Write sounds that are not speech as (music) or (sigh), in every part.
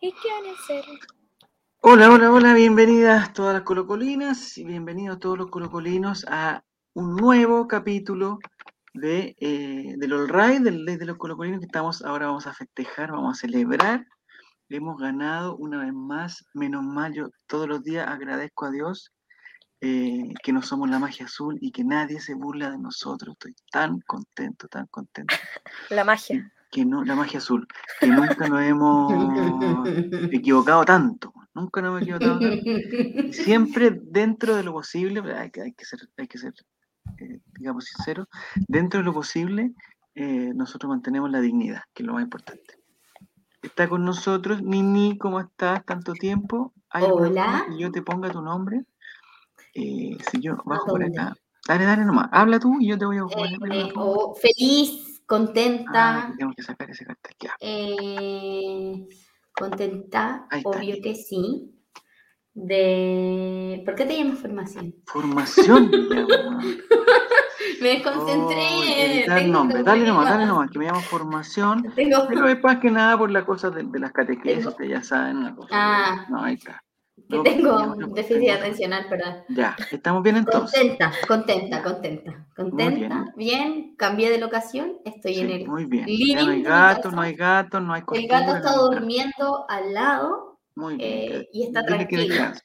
Cristian el Cerro. Hola, hola, hola, bienvenidas todas las colocolinas y bienvenidos todos los colocolinos a un nuevo capítulo de, eh, del All Right, del Ley de los Colocolinos que estamos ahora vamos a festejar, vamos a celebrar. Hemos ganado una vez más, menos mal, yo todos los días agradezco a Dios eh, que no somos la magia azul y que nadie se burla de nosotros. Estoy tan contento, tan contento. La (laughs) magia. Que no, la magia azul, que nunca nos (laughs) hemos equivocado tanto. Nunca nos hemos equivocado tanto. Y Siempre dentro de lo posible, pero hay que, hay que ser, hay que ser eh, digamos sincero, dentro de lo posible, eh, nosotros mantenemos la dignidad, que es lo más importante. Está con nosotros Nini, ¿cómo estás? Tanto tiempo. ¿Hay alguna Hola. forma que yo te ponga tu nombre. Eh, si yo bajo por dónde? acá. Dale, dale nomás. Habla tú y yo te voy a buscar. Eh, o feliz, Ah, contenta, tenemos que sacar ese cartel. Ya. eh, contenta, Ahí está. obvio que sí. De... ¿Por qué te llamas formación? (laughs) Formación. ya, weón. Me desconcentré. Oh, tengo editar nombre. Dale nomás, dale problemas. nomás, que me llamo formación. Tengo- Pero es más que nada por las cosas de, de las catequesis, Tengo- ustedes ya saben una cosa. Ah. No, ahí está. que No, tengo no, no, déficit tengo- atencional, perdón. Ya, estamos bien entonces. Contenta, contenta, contenta, contenta. Bien, cambié de locación, estoy en Sí, el... muy bien. living Ya no de hay mi gato, casa. no hay gato, no hay El gato costura, está no hay nada. durmiendo al lado Muy bien. eh, que- y está dile que tranquilo. descanse.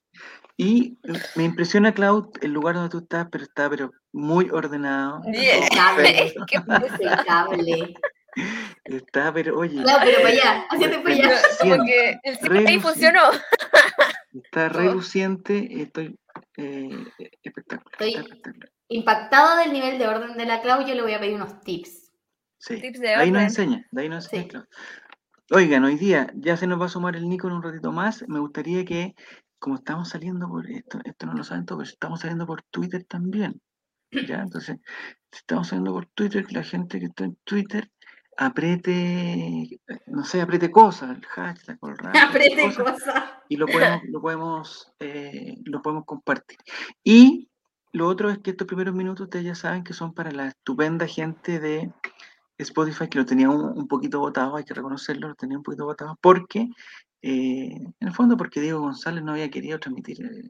Y eh, me impresiona, Clau, el lugar donde tú estás, pero está pero muy ordenado. está Bien. todo (laughs) Cable. perfecto, (laughs) Impecable. Está, pero oye, Claro, pero para allá, hacete para Yo- allá. Como que el CPI Reluciente. funcionó. está todo. reluciente, estoy eh, espectacular. está Estoy- espectacular. Impactada del nivel de orden de la Clau, yo le voy a pedir unos tips. Sí. Tips de de ahí nos orden. enseña, de ahí nos enseña, Sí. Clau. Oigan, hoy día ya se nos va a sumar el Nico en un ratito más. Me gustaría que, como estamos saliendo por esto, esto no lo saben todos, pero estamos saliendo por Twitter también. ¿ya? Entonces, si estamos saliendo por Twitter, que la gente que está en Twitter apriete, eh, no sé, apriete cosas, el hashtag, o (laughs) el radio, (laughs) Aprende cosas, cosas. y lo podemos, lo podemos, eh, lo podemos compartir. Y lo otro es que estos primeros minutos ustedes ya saben que son para la estupenda gente de Spotify, que lo tenía un, un poquito votado, hay que reconocerlo, lo tenía un poquito votado, porque, eh, en el fondo, porque Diego González no había querido transmitir. eh,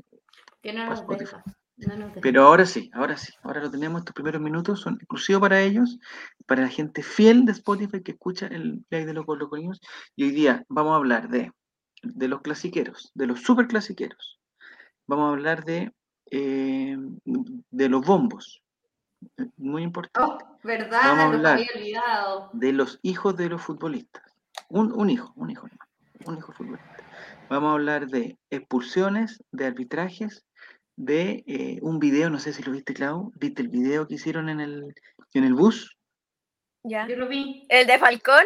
Que no nos Spotify. deja. No nos deja. pero ahora sí, ahora sí, ahora lo tenemos, estos primeros minutos son exclusivos para ellos, para la gente fiel de Spotify que escucha el live de los colocolinos. Y hoy día vamos a hablar de, de los clasiqueros, de los super clasiqueros. Vamos a hablar de, eh, de los bombos, eh, muy importante Oh, ¿Verdad? Vamos a Los hablar. había olvidado. de los hijos de los futbolistas. Un, un hijo, un hijo nomás, un hijo futbolista. Vamos a hablar de expulsiones, de arbitrajes, de eh, un video, no sé si lo viste, Clau, viste el video que hicieron en el, en el bus. Ya. Yo lo vi. El de Falcón.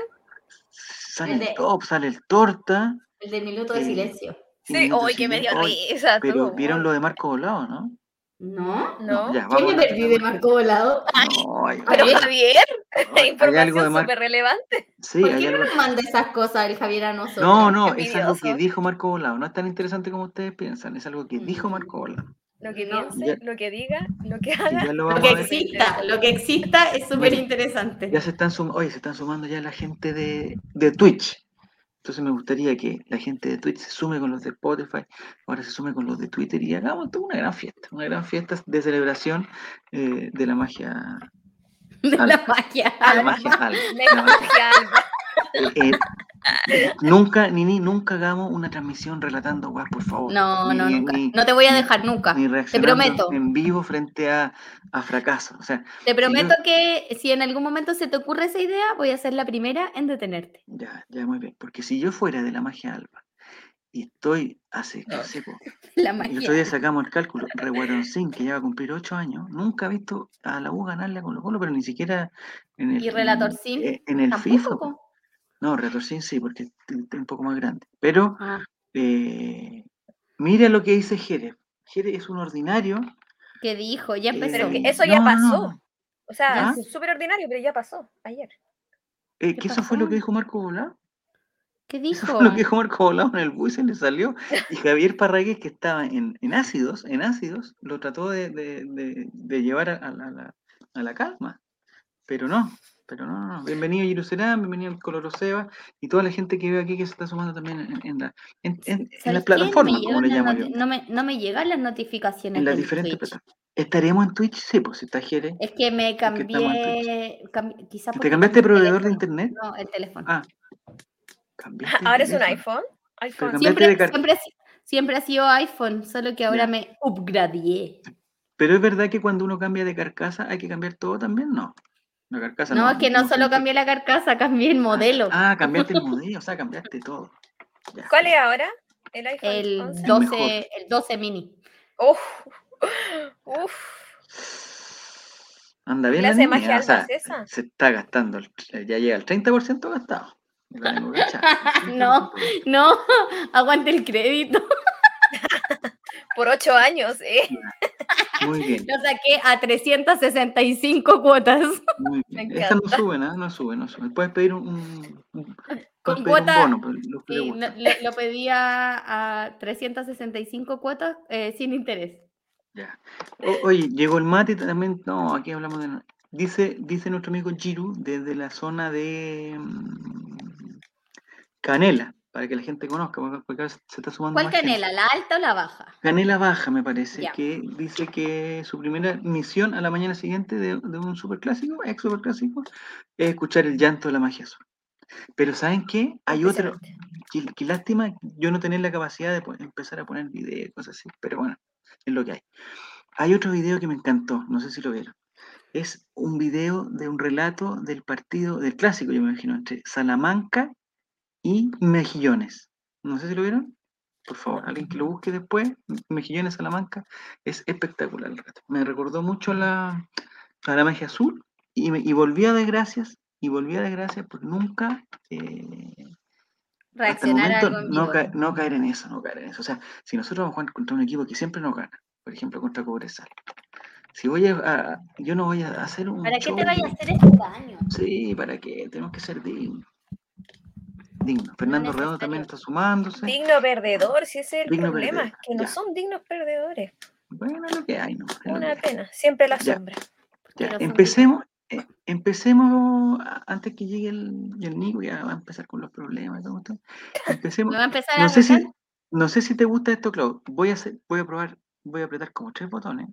Sale El el de- top, sale el torta. El del minuto de Eh, silencio. y Sí, minuto hoy que me dio siguiente- Oy, risa. Pero tú, vieron weón. lo de Marco Volado, ¿no? ¿No? No. ya, Yo me Ah, a- perdí de Marco Volado. No, hay, Pero Oye. Javier, hay- hay algo de información Marco. súper relevante. Sí, ¿Por hay qué no algo. nos manda esas cosas el Javier a nosotros? No, no, es algo que envidioso. Mm. dijo Marco Volado. No es tan interesante como ustedes piensan. Es algo que dijo Marco Volado. Lo que No. piense, Ya. lo que diga, lo que Y (laughs) ya haga. lo Lo vamos que a ver. exista, lo que exista es súper interesante. Ya se están sumando, oye, se están sumando ya la gente de, de Twitch. Entonces me gustaría que la gente de Twitch se sume con los de Spotify, ahora se sume con los de Twitter y hagamos toda una gran fiesta, una gran fiesta de celebración eh, de la magia. (laughs) De la Alma. magia. de la Alma. magia, (laughs) alma, (laughs) Me de la magia. alma. Eh, eh, nunca, Nini, nunca hagamos una transmisión relatando guas, por favor. No, Ni- no, ni- nunca. ni- No te voy a ni- dejar nunca. ni Te reaccionando prometo. En vivo frente a, a fracaso. O sea, Te prometo que si en algún momento se te ocurre esa idea, voy a ser la primera en detenerte. (laughs) Ya, ya, muy bien. Porque si yo fuera de la magia alba y estoy hace, no sé, po, La el magia. otro día sacamos el cálculo, Reguaroncín, que ya va a cumplir ocho años, nunca ha visto a la U ganarle a Colo Colo, pero ni siquiera en el, ¿Y Relatorcín? eh, en el FIFA. Tampoco. po. po. No, Relatorcín sí, porque es un poco más grande. Pero Ah, eh, mira lo que dice Jerez. Jerez es un ordinario. ¿Qué dijo? Ya eh, empezó. Pero que eso ya pasó. O sea, ¿Ah? es súper ordinario, pero ya pasó ayer. eh, ¿Qué que eso fue lo pasó? que dijo Marco Volado. ¿Qué Eso dijo? fue (laughs) lo que dijo Marco Volado en el bus y le salió. (laughs) Y Javier Parragués, que estaba en, en ácidos, en ácidos, lo trató de, de- de- de llevar a, a la- a la, a la calma. Pero no, Pero no, no, no. Bienvenido Jerusalén, bienvenido al Coloroseba y toda la gente que veo aquí que se está sumando también en, en la- en- en- en ¿Sabes las qué? No plataformas, me como le llegan llamo las yo. noti- No me, no me llegan las notificaciones. En las del diferentes Twitch. plataformas. ¿Estaremos en Twitch? Sí, pues si está Jere. Es que me estamos en cambié. cambi- quizás ¿Te porque cambiaste de cambié el proveedor de teléfono. internet? No, el teléfono. Ah. Cambiaste (laughs) de Ahora es un teléfono. iPhone. iPhone. cambiaste siempre, de car- siempre, ha si- siempre ha sido iPhone, solo que ahora Ya. me upgradeé. Pero es verdad que cuando uno cambia de carcasa hay que cambiar todo también, ¿no? La carcasa No, es que no solo siempre- cambié la carcasa, cambié el modelo. Ah, cambiaste el modelo, o sea, cambiaste todo. Ya. ¿Cuál es ahora? El iPhone el, 11. do- 12, el 12 mini. Uf. Uf. Anda bien. Clase la de magia niña, o sea, alma es esa. se está gastando, el- ya llega al 30% gastado. La (laughs) tengo cachada. No. No, (laughs) aguante el crédito. Por ocho años, ¿eh? Muy bien, Lo saqué a 365 cuotas. muy Me bien. Estas no suben, ¿ah? no suben, no suben. Puedes pedir un, un- un- puedes pedir un cuota- bono, pero los Sí, pregunto. no- le- lo pedía a 365 cuotas eh, sin interés. Ya. O- oye, llegó el mate también. No, aquí hablamos de. no- Dice, dice nuestro amigo Jiru desde la zona de mm, Canela, para que la gente conozca, porque porque ahora se está sumando. ¿Cuál más gente. canela? ¿La alta o la baja? Canela Baja, me parece, Ya. que dice que su primera misión a la mañana siguiente de, de un superclásico, ex superclásico, es escuchar el llanto de la magia azul. Pero ¿saben qué? Hay otro, Impresionante. qué, qué lástima yo no tener la capacidad de po- empezar a poner videos, cosas así, pero bueno, es lo que hay. Hay otro video que me encantó, no sé si lo vieron. Es un video de un relato del partido, del clásico, yo me imagino, entre Salamanca y Mejillones. No sé si lo vieron. Por favor, alguien que lo busque después, M- Mejillones Salamanca, es espectacular el relato. Me recordó mucho a la, a la magia azul y, me- y volví a dar gracias, y volví a dar gracias porque nunca eh, hasta el Reaccionar a momento algo en no, vivo. ca- no caer en eso, no caer en eso. O sea, si nosotros vamos a jugar contra un equipo que siempre nos gana, por ejemplo, contra Cobresal, si voy a, a- yo no voy a hacer un ¿Para qué show te vayas de- a hacer este daño? Sí, ¿para qué? Tenemos que ser dignos. Dignos. Fernando Redondo también está sumándose. Digno perdedor, si ese es el Digno problema, perdedor, que no ya. son dignos perdedores. Bueno, es lo que hay, ¿no? Es lo que Una hay. pena, siempre la Ya. sombra. Ya, Pero son empecemos, eh, empecemos a- antes que llegue el, y el Nico, ya va a empezar con los problemas. y todo esto. Empecemos, Me va a empezar a No sé, retar? (laughs) si, no sé si te gusta esto, Clau. Voy a, hacer, voy a probar, voy a apretar como tres botones,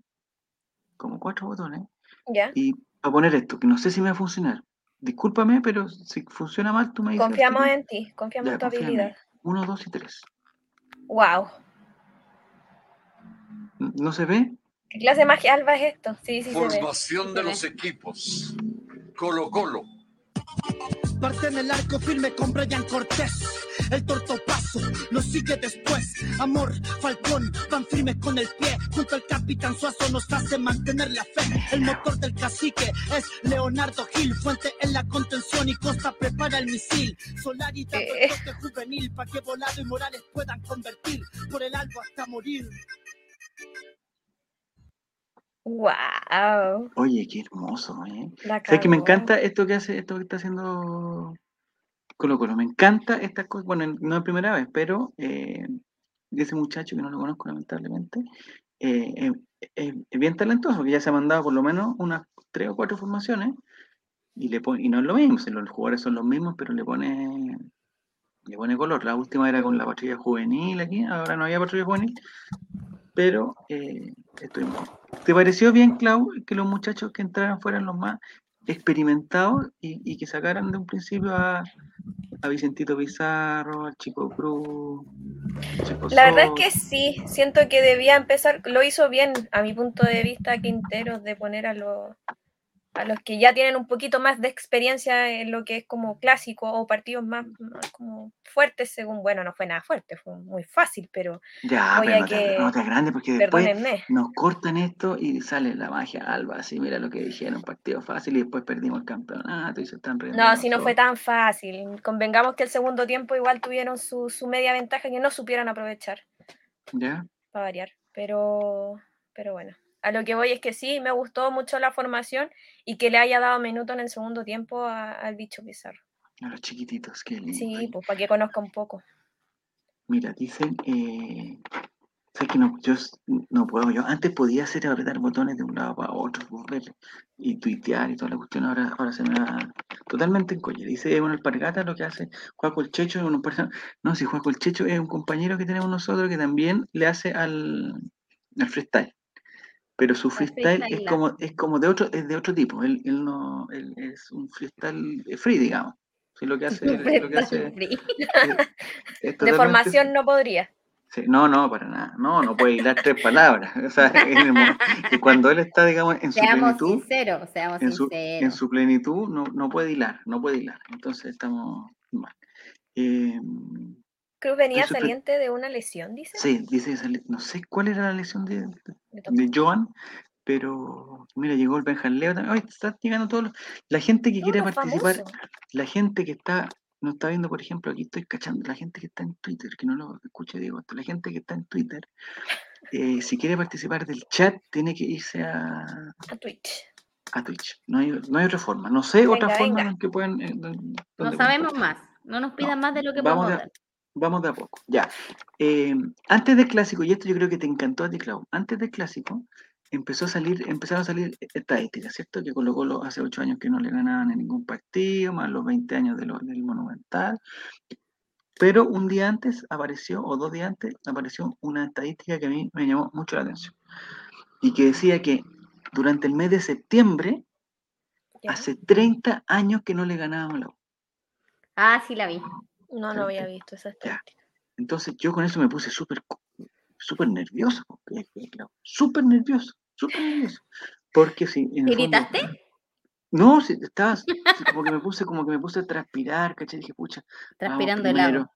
como cuatro botones, Ya. y a poner esto, que no sé si me va a funcionar. Discúlpame, pero si funciona mal, tú me dices. Confiamos en ti, confiamos Ya, en tu confía en mí. habilidad. Uno, dos y tres. Wow. N- ¿No se ve? ¿Qué clase de magia alba es esto? Sí, sí se ve. Formación de los equipos. Colo Colo. Parte en el arco firme con Brian Cortés. El tortopaso lo sigue después. Amor, Falcón, van firmes con el pie. Junto al capitán Suazo nos hace mantener la fe. El motor del cacique es Leonardo Gil. Fuente en la contención y Costa prepara el misil. Solari dando Eh. el toque juvenil para que Volado y Morales puedan convertir. Por el albo hasta morir. Wow. Oye, qué hermoso, ¿eh? Sabes que me encanta esto que hace, esto que está haciendo Colo Colo. Me encanta estas cosas. Bueno, no es primera vez, pero eh, ese muchacho que no lo conozco lamentablemente eh, eh, eh, es bien talentoso, que ya se ha mandado por lo menos unas tres o cuatro formaciones y le pone, y no es lo mismo, si los jugadores son los mismos, pero le pone le pone color. La última era con la patrulla juvenil aquí, ahora no había patrulla juvenil, pero eh, estuvimos. ¿Te pareció bien, Clau, que los muchachos que entraran fueran los más experimentados y, y que sacaran de un principio a, a Vicentito Pizarro, al Chico Cruz? al Chico La verdad es Soto? que sí, siento que debía empezar, lo hizo bien a mi punto de vista Quinteros de poner a los a los que ya tienen un poquito más de experiencia en lo que es como clásico o partidos más, más como fuertes según, bueno, no fue nada fuerte, fue muy fácil, pero Ya, Oye, pero no, te, que- no te grande porque después perdónenme. nos cortan esto y sale la magia alba. Así, mira lo que dijeron, partido fácil y después perdimos el campeonato y se están riendo. No, de si no fue nosotros. tan fácil. Convengamos que el segundo tiempo igual tuvieron su, su media ventaja que no supieron aprovechar. ¿Ya? para variar. Pero, pero bueno, a lo que voy es que sí, me gustó mucho la formación y que le haya dado minuto en el segundo tiempo a- al bicho Pizarro. A los chiquititos, qué lindo. Sí, pues para que conozca un poco. Mira, dicen, eh, sé que no, yo s- no puedo. Yo antes podía hacer apretar botones de un lado para otro, correr y tuitear y toda la cuestión. Ahora, ahora se me va totalmente en coña. Dice una alpargata lo que hace Juaco el Checho. una persona- (laughs) no, si Juaco el Checho es un compañero que tenemos nosotros que también le hace al, al freestyle. Pero su freestyle es freestyler. como, es como de otro, es de otro tipo. Él, él no, él es un freestyle eh, free, digamos. Sí, lo que hace, lo que hace es- es De Eh, totalmente- formación no podría. Sí, no, no, para nada. No, no puede hilar tres palabras. O sea, (laughs) en el mo- y cuando él está, digamos, en su Seamos plenitud, sinceros, seamos en su, en sinceros. su plenitud, no, no puede hilar, no puede hilar. Entonces estamos mal. Em, Cruz venía Eso te- saliente de una lesión, dice. sí, dice, esa le- no sé cuál era la lesión de, de- Me tocó. de Joan, pero mira, llegó el Benjaleo también. Ay, están llegando todos los- La gente que Todos quiere los participar, famosos. la gente que está, no está viendo, por ejemplo, aquí estoy cachando, la gente que está en Twitter, que no lo escuche, digo, la gente que está en Twitter, eh, si quiere participar del chat, tiene que irse a, A Twitch. a Twitch. No hay, no hay otra forma. No sé otra Venga, forma venga. en que pueden. en don- No donde pueden sabemos participar. más. No nos pidan más de lo que Vamos podemos de- dar. Vamos de a poco. Ya. Eh, antes del clásico, y esto yo creo que te encantó a ti, Clau, antes del clásico empezó a salir, empezaron a salir estadísticas, ¿cierto? Que Colo Colo hace ocho años que no le ganaban en ningún partido, más los 20 años de lo- del Monumental. Pero un día antes apareció, o dos días antes, apareció una estadística que a mí me llamó mucho la atención. Y que decía que durante el mes de septiembre, ¿ya? hace 30 años que no le ganábamos a la U. Ah, sí la vi. No, no había visto esa estadística. Entonces yo con eso me puse súper co- súper nervioso, po, que- que- claro, súper nervioso, súper nervioso. Porque si en el fondo- ¿Gritaste? No, si estaba si como que me puse como que me puse a transpirar, ¿cachai? Dije, pucha, vamos Transpirando el primero, agua.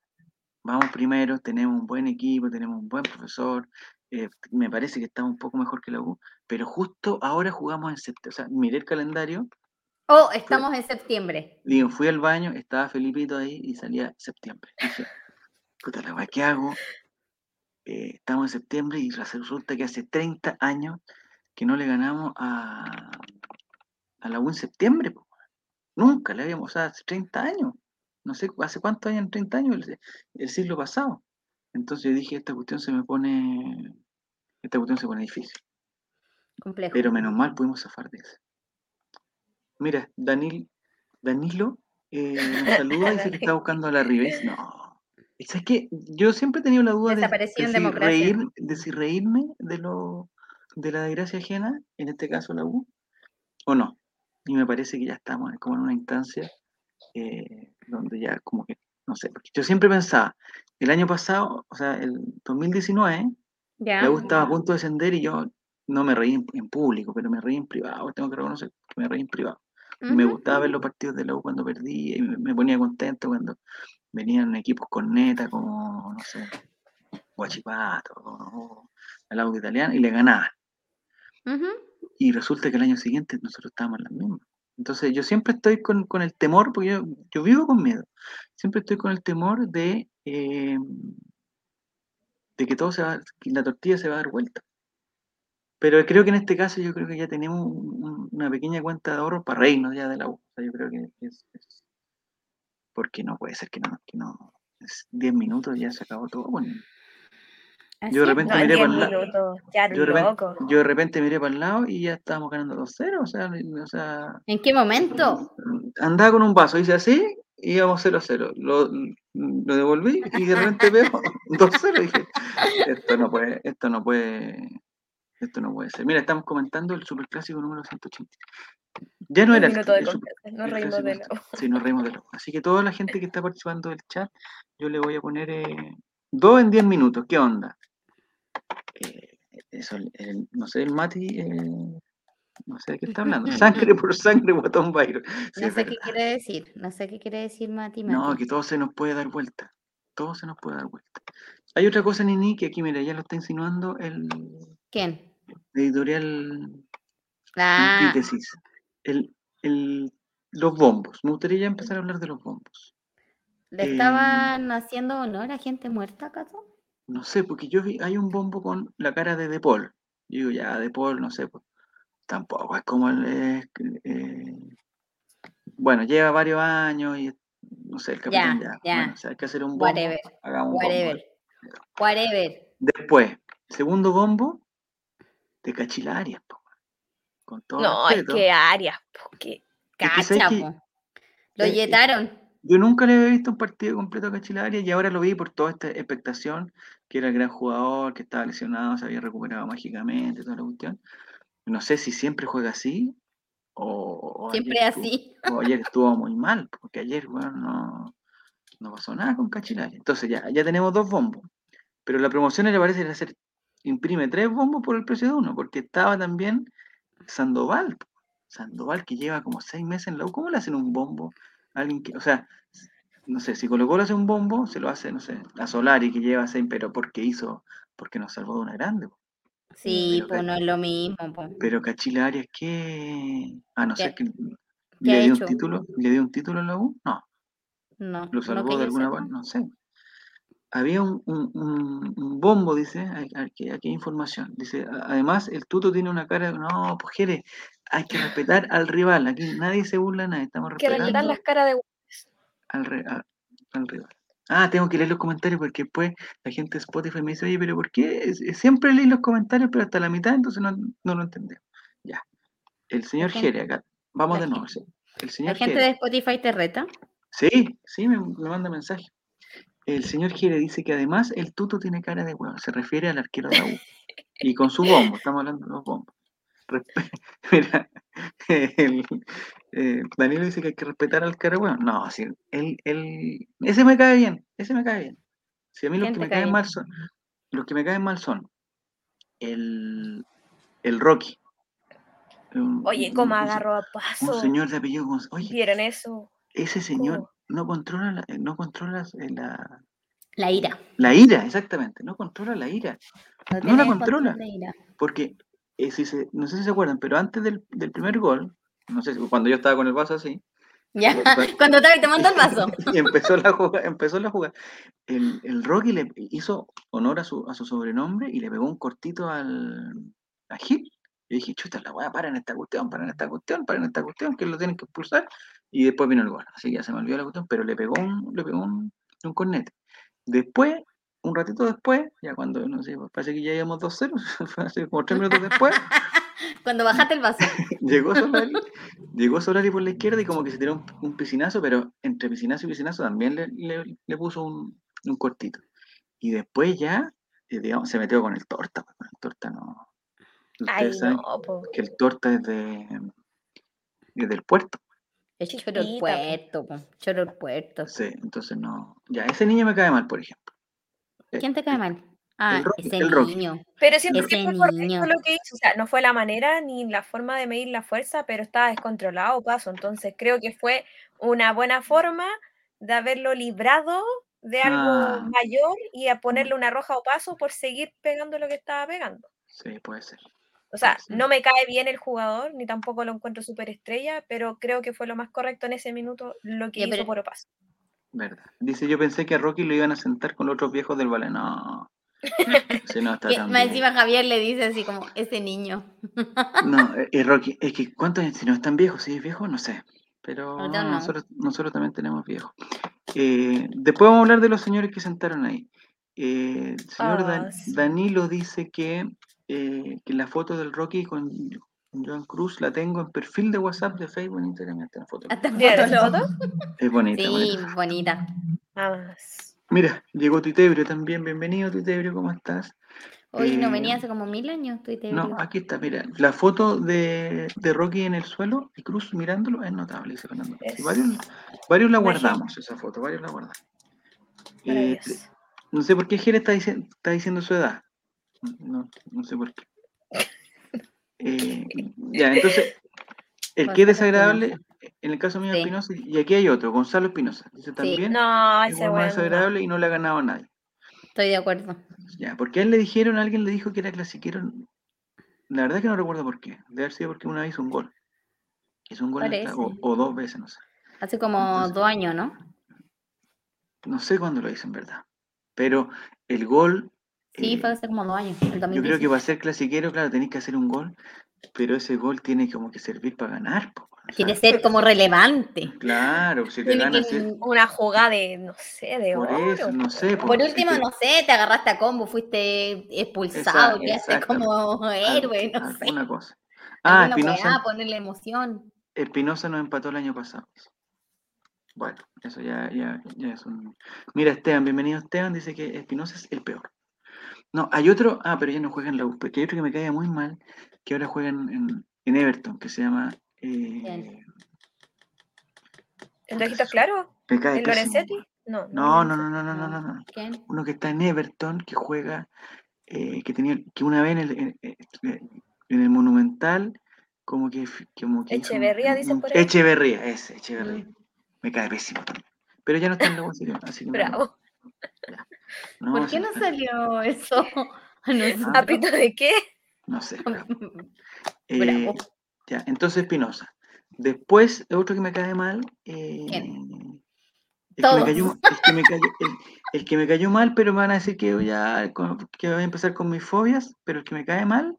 Vamos primero, tenemos un buen equipo, tenemos un buen profesor, eh, me parece que estamos un poco mejor que la U, pero justo ahora jugamos en septiembre, o sea, miré el calendario, Oh, estamos en septiembre. digo, fui al baño, estaba Felipito ahí y salía septiembre. Dije, puta la weá, ¿qué hago? Eh, estamos en septiembre y res- resulta que hace 30 años que no le ganamos a, a la U en septiembre. po, weón. Nunca le habíamos, o sea, hace 30 años. No sé, cu- ¿hace cuántos años? 30 años, el, si- el siglo pasado. Entonces yo dije, esta cuestión se me pone, esta cuestión se pone difícil. Complejo. Pero menos mal pudimos zafar de eso. Mira, Danil, Danilo eh, (laughs) nos saluda y dice que está buscando a la Ribes. No. Y ¿Sabes qué? Yo siempre he tenido la duda de, Desapareció de en si democracia. reír- de si reírme de, lo, de la desgracia ajena, en este caso la U, o no. Y me parece que ya estamos en- como en una instancia eh, donde ya como que, no sé, porque yo siempre pensaba, el año pasado, o sea, el 2019, ya. la U estaba a punto de descender y yo no me reí en, en público, pero me reí en privado. Tengo que reconocer que me reí en privado. Me Ujú. gustaba ver los partidos de la U cuando perdía y me, me ponía contento cuando venían equipos con neta como, no sé, Guachipato, o al audio italiano y le ganaban. Ujú. Y resulta que el año siguiente nosotros estábamos en las mismas. Entonces yo siempre estoy con, con el temor, porque yo, yo vivo con miedo, siempre estoy con el temor de, eh, de que todo se va, que la tortilla se va a dar vuelta. Pero creo que en este caso yo creo que ya tenemos un- un- una pequeña cuenta de ahorro para reírnos ya de la U. O sea, yo creo que es, es- porque no puede ser que no, que no, es 10 minutos ya se acabó todo. bueno. Así Yo de es, repente No, miré diez por la- minutos. Ya, yo de repente- loco. yo de repente miré para el lado y ya estábamos ganando 2-0, o sea, o sea, ¿En qué momento? andaba con un vaso, hice así, y íbamos 0 a 0. Lo, lo devolví y de repente veo (laughs) 2 a 0 y dije, esto no puede, esto no puede, esto no puede ser. Mira, estamos comentando el superclásico número 180. Ya no Un era el, minuto de el super- confianza. Nos el reímos de clásico nuevo. sí, nos reímos de loco. Así que toda la gente que está participando del chat, yo le voy a poner eh, dos en 10 minutos. ¿Qué onda? Eh, eso, el- el- no sé, el Mati, eh, no sé de qué está (laughs) hablando. Sangre por sangre, guatón Byron. Sí, No es sé qué verdad. quiere decir. No sé qué quiere decir Mati. No, Mati. que todo se nos puede dar vuelta. Todo se nos puede dar vuelta. Hay otra cosa, Nini, que aquí, mira, ya lo está insinuando el ¿Quién? editorial Ah, Antítesis. El, el- los bombos. Me gustaría ya empezar a hablar de los bombos. ¿le estaban haciendo honor a gente muerta, acaso? No sé, porque yo vi, hay un bombo con la cara de De Paul. Yo digo, ya, De Paul, no sé, pues, tampoco es como el... es que, eh, bueno, lleva varios años y no sé, el capitán ya. ya. Bueno, o sea, hay que hacer un bombo. Whatever, hagamos un bombo. whatever. Whatever. Después, Segundo bombo, Tecachila Arias, po, weón. Con todo No, es respeto. que Arias, po, que- Es que sabes Cacha, que- po. Lo eh, eh, yetaron. Yo nunca le había visto un partido completo a Cachila Arias y ahora lo vi por toda esta expectación, que era el gran jugador, que estaba lesionado, se había recuperado mágicamente, toda la cuestión. No sé si siempre juega así o, o Siempre ayer estuvo- (laughs) así. o ayer estuvo muy mal, porque ayer weón, no, no pasó nada con Cachilari. Entonces ya, ya tenemos dos bombos. Pero la promoción le parece hacer, imprime tres bombos por el precio de uno, porque estaba también Sandoval. po. Sandoval que lleva como seis meses en la U. ¿Cómo le hacen un bombo? a Alguien que, o sea, no sé, si Colo Colo hace un bombo, se lo hace, no sé, a Solari que lleva seis, pero porque hizo, porque nos salvó de una grande. po. Sí, pero pues cacha. no es lo mismo, po. Pero Cachila Arias, ¿qué? A no ser ¿Qué? que ¿Qué ha le dio un hecho? título, le dio un título a la U, no. No. ¿Lo no salvó que de yo alguna sepa. manera? No sé. Había un, un- un- un bombo, dice, a- a- aquí, aquí hay información. Dice, "A- además, el tuto tiene una cara, de, no, pues Jere, hay que respetar al rival. Aquí nadie se burla, de nadie, estamos que respetar respetando las caras de al, re- a- al rival. Ah, tengo que leer los comentarios porque después la gente de Spotify me dice, oye, pero ¿por qué? Es- es- Siempre leí los comentarios, pero hasta la mitad, entonces no, no lo entendí. Ya. El señor gente- Jere, acá. Vamos la de nuevo. gente- sí. El La señor gente Jere. de Spotify te reta. Sí, sí, me, me manda mensaje. El señor Gire dice que además el tuto tiene cara de huevo, se refiere al arquero de la (laughs) U. Y con su bombo, estamos hablando de los bombos. Respe- (laughs) Mira, el, eh, Danilo dice que hay que respetar al cara de huevo. No, sí, él, él- ese me cae bien, ese me cae bien. Si a mí los ¿Quién que te me cae caen bien? mal son, los que me caen mal son el, el Rocky. un- Oye, un- cómo un- agarró a Un paso. señor de apellido Gonz- Oye, ¿Vieron eso? ese señor Oh. no controla, la, eh, no controla eh, la, La ira. la ira, exactamente, no controla la ira. No, No la tenés control controla. de ira. Porque, eh, si se- no sé si se acuerdan, pero antes del, del primer gol, no sé, si- cuando yo estaba con el vaso así, Ya. Exacto. (laughs) Cuando te, te mando el vaso. (laughs) y empezó la jugada, empezó la jugada, el, el Rocky le hizo honor a su, a su sobrenombre y le pegó un cortito al a Gil. Y dije, chuta, la weá, paran esta cuestión, paran esta cuestión, paran esta cuestión, que lo tienen que expulsar. Y después vino el gol. Así que ya se me olvidó la cuestión, pero le pegó un, le pegó un, un cornete. Después, un ratito después, ya cuando, no sé, parece que ya íbamos 2-0, (laughs) fue así como tres minutos después, Cuando bajaste el vaso. Llegó Solari, llegó Solari por la izquierda y como que se tiró un, un piscinazo, pero entre piscinazo y piscinazo también le, le- le puso un, un cortito. Y después ya, eh, digamos, se metió con el torta. pues, Con el torta no. Ay, Ustedes saben no, po. que el torta es de, es del puerto. Es choro el Chiquitita, po. puerto, po. Choro el puerto. Sí, entonces no. Ya, ese niño me cae mal, por ejemplo. ¿Quién te cae mal? Ah, Rocky, ese el Rocky. niño. Pero siento Ese que fue correcto niño. lo que hizo. O sea, no fue la manera ni la forma de medir la fuerza, pero estaba descontrolado paso. Entonces creo que fue una buena forma de haberlo librado de algo Ah. mayor y a ponerle una roja o paso por seguir pegando lo que estaba pegando. Sí, puede ser. O sea, Sí. no me cae bien el jugador, ni tampoco lo encuentro superestrella, pero creo que fue lo más correcto en ese minuto lo que Ya, hizo pero- por Opaso. Verdad. Dice, yo pensé que a Rocky lo iban a sentar con los otros viejos del ballet. No. Sí, no está Que tan más bien. encima Javier le dice así como, ese niño. (laughs) No, eh, eh, Rocky, es que ¿cuántos años? Si no es tan viejo, si es viejo, no sé. Pero No, no, no. nosotros, nosotros también tenemos viejos. Eh, después vamos a hablar de los señores que sentaron ahí. Eh, el señor Dan- Ah, sí. Danilo dice que, eh, que la foto del Rocky con Joan Cruz la tengo en perfil de WhatsApp de Facebook en Instagram. está la foto. Hasta ¿Vieron esa foto, foto? Es bonita, Ah, Sí, bonita. bonita. Vamos. Mira, llegó Tuitebrio también. Bienvenido, Tuitebrio, ¿cómo estás? Hoy no venía Eh, hace como mil años, tú y te No, veo. aquí está, mira, la foto de, de Rocky en el suelo y Cruz mirándolo es notable, dice Fernando. Sí, varios, Es varios la Imagínate. guardamos, esa foto, varios la guardamos. Eh, maravilloso. no sé por qué Jere está, dicien- está diciendo su edad. No, no sé por (laughs) qué. Eh, ya, entonces, el que Gonzalo es desagradable, en el caso mío Sí. Espinosa, y aquí hay otro, Gonzalo Espinosa, dice también, No, es ese uno weón. no. desagradable y no le ha ganado a nadie. Estoy de acuerdo. Ya, porque a él le dijeron, alguien le dijo que era clasiquero. La verdad es que no recuerdo por qué. Debe haber sido porque una vez hizo un gol. Hizo un gol en la- o, Parece. o dos veces, no pues, sé. Hace como Entonces- dos años, ¿no? No sé cuándo lo hizo en verdad. Pero el gol, Sí, eh, fue hace como dos años. el yo creo que 2018. va a ser clasiquero, claro, tenés que hacer un gol. pero ese gol tiene como que servir para ganar. po, o sea, Quiere ser como relevante. Claro, si te Tiene dan que- así, Una jugada de, no sé, de por oro. eso, no sé. po, Por si último, te- no sé, te agarraste a combo, fuiste expulsado, Exacto, quedaste exactamente. como al- héroe, no sé. Alguna cosa. Ah, Alguna weá, Espinosa, ponerle emoción. Espinosa nos empató el año pasado. Bueno, eso ya, ya, ya es un. Mira, Esteban, bienvenido Esteban, dice que Espinosa es el peor. No, hay otro, ah, pero ya no juega en la U, porque hay otro que me cae muy mal, que ahora juega en, en- en Everton, que se llama. eh, ¿Quién? ¿El de ojitos claros? me cae ¿El pésimo. Lorenzetti? No, ah, No, no, no, no, no, no, no, no. ¿Quién? Uno que está en Everton, que juega, eh, que tenía, que una vez en el, en- en- en el Monumental, como que, f- como que hizo un- Echeverría, un- dicen un- por ahí. Echeverría, ese, Echeverría. Me cae pésimo también. Pero ya no está en la U, así que- así que no- Bravo. no, ¿Por ese qué no está- salió eso? (laughs) a nosotros? ¿Apito de qué? No sé. bravo. Eh, Bravo. ya, entonces Espinosa. Después, otro que me cae mal. eh, El que, me Todos. (laughs) cayó, el, que me cayó, el- el que me cayó mal, pero me van a decir que voy a, con- que voy a empezar con mis fobias, pero el que me cae mal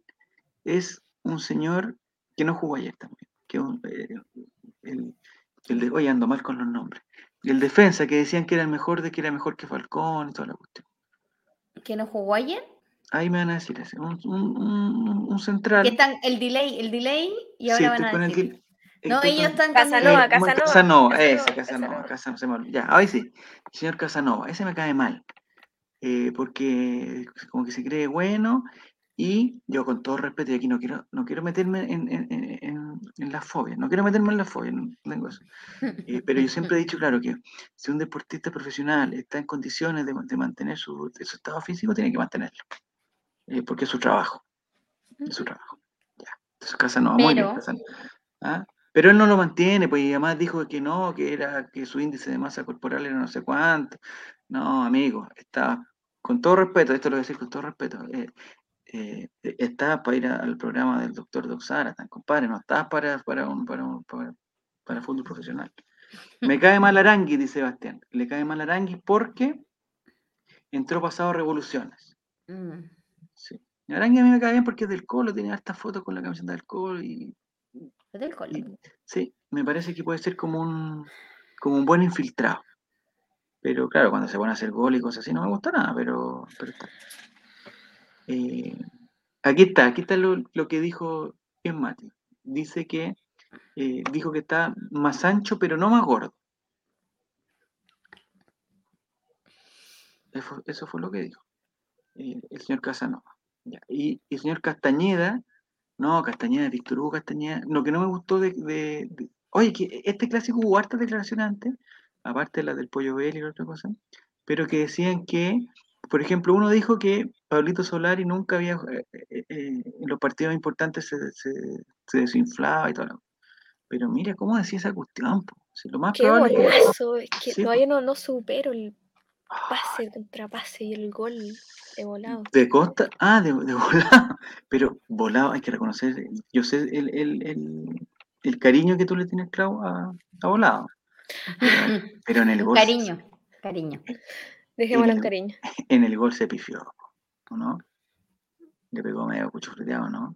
es un señor que no jugó ayer también. Que un- eh, el, el de, oye, ando mal con los nombres. El defensa, que decían que era el mejor, de que era mejor que Falcón y toda la cuestión. ¿Que no jugó ayer? Ahí me van a decir ese, un, un- un- un central. Que están el delay, el delay, y Sí, ahora estoy van con a el decir. que- eh, No, estoy ellos con- están Casanova, Eh, bueno, Casanova, Casanova, Casanova, ese, Casanova, Casanova. Casanova, se me olvidó. Ya, ahí sí. Señor Casanova, ese me cae mal. eh, porque como que se cree bueno y yo con todo respeto, y aquí no quiero, no quiero meterme en, en, en- en- en las fobias, no quiero meterme en las fobias, no tengo eso. Eh, pero yo siempre he dicho, claro, que si un deportista profesional está en condiciones de, de mantener su, de su estado físico, tiene que mantenerlo. eh, porque es su trabajo. Es su trabajo. Ya. Entonces Casanova, muy bien, Pero- Casanova. ¿ah? Pero él no lo mantiene, pues y además dijo que no, que era que su índice de masa corporal era no sé cuánto. No, amigo, está, con todo respeto, esto lo voy a decir con todo respeto, eh, eh, eh, está para ir a- al programa del doctor Doxara, tan compadre, no estás para, para, un, para, un- para, para fútbol profesional. Me cae mal Arangui, dice Sebastián, le cae mal Arangui porque entró pasado revoluciones. (laughs) Mm. Sí. Arangui a mí me cae bien porque es del Colo, tiene hartas fotos con la camiseta del Colo y Los del (laughs) Colo. Y- sí, me parece que puede ser como un, como un buen infiltrado. Pero claro, cuando se van a hacer gol y cosas así, no me gusta nada, pero, pero está. Eh, aquí está, aquí está lo, lo que dijo bien Mati. Dice que eh, dijo que está más ancho, pero no más gordo. Eso, fue- eso fue lo que dijo eh, el señor Casanova. Ya, Y, y el señor Castañeda, no, Castañeda, Victor Hugo Castañeda, lo que no me gustó de... de- de- oye, que este clásico hubo hartas declaraciones antes, aparte de la del pollo Bell y la otra cosa, pero que decían que, por ejemplo, uno dijo que Pablito Solari nunca había, eh, eh, eh, en los partidos importantes se, se- se desinflaba y todo. lo- Pero mira, ¿cómo decía esa cuestión? po? Si lo más Qué probable es que- golazo. Es que Sí, todavía no, no supero el Ah, pase, el contrapase y el gol de volado. De costa, ah, de, de volado, (laughs) pero volado, hay que reconocer, yo sé el, el, el, el cariño que tú le tienes, Clau, a, a volado, pero en el Un gol, se- cariño, cariño. Dejémoslo en el- cariño. (laughs) en el gol se pifió, ¿o no? Le pegó medio cuchufleteado, ¿no?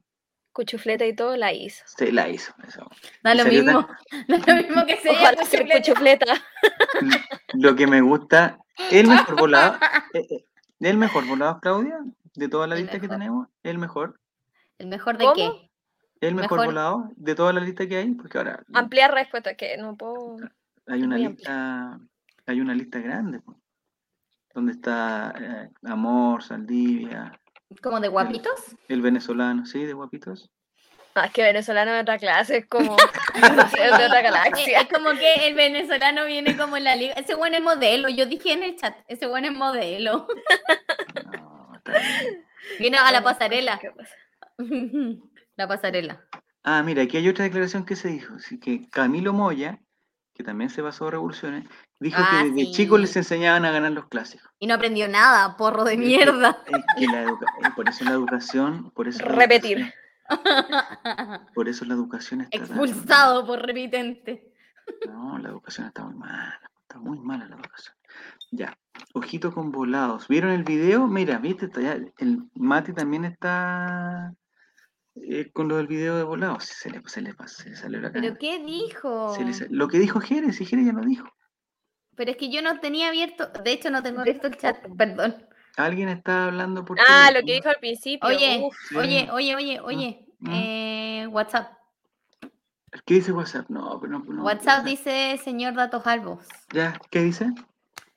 Cuchufleta y todo la hizo. Se la hizo, eso. Da Y lo salió tan- mismo. (laughs) Da lo mismo que se Ojalá sea haya cuchufleta. Lo que me gusta, el mejor (laughs) volado, eh, eh, el mejor volado, Claudia, de toda la El lista que mejor. tenemos, el mejor, ¿El mejor de ¿Cómo? qué? el mejor, Mejor. volado de toda la lista que hay, porque ahora Ampliar respuesta, que no puedo. hay Es una muy amplio. lista, hay una lista grande, po, donde está eh, Amor, Saldivia, ¿Como de (laughs) guapitos? el venezolano, ¿sí? De guapitos. Ah, es que venezolano de otra clase es (laughs) como. no sé, es de otra Eh, Es, galaxia. como que el venezolano viene como en la liga. Ese bueno es modelo. Yo dije en el chat, ese bueno es (laughs) modelo. No, está bien. Vino a la pasarela. ¿Qué pasa? (laughs) La pasarela. Ah, mira, aquí hay otra declaración que se dijo, así que Camilo Moya, que también se basó en revoluciones, dijo Ah, que desde chicos les sí. enseñaban a ganar los clásicos. Y no aprendió nada, porro de Es que- (laughs) mierda. es que la educa- eh, por eso la educación, por eso la Repetir. educación- por eso la educación está tan- Expulsado por repitente. No, la educación está muy mala, está muy mala la educación. Ya, ojito con volados. ¿Vieron el video? Mira, viste, está ya- el Mati también está eh, con lo del video de volado. Se, se le, se le pas- se le salió la cara. ¿Pero qué dijo? lo que dijo Jerez, si Jerez ya lo dijo. Pero es que yo no tenía abierto, de hecho no tengo abierto el chat, perdón. Alguien está hablando por Ah, lo teléfono. que dijo al principio. Oye, uf, Sí. oye, oye, oye, oye, mm. eh, WhatsApp. ¿Qué dice WhatsApp? No, pero no. no, WhatsApp dice, señor Datos Alvos, ¿Ya? ¿Qué dice?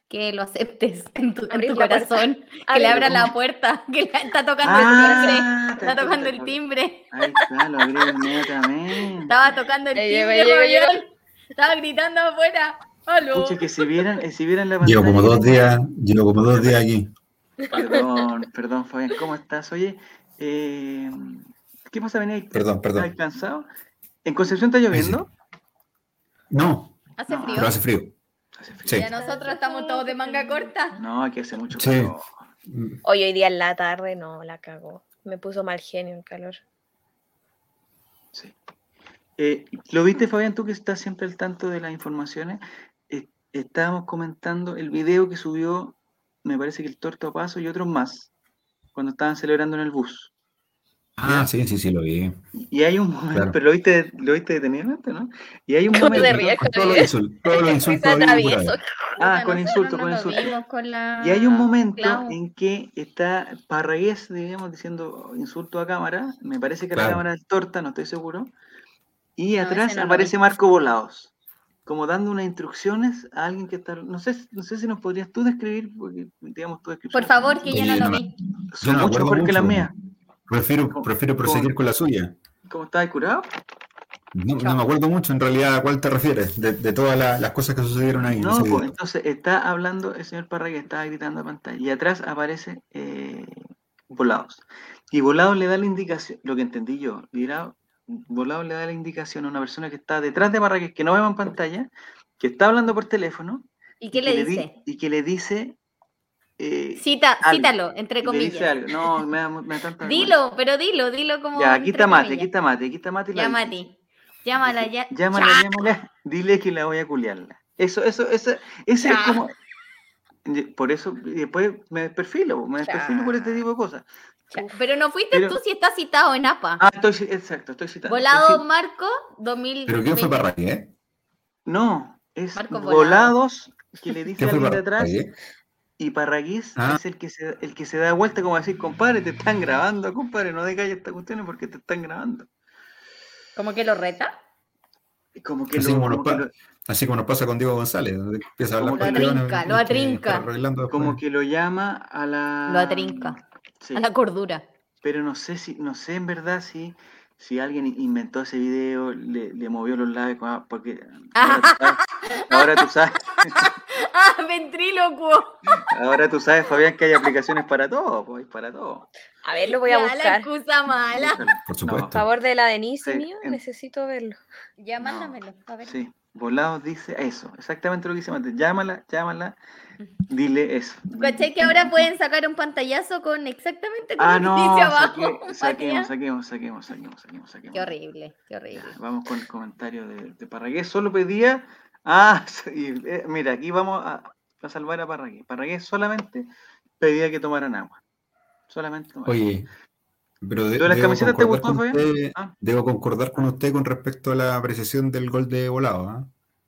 que lo aceptes en tu, en Abrir tu la puerta. corazón, que abre le la abra la puerta. puerta, (laughs) que la- está tocando el timbre, Ah, está (laughs) ta- tocando ta- el ta- timbre, Ahí está, lo abrí inmediatamente. estaba tocando el Ahí llegó, timbre, ahí llegó, ahí Fabián. estaba gritando afuera, aló. Pucha, que si vieran, eh, si vieran la pantalla. Llevo como dos días, llevo como dos días aquí. Perdón, perdón, Fabián, ¿cómo estás? Oye, eh, ¿qué pasa, venir? Perdón, perdón. ¿Estás cansado? ¿En Concepción está lloviendo? No, Hace No, frío, pero hace frío. Hace frío. Sí. ya nosotros estamos todos de manga corta. No, aquí hace mucho Sí. calor. Mm, Hoy, hoy día en la tarde, no, la cagó. Me puso mal genio el calor. Sí. Eh, ¿Lo viste, Fabián, tú que estás siempre al tanto de las informaciones? Eh, estábamos comentando el video que subió, me parece que el Torto Paso y otros más, cuando estaban celebrando en el bus. Ah, sí, sí, sí, lo vi. Y hay un momento, Claro. pero lo viste, lo viste detenidamente, ¿no? Y (laughs) hay un ¿Cómo te momento. ríes? Con ¿eh? todos los insultos, todos los insultos Risa habidos y por haber. travieso. Ah, Puta, con nosotros insulto, no con nos insulto. vimos con la Y hay un momento Clau. en que está Parragués, digamos, diciendo insulto a cámara, me parece que a la Claro. cámara del torta, no estoy seguro, y No, atrás ese no lo aparece vi. Marco Volados, como dando unas instrucciones a alguien que está, no sé, no sé si nos podrías tú describir, porque, digamos, tu descripción. Por favor, que yo Sí, no no lo me- vi. yo Son no me mucho acuerdo mejor que las mucho. mías. Prefiero, prefiero Con- proseguir con la suya. ¿Cómo estás, curado? No, no me acuerdo mucho en realidad a cuál te refieres, de, de todas la- las cosas que sucedieron ahí. en No, ese pues video. entonces está hablando el señor Parragués, está gritando a pantalla, y atrás aparece eh, Volados. Y Volados le da la indicación, lo que entendí yo, dirá, Volados le da la indicación a una persona que está detrás de Parragués, que no vemos en pantalla, que está hablando por teléfono. ¿Y qué y le que di- dice? y que le dice. eh, Cita, algo. cítalo, entre le dice comillas. algo. No, me da, me da tanta vergüenza. Dilo, pero dilo, dilo como. Ya, aquí entre está Mati, aquí comillas. está Mati, aquí está Mati. y la Ya, dice. Mati. Llámala, ya. Llámala, ya. llámala, dile que la voy a culiarla. Eso, eso, eso, ese es Ya. como. Ye- Por eso, y después me desperfilo, me desperfilo por este tipo de cosas. Ya, Pero no fuiste Pero- tú si estás citado en APA. Ah, estoy, ci- exacto, estoy citando. estoy Volado ci- Marco 2000. Pero ¿quién fue Parragués? eh? No, es Marco volados que (laughs) le dice ¿Quién fue eh? alguien de atrás Parragués? y Parragués Ah. es el que, se, el que se da vuelta como a decir, compadre, te están grabando, compadre, no dejes estas cuestiones porque te están grabando. ¿Cómo que lo reta? Y Como que, Así lo, como nos como, que pa- lo, Así como nos pasa con Diego González, donde empieza a hablar Como con que- Lo León, atrinca, y- lo y- atrinca. está arreglando después. como que lo llama a la. Lo atrinca. Ah, Sí. A la cordura. (laughs) pero no sé si, no sé en verdad si, si alguien inventó ese video, le, le movió los labios, ah, porque ahora tú sabes, ahora (laughs) tú sabes, ¡Ah, ventrílocuo! ahora tú sabes, Fabián, que hay aplicaciones para todo, pues, para todo. A ver, lo voy a Ya, la buscar. excusa mala. Búscalo. Por Por supuesto. favor de la Denise Sí, mío, en- necesito verlo. Ya, No. mándamelo. (laughs) A No, ver. sí, Volados dice eso, exactamente lo que dice Mate, llámala, llámala, dile eso. ¿Cachai que ahora pueden sacar un pantallazo con exactamente con lo Ah, que no, dice abajo? (laughs) saque- Matías? saquemos, saquemos, saquemos, saquemos, saquemos, saquemos. Qué horrible, qué horrible. Ya, Vamos con el comentario de, de Parragués. Solo pedía. Ah, (laughs) sí, y, eh, mira, aquí vamos a, a salvar a Parragués. Parragués solamente pedía que tomaran agua. Solamente tomaran Oye, pero de- ¿Lo de las debo camisetas te concordar gustó, con Fabián? usted- Ah. Debo concordar con usted con respecto a la apreciación del gol de volado.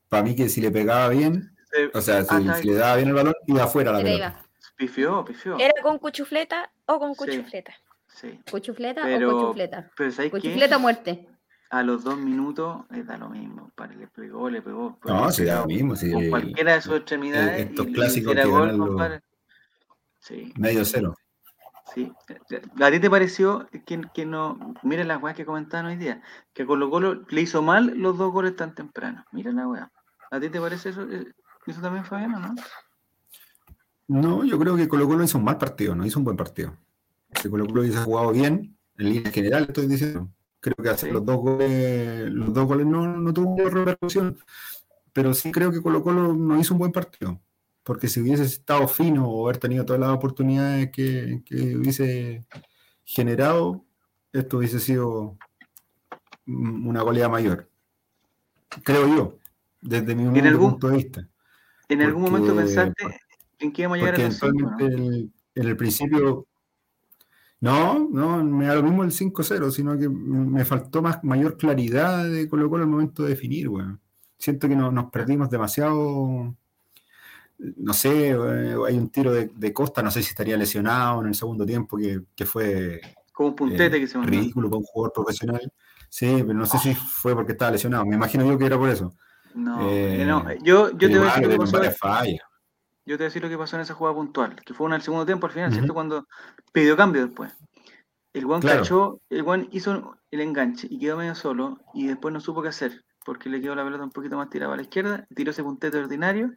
Para mí que si le pegaba bien, Se o sea, si, Ah, está si bien. le daba bien el balón, iba afuera la Pero ahí pelota. va. pifió, pifió. ¿Era con cuchufleta o con Sí. cuchufleta? Sí. ¿Cuchufleta Pero- o cuchufleta? Pero ¿sabes Cuchufleta o qué? muerte. A los dos minutos eh, da lo mismo. Para, le pegó, le pegó. pues, No, le si da lo pegó mismo, si Con cualquiera de sus extremidades. estos y le clásicos hiciera que gol, ganan los- compadre. Sí. medio cero. Sí, ¿a ti te pareció que, que no, mira las weas que comentaban hoy día, que a Colo Colo le hizo mal los dos goles tan temprano? Mira la wea. ¿A ti te parece eso, eh, eso también, Fabián, o no? No, yo creo que Colo Colo hizo un mal partido, no hizo un buen partido. Si Colo Colo hubiese jugado bien, en línea general estoy diciendo. Creo que hacer Sí. los dos goles, los dos goles no, no tuvo una repercusión. Pero sí creo que Colo Colo no hizo un buen partido. Porque si hubiese estado fino o haber tenido todas las oportunidades que, que hubiese generado, esto hubiese sido mm, una goleada mayor. Creo yo, desde mi humilde algún- punto de vista. ¿En algún momento Porque- pensaste en que íbamos a llegar a Porque los cinco, no? eventualmente el- en el principio, No, no, me da lo mismo el 5-0, sino que me faltó más, mayor claridad de Colo Colo al momento de definir, weón. Siento que no- nos perdimos demasiado. No sé, eh, hay un tiro de, de Costa, no sé si estaría lesionado en el segundo tiempo, que, que fue Como un puntete eh, que se mandó. Ah. ridículo para un jugador profesional. Sí, pero no sé si fue porque estaba lesionado. Me imagino yo que era por eso. No, Eh, no, yo, yo te voy a decir lo que Pero pasó. varias fallas. Yo te voy a decir lo que pasó en esa jugada puntual, que fue una del segundo tiempo al final, Ujú. ¿cierto? Cuando pidió cambio después. El Juan Claro. cachó, el Juan hizo el enganche y quedó medio solo y después no supo qué hacer, porque le quedó la pelota un poquito más tirada a la izquierda, tiró ese puntete ordinario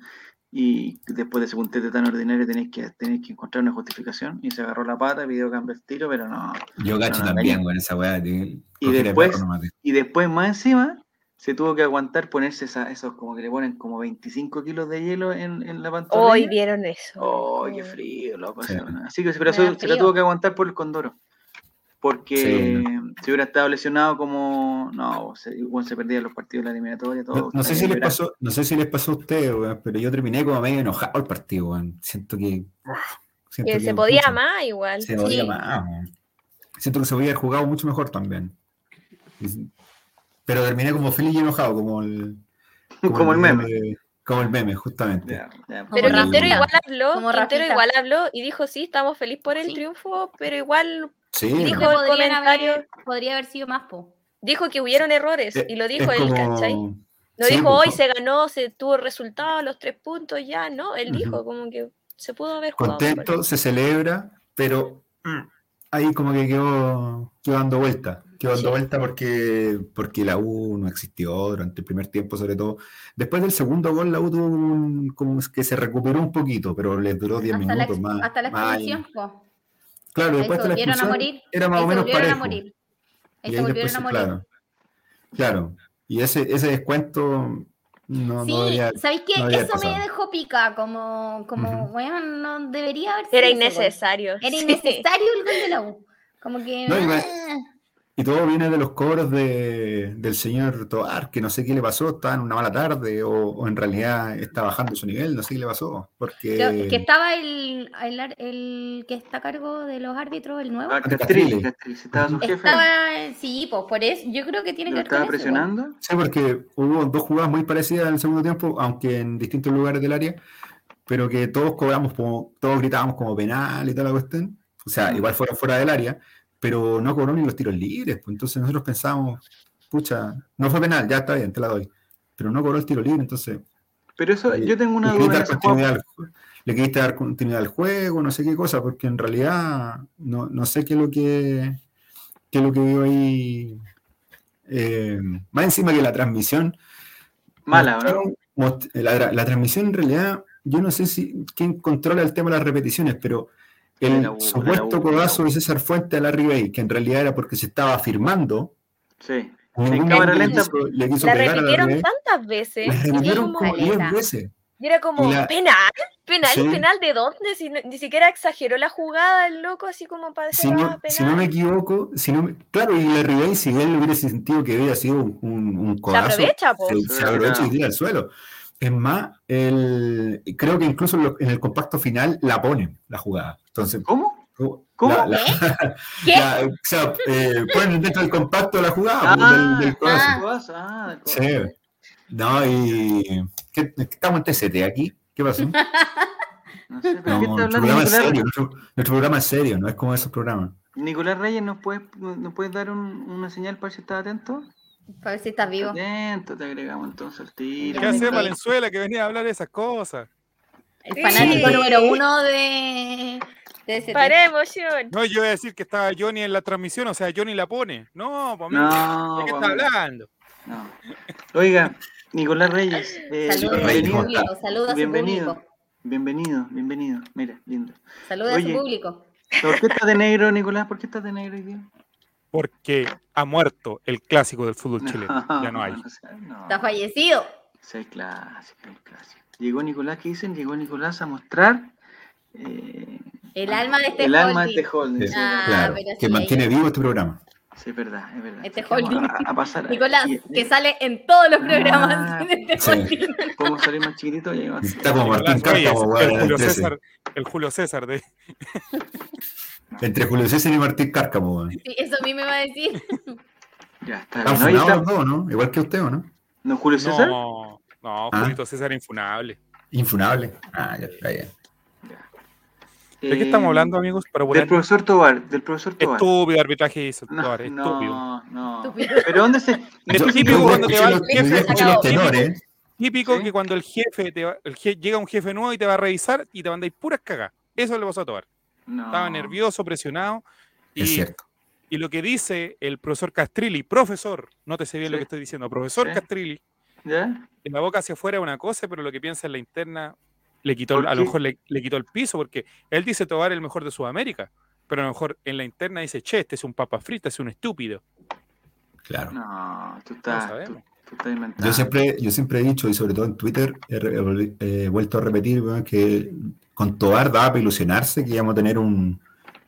y después de ese puntete tan ordinario tenés que, tenés que encontrar una justificación y se agarró la pata, pidió cambio el tiro, pero no. Yo cacho No, no, también, engañé. weón, esa weá. de- Ah, Y cogí la después- perra nomás de- Y después más encima se tuvo que aguantar ponerse esa- esos como que le ponen como 25 kilos de hielo en, en la pantalla. Hoy vieron eso. Oh, qué Oh. frío, loco. Sí. esa weá. Así que se, pero Me se- da se la frío. tuvo que aguantar por el condoro. Porque Sí, si hubiera estado lesionado como... No, se, igual se perdían los partidos de la eliminatoria. Todo, No, no sé estaría si les llorando. pasó, no sé si les pasó a ustedes, weón, pero yo terminé como medio enojado el partido, weón. Siento que. Ah, siento Que se que, podía pucha, más igual. Se podía sí. más, weón. Siento que se podía haber jugado mucho mejor también. Pero terminé como feliz y enojado, como (laughs) el. Como el meme. de- como el meme, justamente. Ya, ya, Pero Como Quintero Rafita. igual habló, Como Quintero Rafita. igual habló y dijo sí, estamos felices por el Sí. triunfo, pero igual Sí, Dijo weón. el podrían comentario- haber, podría haber sido más, po. dijo que hubieron errores y lo dijo Es él, como- ¿cachai? No Sí, dijo pues, hoy co- se ganó, se tuvo el resultado, los tres puntos ya, no, él Ujú. dijo como que se pudo haber jugado. mejor. contento, se celebra, pero mm, ahí como que quedó, quedó dando vuelta. Quedó dando Sí. vuelta porque, porque la U no existió durante el primer tiempo, sobre todo. Después del segundo gol, la U tuvo un- como que se recuperó un poquito, pero les duró 10 Hasta la, minutos ex- más. hasta la más ahí. expulsión, po. Claro, Ahí se después de volvieron la a expulsión morir. era más Ahí o se menos volvieron a parejo. morir. Ahí Y se ahí volvieron a después, morir. claro. Claro. Y ese, ese descuento no, sí, no debería- ¿sabéis qué? no había eso me pasado. dejó pica, como, como Ujú. weón, no debería haber sido Era ese gol. innecesario. Era sí. innecesario el gol de la U. Como que. No, y me- ah, Y todo viene de los cobros de, del señor Tobar, que no sé qué le pasó, estaba en una mala tarde o, o en realidad está bajando su nivel, no sé qué le pasó. Porque creo que estaba el, el, ar- el que está a cargo de los árbitros, el nuevo. Ah, Castrilli, Castrilli. Castrilli, Estaba su jefe. Estaba, sí, pues por eso. Yo creo que tiene Lo que ver con estaba eso, pues, igual. presionando. Sí, porque hubo dos jugadas muy parecidas en el segundo tiempo, aunque en distintos lugares del área, pero que todos cobramos como, todos gritábamos como penal y toda la cuestión. O sea, igual fuera fuera del área, pero no cobró ni los tiros libres. pues, entonces nosotros pensábamos, pucha, no fue penal, ya está bien, te la doy. Pero no cobró el tiro libre, entonces Pero eso, Sí. yo tengo una le duda en queriste dar esa jugada. continuidad al ju- le queriste dar continuidad al juego, no sé qué cosa, porque en realidad no, no sé qué es lo que qué es lo que vio ahí. eh, más encima que la transmisión. Mala, Ah. ¿o ¿no? mostraron- most- La, tra- la transmisión en realidad, yo no sé si quién controla el tema de las repeticiones, pero Era el la U, era la U, supuesto era la codazo U. de César Fuente a la Ribey, que en realidad era porque se estaba firmando. Sí. en En ningún cámara momento lenta, le quiso- le quiso La pegar a repitieron ¿eh? Larribey. tantas veces. La y yo repitieron como- como Caleta. 10 veces. y era como, y la- penal, penal, Sí. penal, ¿de dónde? Si no- ni siquiera exageró la jugada el loco, así como para si decir, no, "Ah, penal. si no me equivoco, si no me- claro, y la Ribey, si él hubiera sentido que hubiera sido un, un, un codazo, aprovecha, po. se- Se se hubiera aprovecha y tirado. tira al suelo. Es más, el, creo que incluso en lo- en el compacto final la ponen la jugada. Entonces, ¿Cómo? ¿Cómo? La, la- (laughs) ¿Qué? la- o sea, eh, ponen dentro del compacto la jugada pues, Ah, del, del codazo. ah, codazo, ah, del codazo. Sí. No, y ¿qué- estamos en TCT aquí. ¿Qué pasó? No sé, pero No, ¿qué está nuestro hablando programa es Nicolás? serio, nuestro, nuestro programa es serio, no es como esos programas. Nicolás Reyes, ¿nos puedes, nos puedes dar un- una señal para ver si estás atento? Para ver si estás vivo. Atento, te agregamos entonces al Ya tiro. ¿Qué me hace estoy- Valenzuela que venía a hablar de esas cosas? El fanático Sí. número uno de. de ese Para emoción. No, yo iba a decir que estaba Johnny en la transmisión, o sea, Johnny la pone. No, pues No, ¿de qué está vamos, hablando? no. Oiga, Nicolás Reyes, eh, Saludos Nicolás a su Reyes, bienvenido, público. Saludos a su Bienvenido. público. bienvenido, bienvenido. Mira, lindo. Saludos a su Oye. público. ¿Por qué estás de negro, Nicolás? ¿Por qué estás de negro hoy día? Porque ha muerto el clásico del fútbol chileno. (laughs) Ya no hay. o sea, no. Está fallecido. Sí, clásico, el clásico. Llegó Nicolás, ¿qué dicen? Llegó Nicolás a mostrar eh, El alma de este el alma de holding. este holding. Sí, sí, Ah, verdad. claro, pero que sí, mantiene vivo este programa. Sí, es verdad, es verdad. Este Sí, vamos holding. A, a pasar. eh, a- Nicolás, y- que y- sale en todos los Ah, programas de este sí. holding. Podemos salir más chiquitito y ahí va a ser. Está como Martín pues, Nicolás Reyes, Cárcamo, weón, el, en el Julio 13. César, el Julio César de, Entre Julio César y Martín Cárcamo. weón. Sí, eso a mí me va a decir. Ya, está Están bien. Ahí funados está. los dos, ¿no? Igual que usted, ¿o no? ¿No Julio César? No, no, Ah. Julito César infunable. Infunable. Ah, ya, ya, ya. ¿De qué estamos Eh, hablando, amigos? Para Del volver. profesor Tobar, del profesor Tobar. Estúpido arbitraje hizo No, Tobar, estúpido. no, no. Estúpido. Pero ¿dónde se...? Es Yo- típico yo cuando te escucho va los- el jefe, yo escucho acabó. los tenores. Típico Sí. que cuando el jefe te va- el je- llega un jefe nuevo y te va a revisar y te mandáis puras cagas. Eso le pasó a Tobar. No. Estaba nervioso, presionado. Es Y, cierto. y lo que dice el profesor Castrilli, profesor, no te sé bien lo Sí. que estoy diciendo, profesor Sí. Castrilli, ¿Ya? en la boca hacia afuera es una cosa, pero lo que piensa en la interna le quitó, ¿Por a lo qué? mejor le, le quitó el piso, porque él dice Tobar el mejor de Sudamérica, pero a lo mejor en la interna dice, che, este es un papa frita, es un estúpido. Claro. No, tú No estás, tú, sabemos. tú estás inventando. Yo siempre, yo siempre he dicho, y sobre todo en Twitter, he, re- he volvi- he vuelto a repetir, weón, que con Tobar daba para ilusionarse que íbamos a tener un-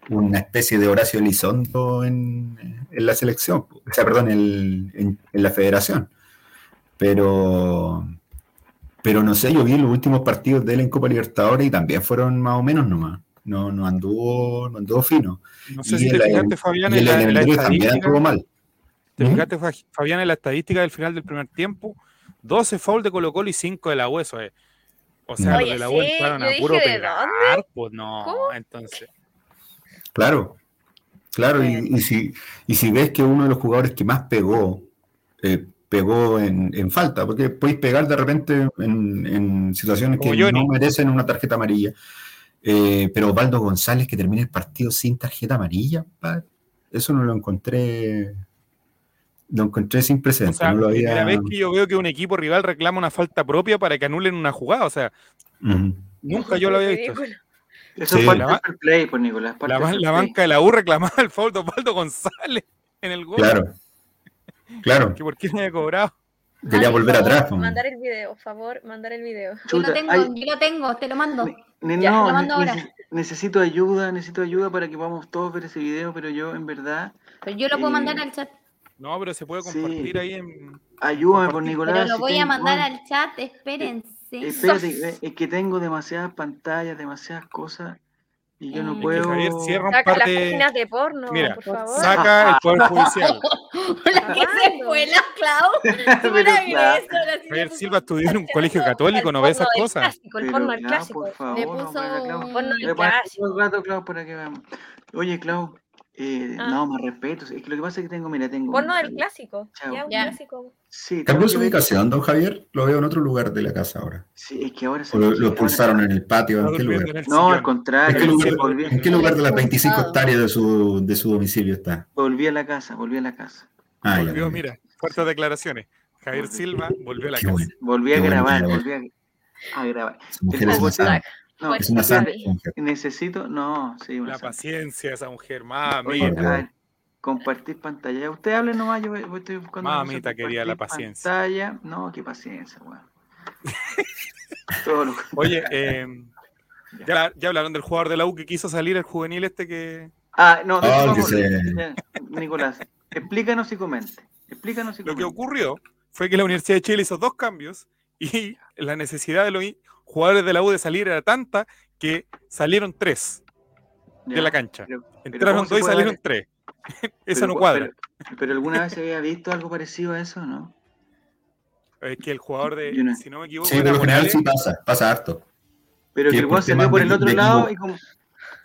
una especie de Horacio Elizondo en, en la selección, o sea, perdón, el- en, en la federación. Pero, pero no sé, yo vi los últimos partidos de él en Copa Libertadores y también fueron más o menos nomás. No, no anduvo, no anduvo fino. No sé Y si el- te fijaste, Fabián, Y en el la, en la Elenberg también estadística. anduvo mal. ¿Mm? ¿Te Ujú. fijaste, Fa- Fabián, en la estadística del final del primer tiempo? 12 foul de Colo Colo y 5 de la U, eso es. O sea, Oye, los de la U sí, entraron yo a dije, puro ¿de pegar, pues no, ¿Cómo? entonces. Claro, claro, y, y si, y si ves que uno de los jugadores que más pegó, eh, pegó en, en falta, porque podéis pegar de repente en, en situaciones Como que Johnny. no merecen una tarjeta amarilla, Eh, pero Osvaldo González que termina el partido sin tarjeta amarilla, compadre, eso no lo encontré, lo encontré sin O precedente, sea, no lo primera había... vez que yo veo que un equipo rival reclama una falta propia para que anulen una jugada, o sea, Ujú. nunca yo lo había visto. Ridículo. Eso Sí. es parte La del ba- fair play, pues, Nicolás. parte La, del ban- fair la play. banca de la U reclamaba el foul de Osvaldo González en el gol. Claro, claro, Que por qué no había cobrado. quería Ay, volver favor, atrás. pues. Mandar el video, por favor, mandar el video. Yo lo Chuta, tengo, ay, yo lo tengo, te lo mando. ne- Ya, no, lo mando ne- ahora. nece- necesito ayuda, necesito ayuda para que podamos todos ver ese video, pero yo, en verdad, Pero yo lo puedo Eh, mandar al chat. No, pero se puede Sí. compartir ahí en... ayúdame por Compartir. Nicolás. Pero lo si voy a tengo- mandar bueno, al chat, espérense. (laughs) Espérate, eh, es que tengo demasiadas pantallas, demasiadas cosas, y yo no Mm. que puedo... Javier cierra Saca las parte- páginas de porno, Mira, por favor. Saca el Poder Judicial. La que se fue la Clau. Yo (laughs) Pero la vi claro. eso, la señora Javier puso- Silva estudió en un Al colegio porno- católico, al no ve esas porno del cosas. clásico, el Pero, pues, porno del Clau, clásico. por Le favor, puso hombre, Clau. un- (laughs) Porno del Le ponemos clásico. un rato, Clau, para que veamos. Oye, Clau, eh, Ah. no, más respeto. Es que lo que pasa es que tengo, mira, tengo. Porno del clásico. Chao. Ya, un Ya. clásico. Sí, Cambió tengo su que- ubicación, don Javier, lo veo en otro lugar de la casa ahora. Sí, es que ahora se ¿O lo, ahora- lo expulsaron en el patio? Está ¿En qué durmiendo lugar? en el No, al sillón. ¿En contrario. qué lugar, sí, volví, en qué lugar de las 25 Expulsado. hectáreas de su, de su domicilio está? volví a la casa, volví a la casa. Ah, ya, Volvió, muy bien. mira, fuertes declaraciones. Javier Silva volvió a la Qué casa. bueno. Volví a Qué bueno, grabar, Clau. volví a, a grabar. Su mujer es una santa. No, Es una santa su mujer. necesito, no, sí, una La santa. paciencia de esa mujer, mami. Oye, Mira. a ver, Ah, compartir pantalla. Usted hable nomás, yo yo estoy buscando. Mamita cosas, querida, la compartir paciencia. Pantalla. No, qué paciencia, weón. (laughs) Todo lo (laughs) Oye, eh, ya, ya hablaron del jugador de la U que quiso salir, el juvenil este que Ah, no, de eso Ah, vamos que a hablar. Nicolás, explícanos y comente. Explícanos y lo comente. que ocurrió fue que la Universidad de Chile hizo dos cambios y (laughs) la necesidad de los i- jugadores de la U de salir era tanta que salieron tres de Ya. la cancha. Pero- Entraron ¿cómo se dos y puede salieron dar? tres. (laughs) Eso pero- no cuadra. Pero, pero alguna vez se había visto algo parecido a eso, ¿no? es que el jugador yo no- de, si no me equivoco, Sí, por era lo general Morales. sí pasa, pasa harto. Pero Que que el por weón se temas vio por de- el otro de lado equivo- y como.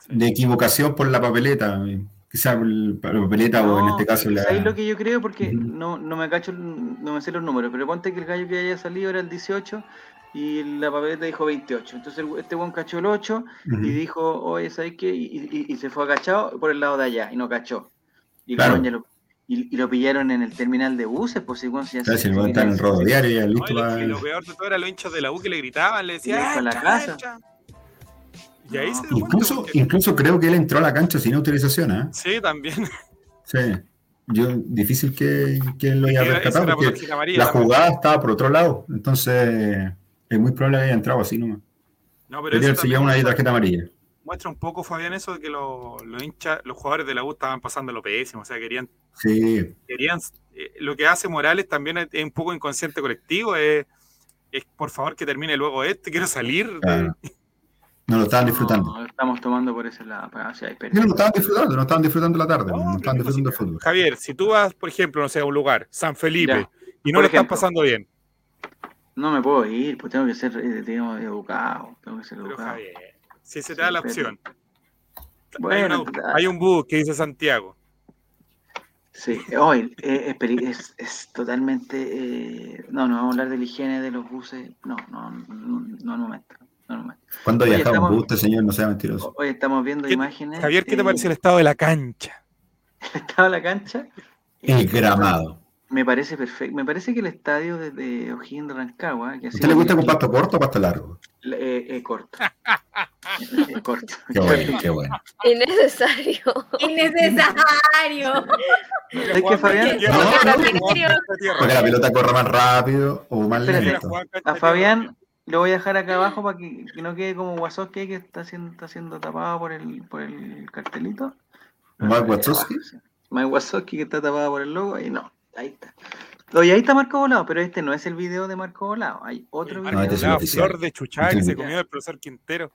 De equivocación por la papeleta, quizá por la papeleta o en No, este caso es que la... ¿sabes lo que yo creo? Porque Ujú. no, no me cacho, no me sé los números, pero ponte que el gallo que haya salido era el 18 y la papeleta dijo 28. Entonces el- este weón cachó el 8 Ujú. y dijo, oye, ¿sabes qué? Y, y- y se fue agachado por el lado de allá y no cachó. Y, Claro. cabrón, ya lo, y, y lo pillaron en el terminal de buses, pues si bueno, si ya Claro, si se- el weón se está en el viene- rodo diario, ya No, y listo lo- y va- lo peor de todo era los hinchas de la U que le gritaban, le decían, Y "Ah, fue a la hincha, casa". hincha". Y ahí No. se dio cuenta, Incluso, porque- incluso creo que él entró a la cancha sin autorización, ¿ah? Sí, también. Sí, yo difícil que, que lo haya (laughs) Era- esa rescatado era por porque tarjeta amarilla la también. jugada estaba por otro lado, entonces es muy probable que haya entrado así nomás. No, pero Pero eso él se también lleva una muestra, tarjeta amarilla. muestra un poco, Fabián, eso de que los, los hinchas, los jugadores de la U estaban pasando lo pésimo. O sea, querían, Sí, querían eh, lo que hace Morales también es, es un poco inconsciente colectivo, es, es, por favor que termine luego este, quiero salir. de- claro. No lo estaban disfrutando. No, estamos tomando por ese lado. Ah, sí, ahí perdí. No lo estaban disfrutando, no estaban disfrutando la tarde, no, No, estaban pero disfrutando el fútbol. Javier, si tú vas, por ejemplo, no sé, a un lugar, San Felipe, Ya. y no Por lo están ejemplo. pasando bien. No me puedo ir, pues tengo que ser eh, digamos, educado. Tengo que ser Pero educado. Javier, si se te da la Sí, opción. hay, Bueno, una- hay un bus que dice Santiago. Sí, hoy eh, es, peri- es, es totalmente. eh, no, no vamos a hablar de la higiene de los buses. No, no, no, no, en momento. No, en momento. ¿Cuándo Oye, viajaba un estamos- Oh, bus, este señor? No sea mentiroso. Hoy estamos viendo ¿Qué- imágenes. Javier, ¿qué te eh, parece el estado de la cancha? estado de la cancha? El gramado. Me parece perfecto. Me parece que el estadio de, de O'Higgins de Rancagua. Que ha ¿Usted sido le gusta con un- pasto corto o pasto largo? Eh, (laughs) eh, corto. Eh, corto. Qué bueno, qué bueno. Innecesario. (laughs) Innecesario. Es que Fabián, Tierra, No, tierra, no, tierra, no. tierra, tierra. Porque la pelota corra más rápido o más Espérate. Tierra, lento. Juan, cancha, a tierra. Fabián lo voy a dejar acá abajo para que, que no quede como Wazowski que está siendo, está siendo tapado por el, por el cartelito. Eh, Mike Wazowski. Mike Wazowski que está tapado por el logo. Ahí no, ahí está. Oye, ahí está Marco Volado, pero este no es el video de Marco Volado. Hay Ah, otro Marco video. este es el Volado, oficial. flor de chuchada que se Ya. comió el profesor Quintero.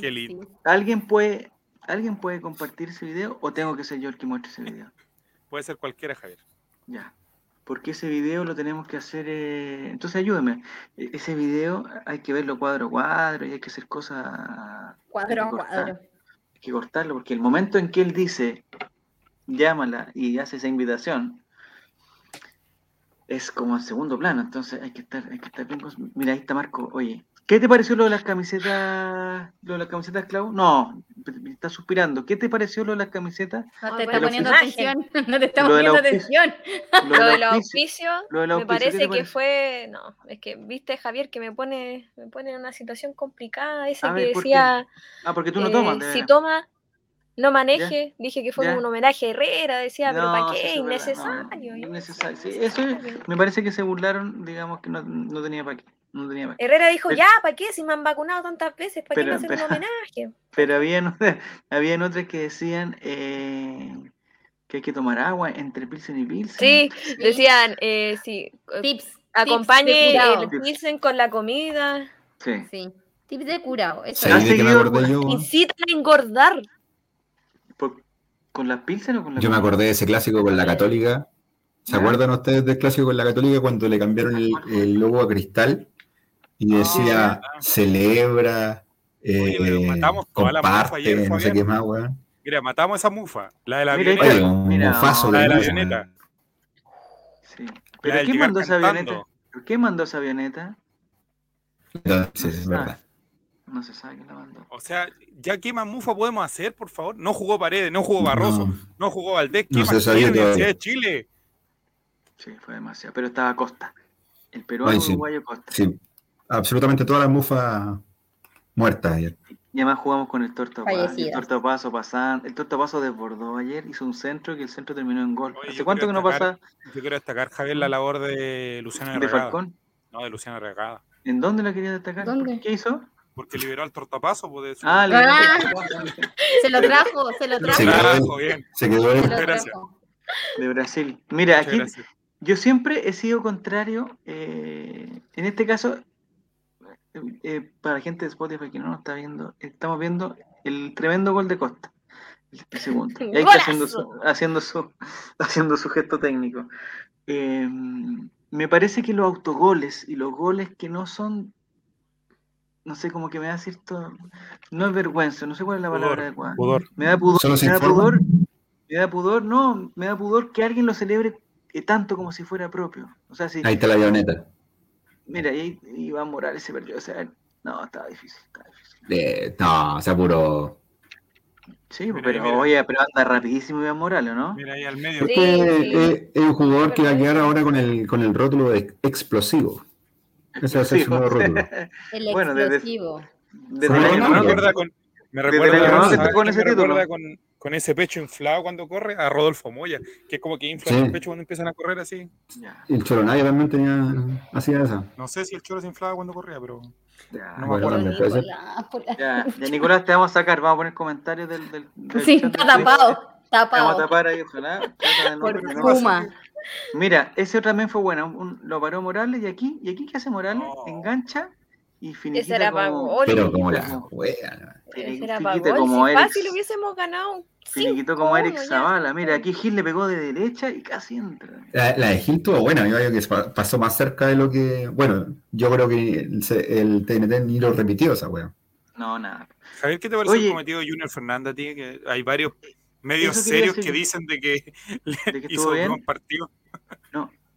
Qué lindo. ¿Alguien puede, ¿Alguien puede compartir ese video o tengo que ser yo el que muestre ese video? Puede ser cualquiera, Javier. Ya. Porque ese video lo tenemos que hacer. eh, Entonces ayúdame. E- Ese video hay que verlo cuadro a cuadro y hay que hacer cosas. Cuadro a hay que cortar, cuadro. Hay que cortarlo, porque el momento en que él dice, llámala y hace esa invitación, es como en segundo plano. Entonces hay que estar, hay que estar bien. con- Mira, ahí está Marco. Oye, ¿qué te pareció lo de las camisetas? ¿Lo de las camisetas, Clau? No, está suspirando. ¿qué te pareció lo de las (laughs) camisetas? No Ay, te está bueno, poniendo imagen. atención. (laughs) No te está Lo del poniendo auspicio. atención. Lo Lo del de los auspicio, auspicios, lo del me auspicio, ¿qué te parece que fue. No, es que viste, Javier, que me pone, me pone en una situación complicada. Ese A que ver, ¿por qué? decía. Ah, porque tú no eh, tomas. de si veras. toma, no maneje. Dije que fue ya. como un homenaje a Herrera. Decía, pero No, ¿para sí, qué? eso es verdad, Innecesario. no, yo decía, innecesario, sí, eso es- innecesario. Me parece que se burlaron, digamos que no, no tenía para qué. No tenía pa' qué. Herrera dijo, Pero- ya, ¿para qué? Si me han vacunado tantas veces, ¿para qué Pero- me hacen pero- un homenaje? Pero habían, (laughs) habían otras que decían eh, que hay que tomar agua entre Pilsen y Pilsen. (laughs) Sí, decían, eh, sí, eh, Tips. acompañe tips de el curado. Pilsen con la comida, Sí. Sí. Tips de curado. Eso. ¿Sabéis de qué me seguido acordé yo? incitan a engordar. Por- ¿Con las Pilsen o con las Yo me acordé de ese clásico con la Católica. ¿Se Ya. acuerdan ustedes del clásico con la Católica cuando le cambiaron el, el logo a Cristal? Y decía, celebra, eh, Ah, Oye, pero eh, matamos toda la mufa ayer, comparte, no sé Fabián. qué más, weón. Mira, matamos esa mufa, la de la Mira, avioneta. Oye, un Mira, bufazo la de la luz, avioneta. weón. Sí. La ¿Pero del quién llegar mandó esa cantando. avioneta? ¿Por qué mandó esa avioneta? Entonces, Ah, es verdad. No se sabe quién la mandó. O sea, ya qué más mufa podemos hacer, por favor. No jugó Paredes, no jugó Barroso, no, No, jugó Valdés. ¿Qué No se más sabía quiere la todavía. Universidad de Chile? Sí, fue demasiado. Pero estaba Costa. El peruano Ay, sí. uruguayo Costa. sí, absolutamente todas las mufas muertas ayer. Y además jugamos con el torto paso. El Fallecidas. torto paso pasan, el torto paso desbordó ayer, hizo un centro que el centro terminó en gol. Oye, ¿Hace yo cuánto que quiero no pasa Yo quiero destacar, Javier, la labor de Luciana de Regada. Falcón? No, de Luciana Regada. ¿En dónde la quería destacar? ¿Dónde? ¿Qué hizo? Porque liberó al tortapaso. Pues, de su... Ah, le Ah. (laughs) Se lo Pero- trajo, se lo trajo. Sí, Se claro. Carajo, bien. Se quedó lo el- trajo. Gracias. de Brasil. Mira, Muchas aquí gracias. yo siempre he sido contrario, eh, en este caso, eh, eh, para la gente de Spotify que no nos está viendo, estamos viendo el tremendo gol de Costa. El, (laughs) el segundo. Y ahí está haciendo su, haciendo su, (laughs) haciendo su gesto técnico. Eh, me parece que los autogoles y los goles que no son, no sé, como que me da cierto, no es vergüenza, no sé cuál es la Pudor, palabra adecuada. Pudor. Me da pudor, Solo se me da informa. pudor, me da pudor, no, me da pudor que alguien lo celebre eh, tanto como si fuera propio. O sea, si, Ahí está la avioneta. mira, y ahí Iván Morales se perdió, o sea, no, estaba difícil, estaba difícil. Eh, no, se apuró. Sí, Mira, pero mira. oye, pero anda rapidísimo Iván Morales, ¿o ¿no? Mira ahí al medio. Sí, Este sí. es- es un jugador que va a quedar ahora con el, con el rótulo de explosivo. Ese va a ser Sí, su (laughs) nuevo rótulo. El Bueno, desde- explosivo. desde Fue el Oye, año me Ronaldo. nuevo. recuerda con, me Desde recuerda, el año nuevo que ¿sabes está con quién ese me recuerda título. con, con ese pecho inflado cuando corre a Rodolfo Moya, que es como que infla Sí. el pecho cuando empiezan a correr así. Ya, El Choronaya también tenía, hacía esa. No sé si el choro se inflaba cuando corría, pero ya. No me Bueno, acuerdo. también puede ser. Nicolás, por la- Ya, ya, Nicolás, te vamos a sacar, vamos a poner comentarios del, del, del Sí, chat está de Twitch. tapado. Te Vamos a Tapado. tapar ahí, ojalá. Trata de no- Por de no- Puma. Mira, ese también fue bueno. un- lo paró Morales y aquí, ¿y aquí qué hace Morales? No. Engancha Y finiquita era como, Paolo. Pero como la como- wea. Ese era finiquita Pavón, como si Eric- fácil hubiésemos ganado. finiquito cinco, como Eric uno, ya. Zavala. Mira, aquí Gil le pegó de derecha y casi entra. La, la de Gil estuvo buena, yo creo que pa- pasó más cerca de lo que. Bueno, yo creo que el, se- el TNT ni lo repitió esa wea. No, nada. Javier, ¿qué te parece Oye. Eh, el cometido de Junior Fernández? Tiene que hay varios medios Eso quería serios decir que yo. dicen de que (laughs) ¿De que hizo estuvo bien? un partido.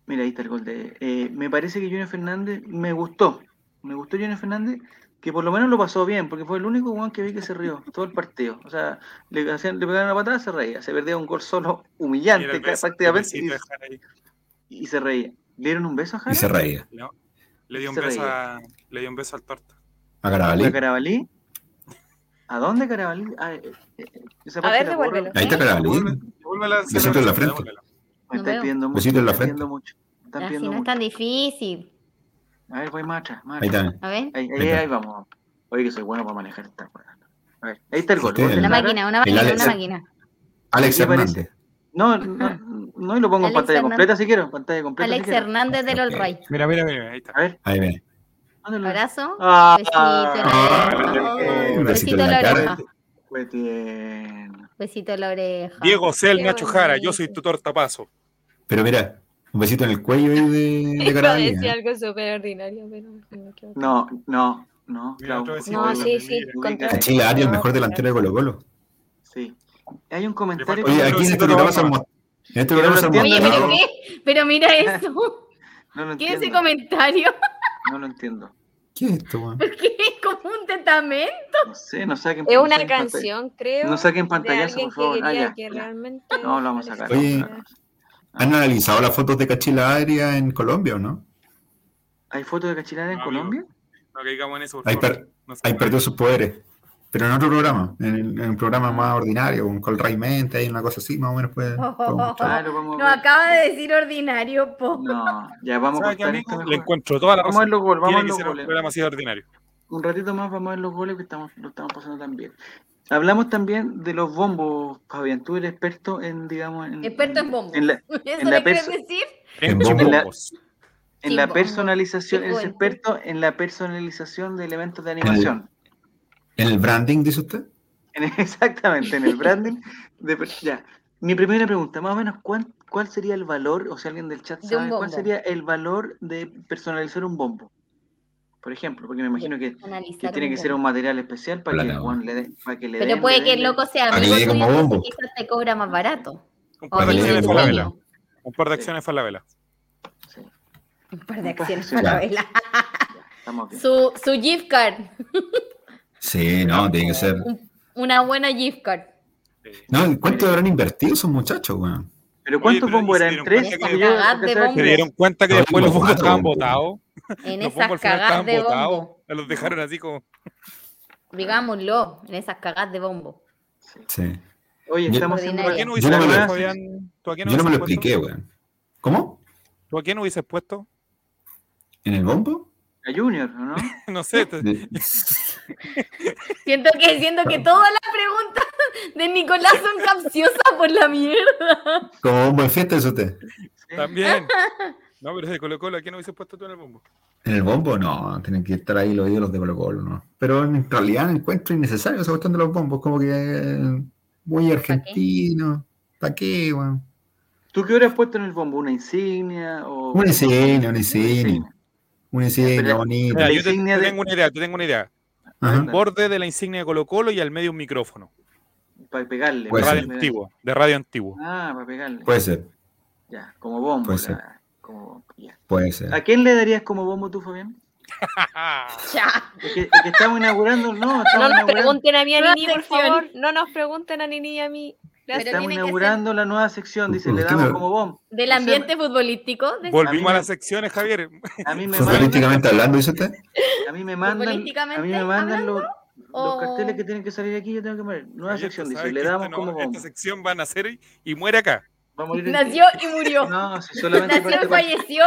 Mira, ahí está el gol de. eh, me parece que Junior Fernández me gustó. Me gustó Junior Fernández, que por lo menos lo pasó bien, porque fue el único Juan que vi que se rió todo el partido. O sea, le, hacían, le pegaron la patada, se reía. Se perdía un gol Y solo era humillante el ca- beso- prácticamente el y, besito de Jara ahí. y se reía. ¿Le dieron un beso a Y se Jara? reía. Le dio un Se beso reía. a- le dio un beso al torta. A ¿A Carabalí. Carabalí? ¿A dónde Carabalí? Ah, eh, eh, esa parte ver, la borro. devuélvelo. Ahí está Carabalí. Devuélvela al Besito en la celular, frente. devuélvela. Me No estáis veo. pidiendo mucho. Besito en la estáis frente. pidiendo mucho. Están Así pidiendo Ah, no es mucho. tan difícil. A ver, voy más atrás. más Ahí atrás. está. A ver. Ahí, ahí, Ahí está. ahí vamos. Oye, que soy bueno para manejar esta weá. A ver, ahí está el gol. Usted, Gol de el- Una Jara. máquina, una El máquina, Alex- una máquina. Alex ¿Qué parece? Hernández. (laughs) No, no, no, y lo pongo en Alex pantalla Hernández. completa si quiero. Pantalla completa. Alex si quiero. Hernández del Ok. All Right. Mira, mira, mira, ahí está. A ver, Ahí ven. mándalo. Abrazo. Ah, Besito en la ah, (laughs) oreja. un besito en Besito en la la cara. oreja. fue bien. Besito en la oreja. Diego Cel, Qué Nacho Jara, yo bonito. soy tu tortapazo. Pero mira, un besito en el cuello ahí de, de (laughs) Iba a decir Carabalí. ¿eh? algo súper ordinario, pero me equivoqué. No, no, no. Mira, Clau, otra vez por sí, No, favor. vuelve, sí, sí. mira. contra- Cachila Arias, el mejor delantero de Colo Colo. Sí. Hay un Le comentario. falta- Oye, que- aquí en este Pero programa sí, se han pero mo- en este Pero programa lo se han entiendo. Oye, pero, mostrado. Oye, ¿qué? pero mira (laughs) eso. no lo ¿Qué es ese entiendo. comentario? (laughs) No lo entiendo. ¿Qué es esto, weón? ¿Qué es como un testamento? No sé, no saquen. Es no una saquen pantalla- canción, creo. No saquen de pantallazo, alguien por favor. que Ah, quería ya, que ya. realmente. No, lo vamos a sacar. Oye. vamos a sacar. ¿Han analizado las fotos de Cachila Arias en Colombia o no? ¿Hay fotos de Cachilar en No, amigo. Colombia? No caigamos en eso, por Ahí favor. per- No se Ahí puede. perdió sus poderes. Pero en otro programa, en, el- en un programa más ordinario, con Colray Mente, hay una cosa así, más o menos puede. puede Oh, mostrar. Ah, lo vamos a Nos ver. acaba de decir ordinario, po. No, ya vamos a ¿Sabe qué, cortar amigo? esto Le mejor. encuentro toda la Vamos a ver razón. los goles, vamos Tiene a ver que los ser un goles. programa así de ordinario. un ratito más vamos a ver los goles que estamos, lo estamos pasando también. Hablamos también de los bombos, Fabián. Tú eres experto en, digamos, en, Experto en bombos. en la, (laughs) ¿Eso en la le quieres perso- decir? En En bombo. chumbos. en Sí, la bo- personalización, sí, eres bueno. experto en la personalización de elementos de animación. ¿En el branding, dice usted? En- (laughs) exactamente, en el branding. de per- ya. Mi primera pregunta, más o menos, ¿cuál, ¿cuál sería el valor, o si alguien del chat De un sabe, cuál bombo. sería el valor de personalizar un bombo? Por ejemplo, porque me imagino que, Analizar que tiene un que ser un bombo. material especial para que, Plata, Juan le den- para que le den- Pero le puede que den- el loco sea Ah, que amigo llegue tuyo, como entonces bombo. quizás te cobra más barato. Un O par de Oye, dice acciones tu sí, para la Falabella. vela. amigo. Un par de acciones para la vela. Sí, Un par de (laughs) acciones Ya. para la vela. ya, estamos bien. Su, su gift card. Sí, no, tiene que ser. Un- una buena gift card. Eh, No, ¿y ¿cuánto habrán invertido esos muchachos, weón? ¿Pero cuántos pero bombos ¿y se eran? dieron ¿Tres? cuenta Porque que- yo Cagad alcancé de a ver Se bombos. tres. dieron cuenta que No, después los bombo, bombos estaban bombo. botados. En Los esas bombos al final cagadas estaban de botados. bombo. Los dejaron así como. Digámoslo, en esas cagadas de bombo. Sí. Oye, Yo- estamos haciendo ¿Tú a Ordinaria. quién la- Yo hubieses no me puesto, lo- Fabián? ¿Tú a quién Yo no me lo hubieses puesto? expliqué, weón. ¿Cómo? ¿Tú a quién hubieses puesto? (laughs) ¿En el bombo? a Junior, ¿o ¿no? No sé. (laughs) te- De- Siento que, siento que todas las preguntas de Nicolás son capciosas por la mierda. (laughs) Como bombo de fiesta, dice usted. Sí. También. No, pero se colocó la que no hubiese puesto tú en el bombo. ¿En el bombo? No, tienen que estar ahí los ídolos de Colo Colo, ¿no? Pero en realidad encuentro innecesario esa cuestión de los bombos, como que eh, muy argentino. ¿Para qué, weón? ¿Tú qué hubieras puesto en el bombo? ¿Una insignia? O... Una insignia, una insignia. Una insignia Pero- bonita. Mira, yo te, insignia te de- tengo una idea, te tengo una idea. Ajá. Un borde de la insignia de Colo Colo y al medio un micrófono. Para pegarle. Puede De para radio ser. pegarle. antiguo. De radio (laughs) antiguo. Ah, para pegarle. Puede ser, Ya, como bombo. Puede la- ser. como bombo, ya. puede ser. ¿A quién le darías como bombo tú, Fabián? Ya. Es que, es que estamos inaugurando, no, No estamos nos inaugurando, pregunten a mí, a Nueva Nini, por sección. favor. No nos pregunten a Nini y a mí. Gracias. Pero estamos tiene que inaugurando la nueva sección. Dice, ¿Por le qué damos me- como bombo. Del O sea, ambiente futbolístico, de- Volvimos A a, mí me- las secciones, Javier. A mí me Futbolísticamente mandan, hablando, dice usted. a mí me mandan, a mí me Futbolísticamente mandan los, los o- carteles que tienen que salir aquí. Yo tengo que poner nueva Javier, tú sección. Dice, sabes le que damos esta no- este como bombo. Esta sección va a nacer y, y muere acá. Va a morir en- nació y (laughs) murió. No, si solamente Nació y parte- falleció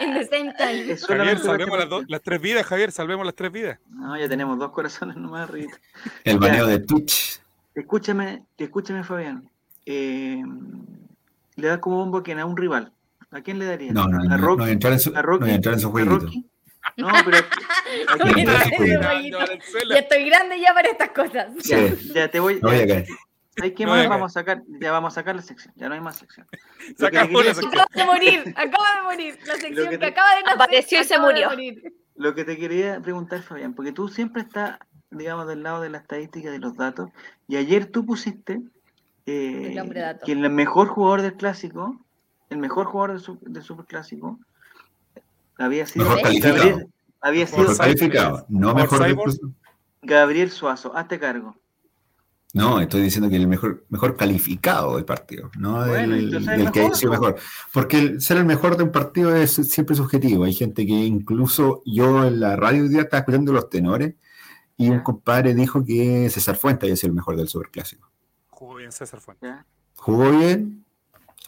en the same time. (laughs) es Javier, solamente salvemos parte- las, do- las tres vidas, Javier, salvemos las tres vidas. No, ya tenemos dos corazones nomás, Rita. El baneo de Twitch. Escúchame, escúchame, Fabián. Eh, le das como bombo a quién, a un rival. ¿A quién le darías? No, no, a no, no Rocky. voy a entrar en su, a no Rocky. voy a entrar en su a jueguito. Rocky. No, pero aquí- Oye, aquí- sí, Valenzuela, Valenzuela. Valenzuela. Ya estoy grande ya para estas cosas. ya, ya te voy. No voy a caer. ¿Hay qué No más? voy a vamos a sacar, ya vamos a sacar la sección, ya no hay más (laughs) sección. Lo que Sacamos le quería- la sección. Acaba de morir, acaba de morir. La sección que que, te- acaba de nacer. Apareció y se acaba de murió. morir. Lo que te quería preguntar, Fabián, porque tú siempre estás, digamos, del lado de la estadística, de los datos, y ayer tú pusiste eh, El hombre dato. que el mejor jugador del clásico, el mejor jugador del, su- del superclásico, había sido Mejor calificado. Gabriel, había Mejor sido Mejor calificado, no mejor. Cyborg. Gabriel Suazo, hazte cargo. No, estoy diciendo que el mejor, mejor calificado del partido, no Bueno, del, entonces del el que haya mejor, sido po. mejor. Porque el ser el mejor de un partido es siempre subjetivo. Hay gente que incluso yo en la radio hoy día estaba escuchando los tenores y un Ya. compadre dijo que César Fuente había sido el mejor del Superclásico. Jugó bien César Fuentes. ¿ya? Jugó bien,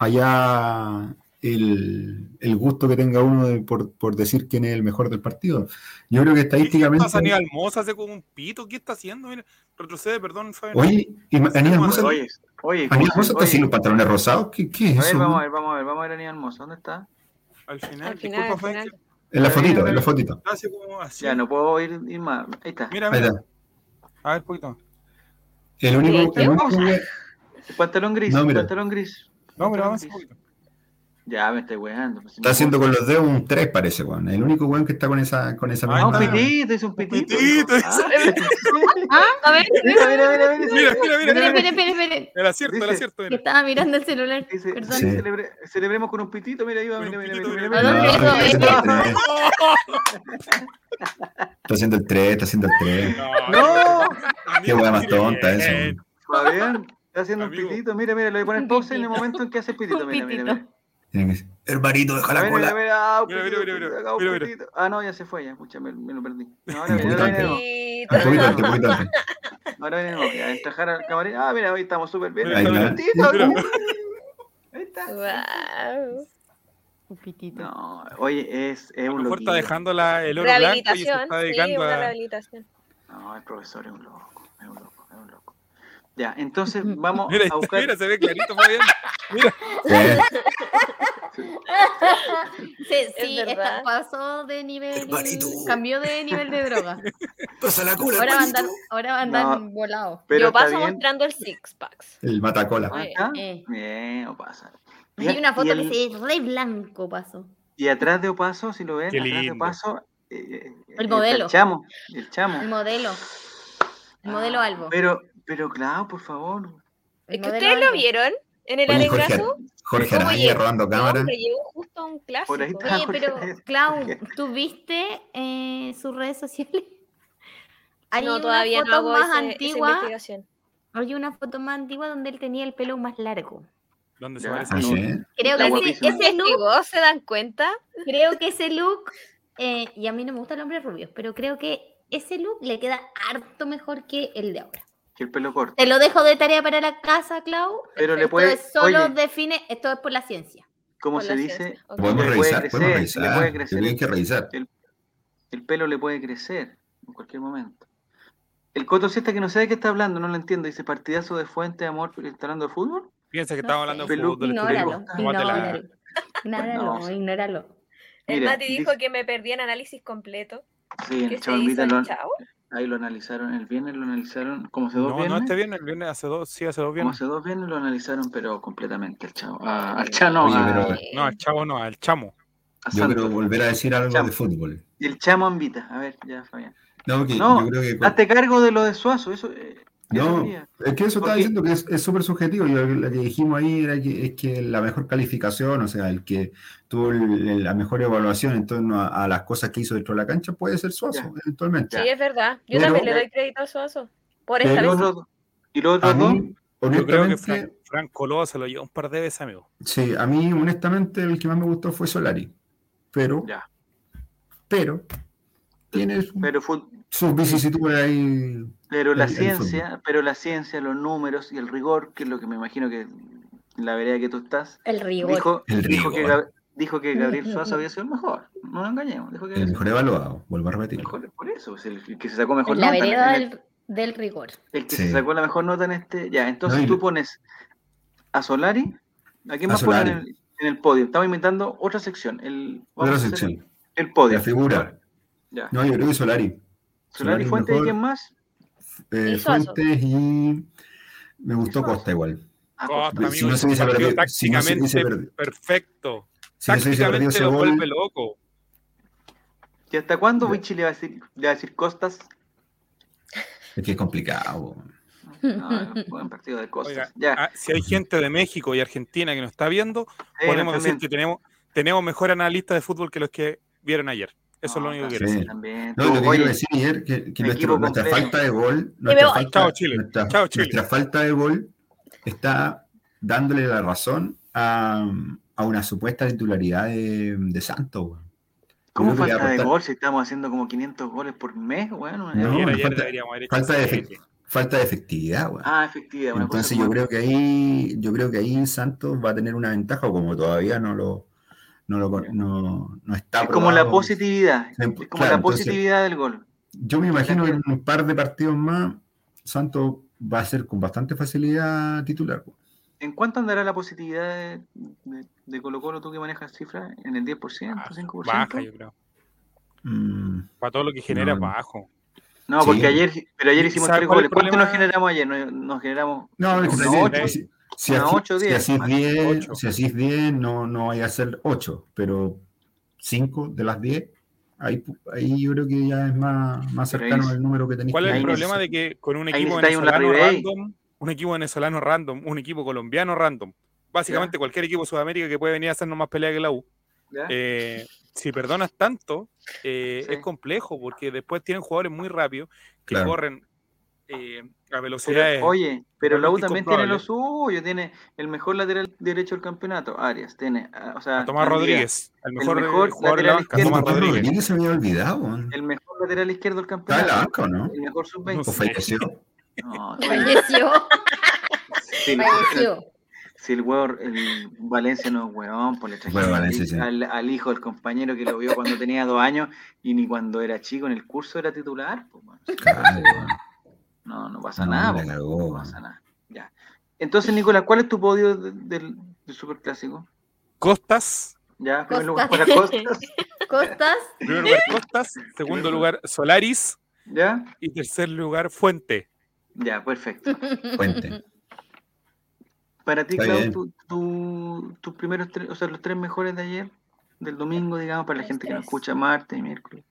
allá el, el gusto que tenga uno de- por, por decir quién es el mejor del partido. Yo creo que estadísticamente... Pasa Aníbal Mosa, hace como un pito. ¿Qué está haciendo? Mira, retrocede, perdón, Fabián. Oye, y Ma- Aníbal Mosa- Oye, oye, Aníbal Mosa está oye, sin los pantalones rosados, ¿qué, qué es a ver, eso? vamos a ver, vamos a ver, vamos a ver a Aníbal Mosa, ¿dónde está? Al final, Al final, disculpa, al Fabián, final. En la Está bien, fotito, en pero- la fotito. que hace como así. Ya, no puedo ir, ir más, ahí está. Mira, Ahí mira. está. A ver, poquito. más. El único, ¿qué el único cosa? que- El pantalón gris, No, el mira. pantalón gris. No, pero Pantalón avanza un gris. poquito. Ya, me estoy weando. pues, si está me- haciendo con los dedos un 3, parece, weón. El único weón que está con esa con esa Ah, Ah, un misma- pitito, es un pitito. pitito, dijo. Ah, ¿Ah? A (laughs) ver, mira, mira, mira, (laughs) mira. Mira, mira, mira. espere, mira. espere, espere, espere. Era cierto, era Dice- cierto. Que Mira. estaba mirando el celular. Dice, Perdón. Sí. celebre- celebremos con un pitito, mira, ahí va, Con mira, un mira, pitito, mira, mira, No, mira. mira. está haciendo el Eso, tres. Está haciendo el 3, está haciendo el 3. No, Qué hueá más tonta eso. Bien. Fabián, está haciendo un Amigo. pitito, mira, mira, le voy a poner Un pause en el pitito. momento en que hace pitito, Un mira, mira, pitito. mira. Tiene que ser, Hermanito, deja Mira, la mira, cola. mira, ah, un Mira, pitito, mira, mira, acá un mira, mira. pitito. Ah, no, ya se fue, ya, pucha, me, me lo perdí. No, ahora Un viene, ahora poquito viene de antes. nuevo, Poquito. Un poquito antes, un poquito antes. ahora viene de nuevo, ya, entrajar al camarín. Ah, mira, hoy estamos súper bien. Ahí está un está. pitito, Mira. Ahí está. Guau. Un pitito. No, oye, es, es A lo un mejor loquito. está dejando la, el oro blanco y se Rehabilitación, está sí, dedicando una a... rehabilitación. No, el profesor es un loco, es un loco, es un loco. Ya, entonces vamos Mira, a buscar. mira, se ve clarito, Fabián. Mira, Eh, (laughs) Sí, sí, verdad. esta- pasó de nivel. Hermanito. Cambió de nivel de (laughs) droga. Pasa la cola, Ahora va a hermanito. andar, ahora va a andar No. volado. Pero Yo está paso bien. mostrando el six packs. El matacola. Ah, Eh, ¿está? eh. Bien, Opaso. Y Hay a- una y foto que el- se ve re blanco, paso. Y atrás de Opaso, si lo ven, Qué atrás de lindo. Opaso. eh, eh, está modelo. El chamo. El El chamo. modelo. El modelo Ah, Albo. Pero, pero claro, por favor. El Es que modelo ustedes lo Albo. vieron en el Oye, Jorge, alegrazo. Jorge ¿Cómo Araya llegó? robando cámara. Hombre, llegó justo a un clásico. Por ahí está. Oye, pero Jorge. Clau, ¿tú viste eh, sus redes sociales? (laughs) Hay no, una todavía foto no hago más ese- esa antigua. investigación. Hay una foto más antigua donde él tenía el pelo más largo. ¿dónde se Ya. parece? Ah, sí, ¿eh? Creo Está que ese, guapísimo. ese look, ¿Investigó? ¿Se dan cuenta? creo que ese look, eh, y a mí no me gustan los hombres rubios, pero creo que ese look le queda harto mejor que el de ahora. Que el pelo corto. Te lo dejo de tarea para la casa, Clau. Pero le esto puede. es solo Oye, define, esto es por la ciencia. como Con se la dice, ciencia, ok. Podemos Le puede revisar, crecer, podemos le puede revisar. crecer. Yo creo que hay que revisar. el pelo le puede crecer en cualquier momento. El Coto Siesta que no sabe de qué está hablando, no lo entiendo. Dice partidazo de fuente, amor, pero está hablando de fútbol. Piensa que No estamos sé. hablando de Pelu- fútbol. Ignóralo, Tómatela. ignóralo. No, Ignóralo, sí. ignóralo. El Mira, Mati dijo dice- que me perdí en análisis completo. Sí, en Que el se Chavo hizo Invita lo- el chavo. ahí lo analizaron el viernes, lo analizaron como hace dos No, no, viernes. este viernes, el viernes hace dos, sí, hace dos Como viernes. hace dos viernes lo analizaron, pero completamente al Chavo. A- al Chano, Oye, a- pero- Eh, No, al chavo no, al chamo. a Yo quiero Santos. volver a decir algo Chamo. de fútbol. Y el Chamo invita. A ver, ya, Fabián. No, que No, yo creo que. Hazte cargo de lo de Suazo, eso. eh, eso No, quería. es que eso estaba Porque- diciendo que es es súper subjetivo. Yo, lo que dijimos ahí era que es que la mejor calificación, o sea, el que tuvo el- el- la mejor evaluación en torno a, a las cosas que hizo dentro de la cancha puede ser Suazo, Ya. eventualmente. Sí, es verdad. Yo Pero- también le doy crédito a Suazo. Por Y esta los vez. Pero- otros, y los A otros dos, mí, Yo creo que honestamente, Fran, Fran Coloa se lo lleva un par de veces, amigo. sí, a mí, honestamente, el que más me gustó fue Solari. Pero, Ya. pero, tiene su- pero fut- sus vicisitudes ahí. Pero la el- el ciencia, pero la ciencia, los números y el rigor, que es lo que me imagino que la vereda que tú estás, El rigor. dijo, El dijo, que, rigor. Gab- dijo que Gabriel Suazo había sido el mejor. No nos engañemos. Dijo que había El sido mejor evaluado, vuelvo a el repetirlo. mejor. Por eso, es el que se sacó mejor la nota. en vereda el- del, del rigor. el que Sí. se sacó la mejor nota en este. Ya, entonces No, y- tú pones a Solari. ¿A quién A más pones en Solari. el, en el podio? Estamos inventando otra sección. El, vamos Otra a hacer sección, el podio. la figura. Ya. No, yo creo que Solari. Solari Fuentes y mejor, quién más. eh, Y Suazo. Fuentes y. Me gustó Suazo. Costa igual. Ah, Costa, si amigo, no es se un hubiese partido perdido- si no se hubiese tácticamente perdido- perfecto. Si no se hubiese perdido tácticamente ese lo vuelve gol, loco. ¿Y hasta cuándo Vichy le va a decir, le va a decir Costas? es que es complicado. po. No, buen partido de Costas. Oiga, ya. Ah, si hay gente de México y Argentina que nos está viendo, Sí, podemos decir eh, también. que tenemos, tenemos mejor analista de fútbol que los que vieron ayer. Eso es lo No, único que sí. quiero decir. Ah, También. No, lo que Oye, quiero decir ayer que, que el nuestro- equipo nuestra completo. falta de gol, nuestra voy. falta, Chao, Chile. nuestra- Chao, Chile. nuestra falta de gol está dándole la razón a, a una supuesta titularidad de, de Santos. weón. ¿Cómo Yo creo que falta le de va a gol si estamos haciendo como 500 goles por mes? Bueno, No, Ayer, nos ayer falta- deberíamos haber hecho falta de siete. costar- falta de efectividad. weón. Ah, efectiva. Una Entonces cosa yo como- creo que ahí, yo creo que ahí Santos va a tener una ventaja, o como todavía no lo, no lo no, no está. Es como la probado. positividad. Sí, Es como claro, la entonces- positividad del gol. Yo me imagino que en un par de partidos más, Santos va a ser con bastante facilidad titular. po. ¿En cuánto andará la positividad de, de- de Colo Colo, tú que manejas cifras? ¿En el 10%? Baja, 5%? Baja, yo creo. Mm, Para todo lo que genera, No. bajo. No, Sí. porque ayer, pero ayer hicimos ¿Sabe tres cuál es goles. el ¿Cuánto problema? nos generamos ayer? Nos, nos generamos No, es que Una si- ocho, si, si una así- ocho, si diez, así es más 10, ocho. si así es 10, no, no vaya a ser 8, pero 5 de las 10, ahí, pu- ahí yo creo que ya es más, más Pero ahí cercano es- al número que tenéis. ¿Cuál es el Ahí problema de que con un ahí equipo necesitáis un venezolano Larribey. random, un equipo venezolano random, un equipo colombiano random, básicamente cualquier equipo de Sudamérica que puede venir a hacernos más pelea que la U, ¿ya? eh, si perdonas tanto, eh, Sí. es complejo porque después tienen jugadores muy rápidos que Claro. corren eh, a Pero, velocidades. oye, pero la U realmente también tiene lo incomprobable. suyo, tiene el mejor lateral derecho del campeonato, Arias, tiene, ah, o sea, a Tomás Andía, Rodríguez, el mejor, eh, mejor jugador de la lateral banca, Tomás izquierdo. Rodríguez. se me había olvidado. weón. el mejor lateral izquierdo del ¿Estaba en la campeonato, banca o no? el mejor ¿O No sub-20. sé. falleció? (laughs) No, oye, (laughs) Falleció, si, el- falleció. si el hueón, el Valencia no es hueón, pues le trajeron Bueno, al- Valencia, sí. al, al hijo del compañero que lo vio cuando tenía dos años y ni cuando era chico en el curso era titular, pues, bueno, Claro, weón. no, no pasa No, nada, la pues, cagó, no weón. pasa nada, ya. Entonces, Nicolás, ¿cuál es tu podio de- del, del superclásico? Costas, Ya, primer lugar para Costas. Costas. Costas, primer lugar Costas, segundo lugar Solaris (laughs) ¿Ya? y tercer lugar Fuente. Ya, perfecto. Fuente. Para ti, Está Clau, bien. tu- tu- tus primeros tres, o sea, los tres mejores de ayer, del domingo, digamos, para la Los gente que nos tres. escucha martes y miércoles.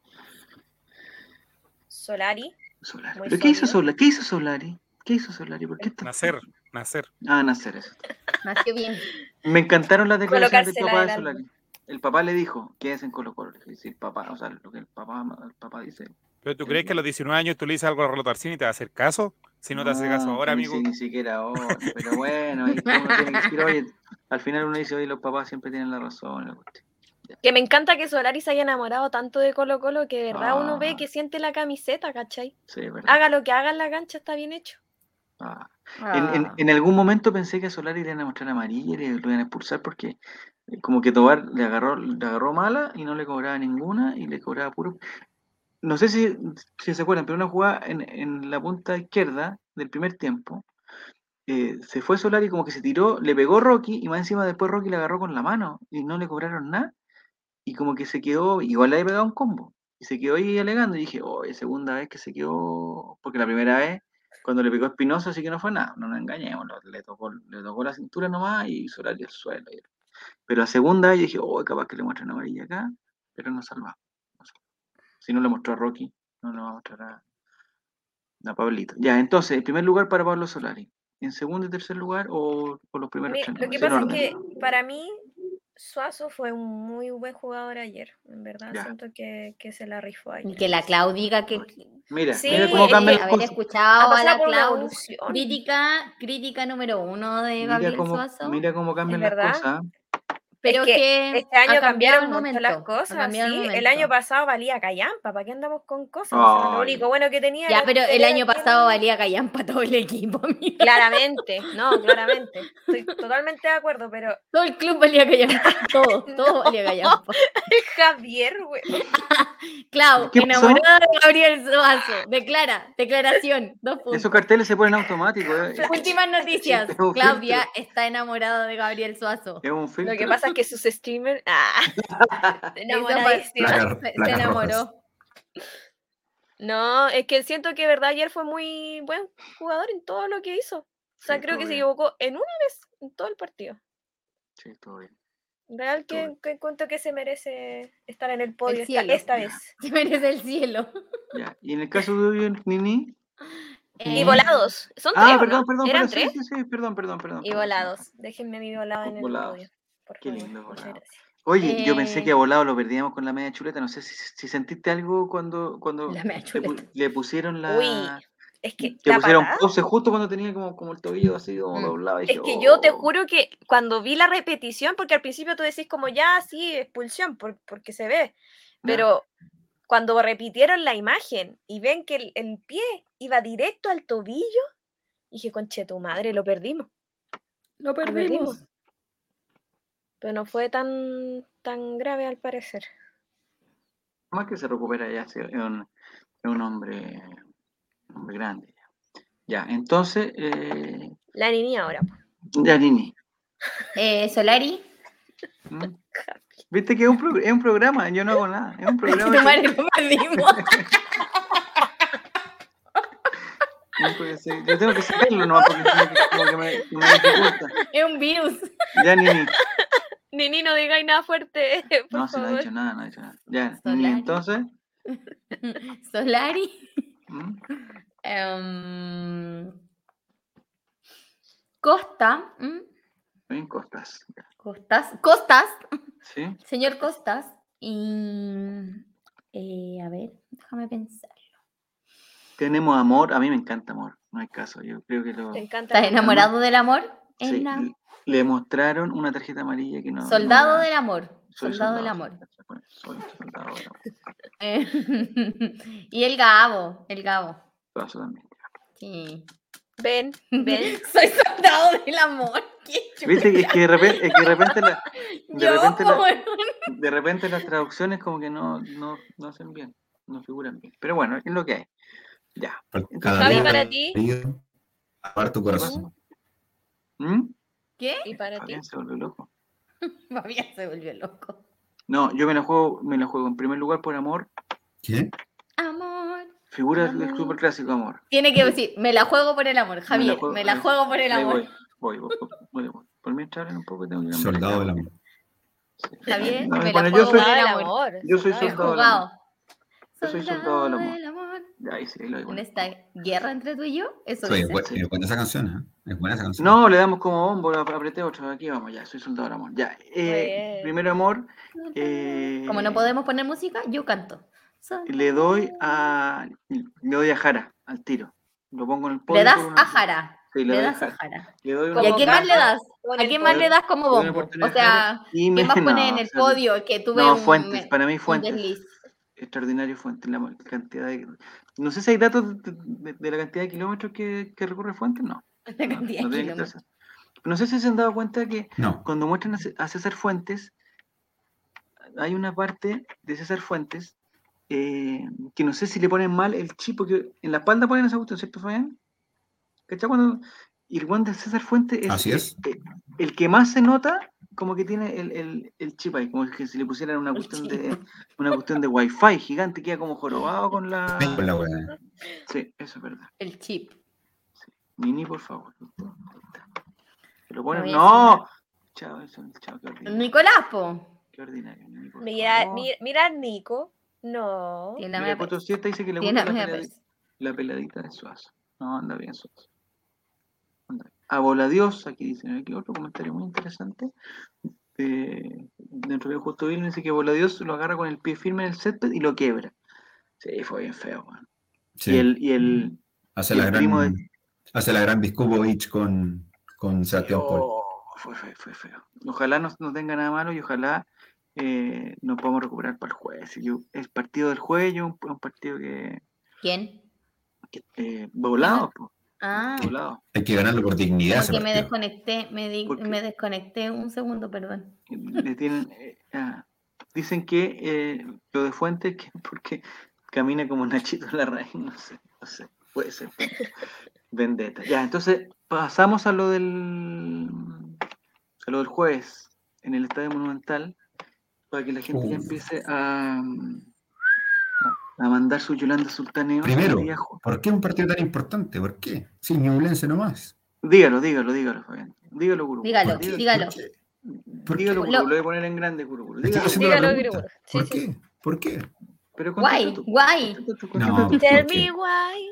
Solari. Solari. Muy ¿Pero qué hizo sólido. Solari? ¿Qué hizo Solari? ¿Qué hizo Solari? ¿Por qué está- Nacer, nacer. Ah, nacer eso. (laughs) nació bien. Me encantaron las declaraciones del Colocársela papá de del alma. Solari. El papá le dijo, quédese en Colo Colo. Es decir, papá, o sea, lo que el papá, el papá dice. ¿Pero tú crees que a los 19 años tú le dices algo a Rolo Tarcini y te va a hacer caso? Si no, te hace caso ahora, ni amigo. si- Ni siquiera ahora, pero bueno, ahí uno tiene que decir, oye, al final uno dice, oye, los papás siempre tienen la razón. la cuestión. Que me encanta que Solari se haya enamorado tanto de Colo Colo que de verdad uno Ah. ve que siente la camiseta, ¿cachai? Sí, es verdad. Haga lo que haga en la cancha, está bien hecho. Ah. En, en- Ah, en algún momento pensé que a Solari le iban a mostrar amarilla y le lo iban a expulsar porque eh, como que Tobar le agarró, le agarró mala y no le cobraba ninguna y le cobraba puro. No sé si, si se acuerdan, pero una jugada en, en la punta izquierda del primer tiempo, eh, se fue Solari como que se tiró, le pegó Rocky y más encima después Rocky le agarró con la mano y no le cobraron nada y como que se quedó, igual le había pegado un combo y se quedó ahí alegando y dije, oye, segunda vez que se quedó, porque la primera vez cuando le picó Espinosa, así que no fue nada, no nos engañemos, lo- le tocó, le tocó la cintura nomás y Solari el suelo. y- Pero a segunda yo dije, oh, capaz que le muestran amarilla acá, pero no salva. no salva. Si no le mostró a Rocky, no lo va a mostrar a, a Pablito. Ya, entonces, en primer lugar para Pablo Solari. En segundo y tercer lugar, o, o los primeros Mi- tres lo que nombres, pasa en es que orden. para mí Suazo fue un muy buen jugador ayer, en verdad. Ya. Siento que, que se la rifó ayer. Que la Clau diga que... eh, Mira, Sí, mira cómo es cambian que- las haber cosas. escuchado a pasado la por una Clau. evolución. Crítica, crítica número uno de Mira Gabriel cómo, Suazo. mira cómo cambian las verdad? cosas. pero Es que, que Este ha año cambiado cambiaron el mucho momento, las ha cosas. cambiado el sí. el, momento. año pasado valía callampa. ¿Para qué andamos con cosas? O sea, lo Ay. único bueno que tenía. Ya, era pero el tener año a alguien- pasado valía callan para (laughs) todo el equipo, amiga. Claramente, no, claramente. Estoy totalmente de acuerdo, pero Todo el club valía callan (laughs) todo, todo valía callan Javier, güey. Clau, ¿Qué pasó? enamorada de Gabriel Suazo, declara, declaración, dos puntos. Esos carteles se ponen automáticos. (laughs) eh, Últimas noticias, Sí, tengo Claudia está enamorada de Gabriel Suazo. Es un filtro. Lo que pasa es que sus streamers. Ah, Se hizo (laughs) enamoradísima. pa- Placas- se- se placas rojas. enamoró. (laughs) No, es que siento que verdad ayer fue muy buen jugador en todo lo que hizo. O sea, Sí, creo que todo se bien. equivocó en una vez en todo el partido. Sí, todo bien. Real Todo que, bien. que encuentro que se merece estar en el podio esta, cielo. esta vez. Se merece el cielo. Ya. Y en el caso de Uriel Nini. Y Eh, volados. Son Ah, tres, ¿o perdón, no? perdón, ¿Eran perdón. tres? Sí, sí, sí, perdón, perdón, perdón. Y perdón, sí. volados. Déjenme mi volado en el Volados. podio. Por Qué favor. lindo Muchas volado. gracias. Oye, yo pensé que Eh. a volado lo perdíamos con la media chuleta. No sé si, si sentiste algo cuando, cuando La media le, pu- chuleta. le pusieron la. Uy, Es que Le la pusieron patada- pose justo cuando tenía como, como el tobillo así como Mm. doblado. y Es dije, que yo te "Oh". juro que cuando vi la repetición, porque al principio tú decís como ya, sí, expulsión, por- porque se ve, pero cuando repitieron la imagen y ven que el, el pie iba directo al tobillo, dije, conche, tu madre, lo perdimos. Lo Lo perdimos. Pero no fue tan, tan grave al parecer. Más que se recupera ya, sí, es un, es un hombre, un hombre grande. Ya, Ya, entonces, eh, La niña ahora. po. ya Nini. Eh, Solari. ¿m? Viste que es un, pro- es un programa, yo no hago nada. (laughs) Es (laughs) un programa. Tu madre lo (laughs) perdimos. que- no puede ser, pues, Yo tengo que saberlo nomás porque como que- como que me, me dificulta. es un virus. (laughs) Ya Nini. Nini, no digáis nada fuerte, (laughs) por No, si no ha favor. dicho nada, no ha dicho nada. Ya, Nini, Solari. entonces. Solari. ¿m? Em, Costa. ¿m? Bien, Costas. ya, Costas. Costas. ¿Sí? Señor Costas. Y. eh, a ver, déjame pensar. Tenemos amor, a mí me encanta amor, no hay caso. Yo creo que lo. Te encanta. ¿Estás el- enamorado del amor? sí, Ena? le- le mostraron una tarjeta amarilla que no. no Soldado era. del amor. Soy Soldado, del amor. (laughs) Soy soldado del amor. Eh, y el Gabo. El Gabo. Paso también. Sí. Ven, (laughs) ven. Soy soldado del amor. (laughs) qué chulo. Viste que- es que de repente, es que de (laughs) repente, la- de Yo, repente la- como (laughs) en un- de repente las traducciones como que no, no, no hacen bien, no figuran bien. Pero bueno, es lo que hay. Ya. Cada Javi, letra, para ti. apellido, aparte tu corazón. ¿Mm? ¿Qué? Y para ti. Fabián se volvió loco. (laughs) Fabián se volvió loco. No, yo me la juego, me la juego en primer lugar por amor, ¿Qué? Amor. figura del Amor. super clásico amor. Tiene que decir, me la juego por el amor, Javier, juego- me la ahí- juego por el Ahí amor. voy, voy, voy, voy, voy, voy. Por mientras hablan un poco tengo que Soldado del amor. Sí. Javier, No, me la bueno, yo juego soy, por el Soldado del amor. amor, yo soy soldado El del soldado amor. del amor. jugado. Yo soy soldado del amor. amor. Ahí sí, ahí lo digo. En esta guerra entre tú y yo, eso Oye, dice. bu- eh, buena esa canción, ¿eh? Es buena esa canción. No, le damos como bombo, ap- apreté otro. Aquí vamos, ya, soy soldado del amor. Ya, eh, Bien. primero amor. eh, Como no podemos poner música, yo canto. Le doy a. Le doy a Jara al tiro. Lo pongo en el podio. Le das por una- a Jara. Sí, le, Le doy a das a Jara. Jara. Le doy una ¿Y a quién más le das? Con ¿A el quién más le poder. das como Le doy una bombo? oportunidad O a sea, Y ¿quién me- más pone no, en o el sea, podio? Que tuve No, un, Fuentes, para mí un Fuentes. desliz. (laughs) Extraordinario Fuentes, la mo- cantidad de. No sé si hay datos de, de- de la cantidad de kilómetros que, que recorre Fuentes, no. (laughs) La No, no cantidad de tiene que estar kilómetros. esa- no sé si se han dado cuenta que No. cuando muestran a Ce- a César Fuentes, hay una parte de César Fuentes eh, que no sé si le ponen mal el chip, porque en la espalda ponen esa cuestión, ¿cierto, Fabián? ¿Cachai? Cuando, y el guante de César Fuentes es, Así es. eh, el que más se nota como que tiene el, el- el chip ahí, como que si le pusieran una cuestión de chip. una cuestión de wifi gigante, queda como jorobado con la. Ven con la wea. Sí, eso es verdad. El chip. Mini, por favor. Te lo ponen. voy a ¡No! Chao, eso, chao, qué ordinario. Nicolás, po. Qué ordinario, Mini, por Mira, favor. mira, mira al Nico. No. Tiene la Mira, media Coto pers- Siete dice que le tiene gusta la la, media peladi- pers. la peladita de Suazo. No, anda bien Suazo. Anda bien. A Voladios, aquí dicen, aquí otro comentario muy interesante. Eh, dentro de Justo Vilma dice que Voladios lo agarra con el pie firme en el césped y lo quiebra. Sí, fue bien feo, weón. Sí. Y el, y el, hace, y la el primo gran, de- hace la gran Biskupovic con, con Sebastián Paul. Oh, fue, fue, fue feo. Ojalá no, no tenga nada malo y ojalá eh, nos podamos recuperar para el jueves. Y yo- el partido del jueves yo un, un partido que, ¿Quién? que eh, volado, po, Ah, volado. Hay que ganarlo por dignidad. ese porque me partido. desconecté, me, di- ¿Por qué? me desconecté un segundo, perdón. le tienen, eh, ah, dicen que eh, lo de Fuentes que (laughs) porque camina como Nachito en la raíz, no sé, no sé, puede ser (laughs) vendetta. Ya, entonces pasamos a lo del a lo del jueves en Uh. el Estadio Monumental para que la gente ya Uf. empiece a mm, Va a mandar su Yolanda Sultaneo. Primero. al viejo. ¿Por qué un partido tan importante? ¿Por qué? Sí, Ñublense nomás. Dígalo, dígalo, dígalo, Fabián. Dígalo, Guru. Dígalo, ¿Por qué? dígalo. ¿Por qué? ¿Por qué? Dígalo, Guru. Lo Lo- voy a poner en grande, Guru. Guru. Estoy Dígalo. haciendo la Dígalo, pregunta. Gregor. Sí, ¿Por sí. qué? ¿Por qué? Pero contesta Guay, tú, guay. contesta tú, No. contesta tú. Tell ¿Por me qué? why.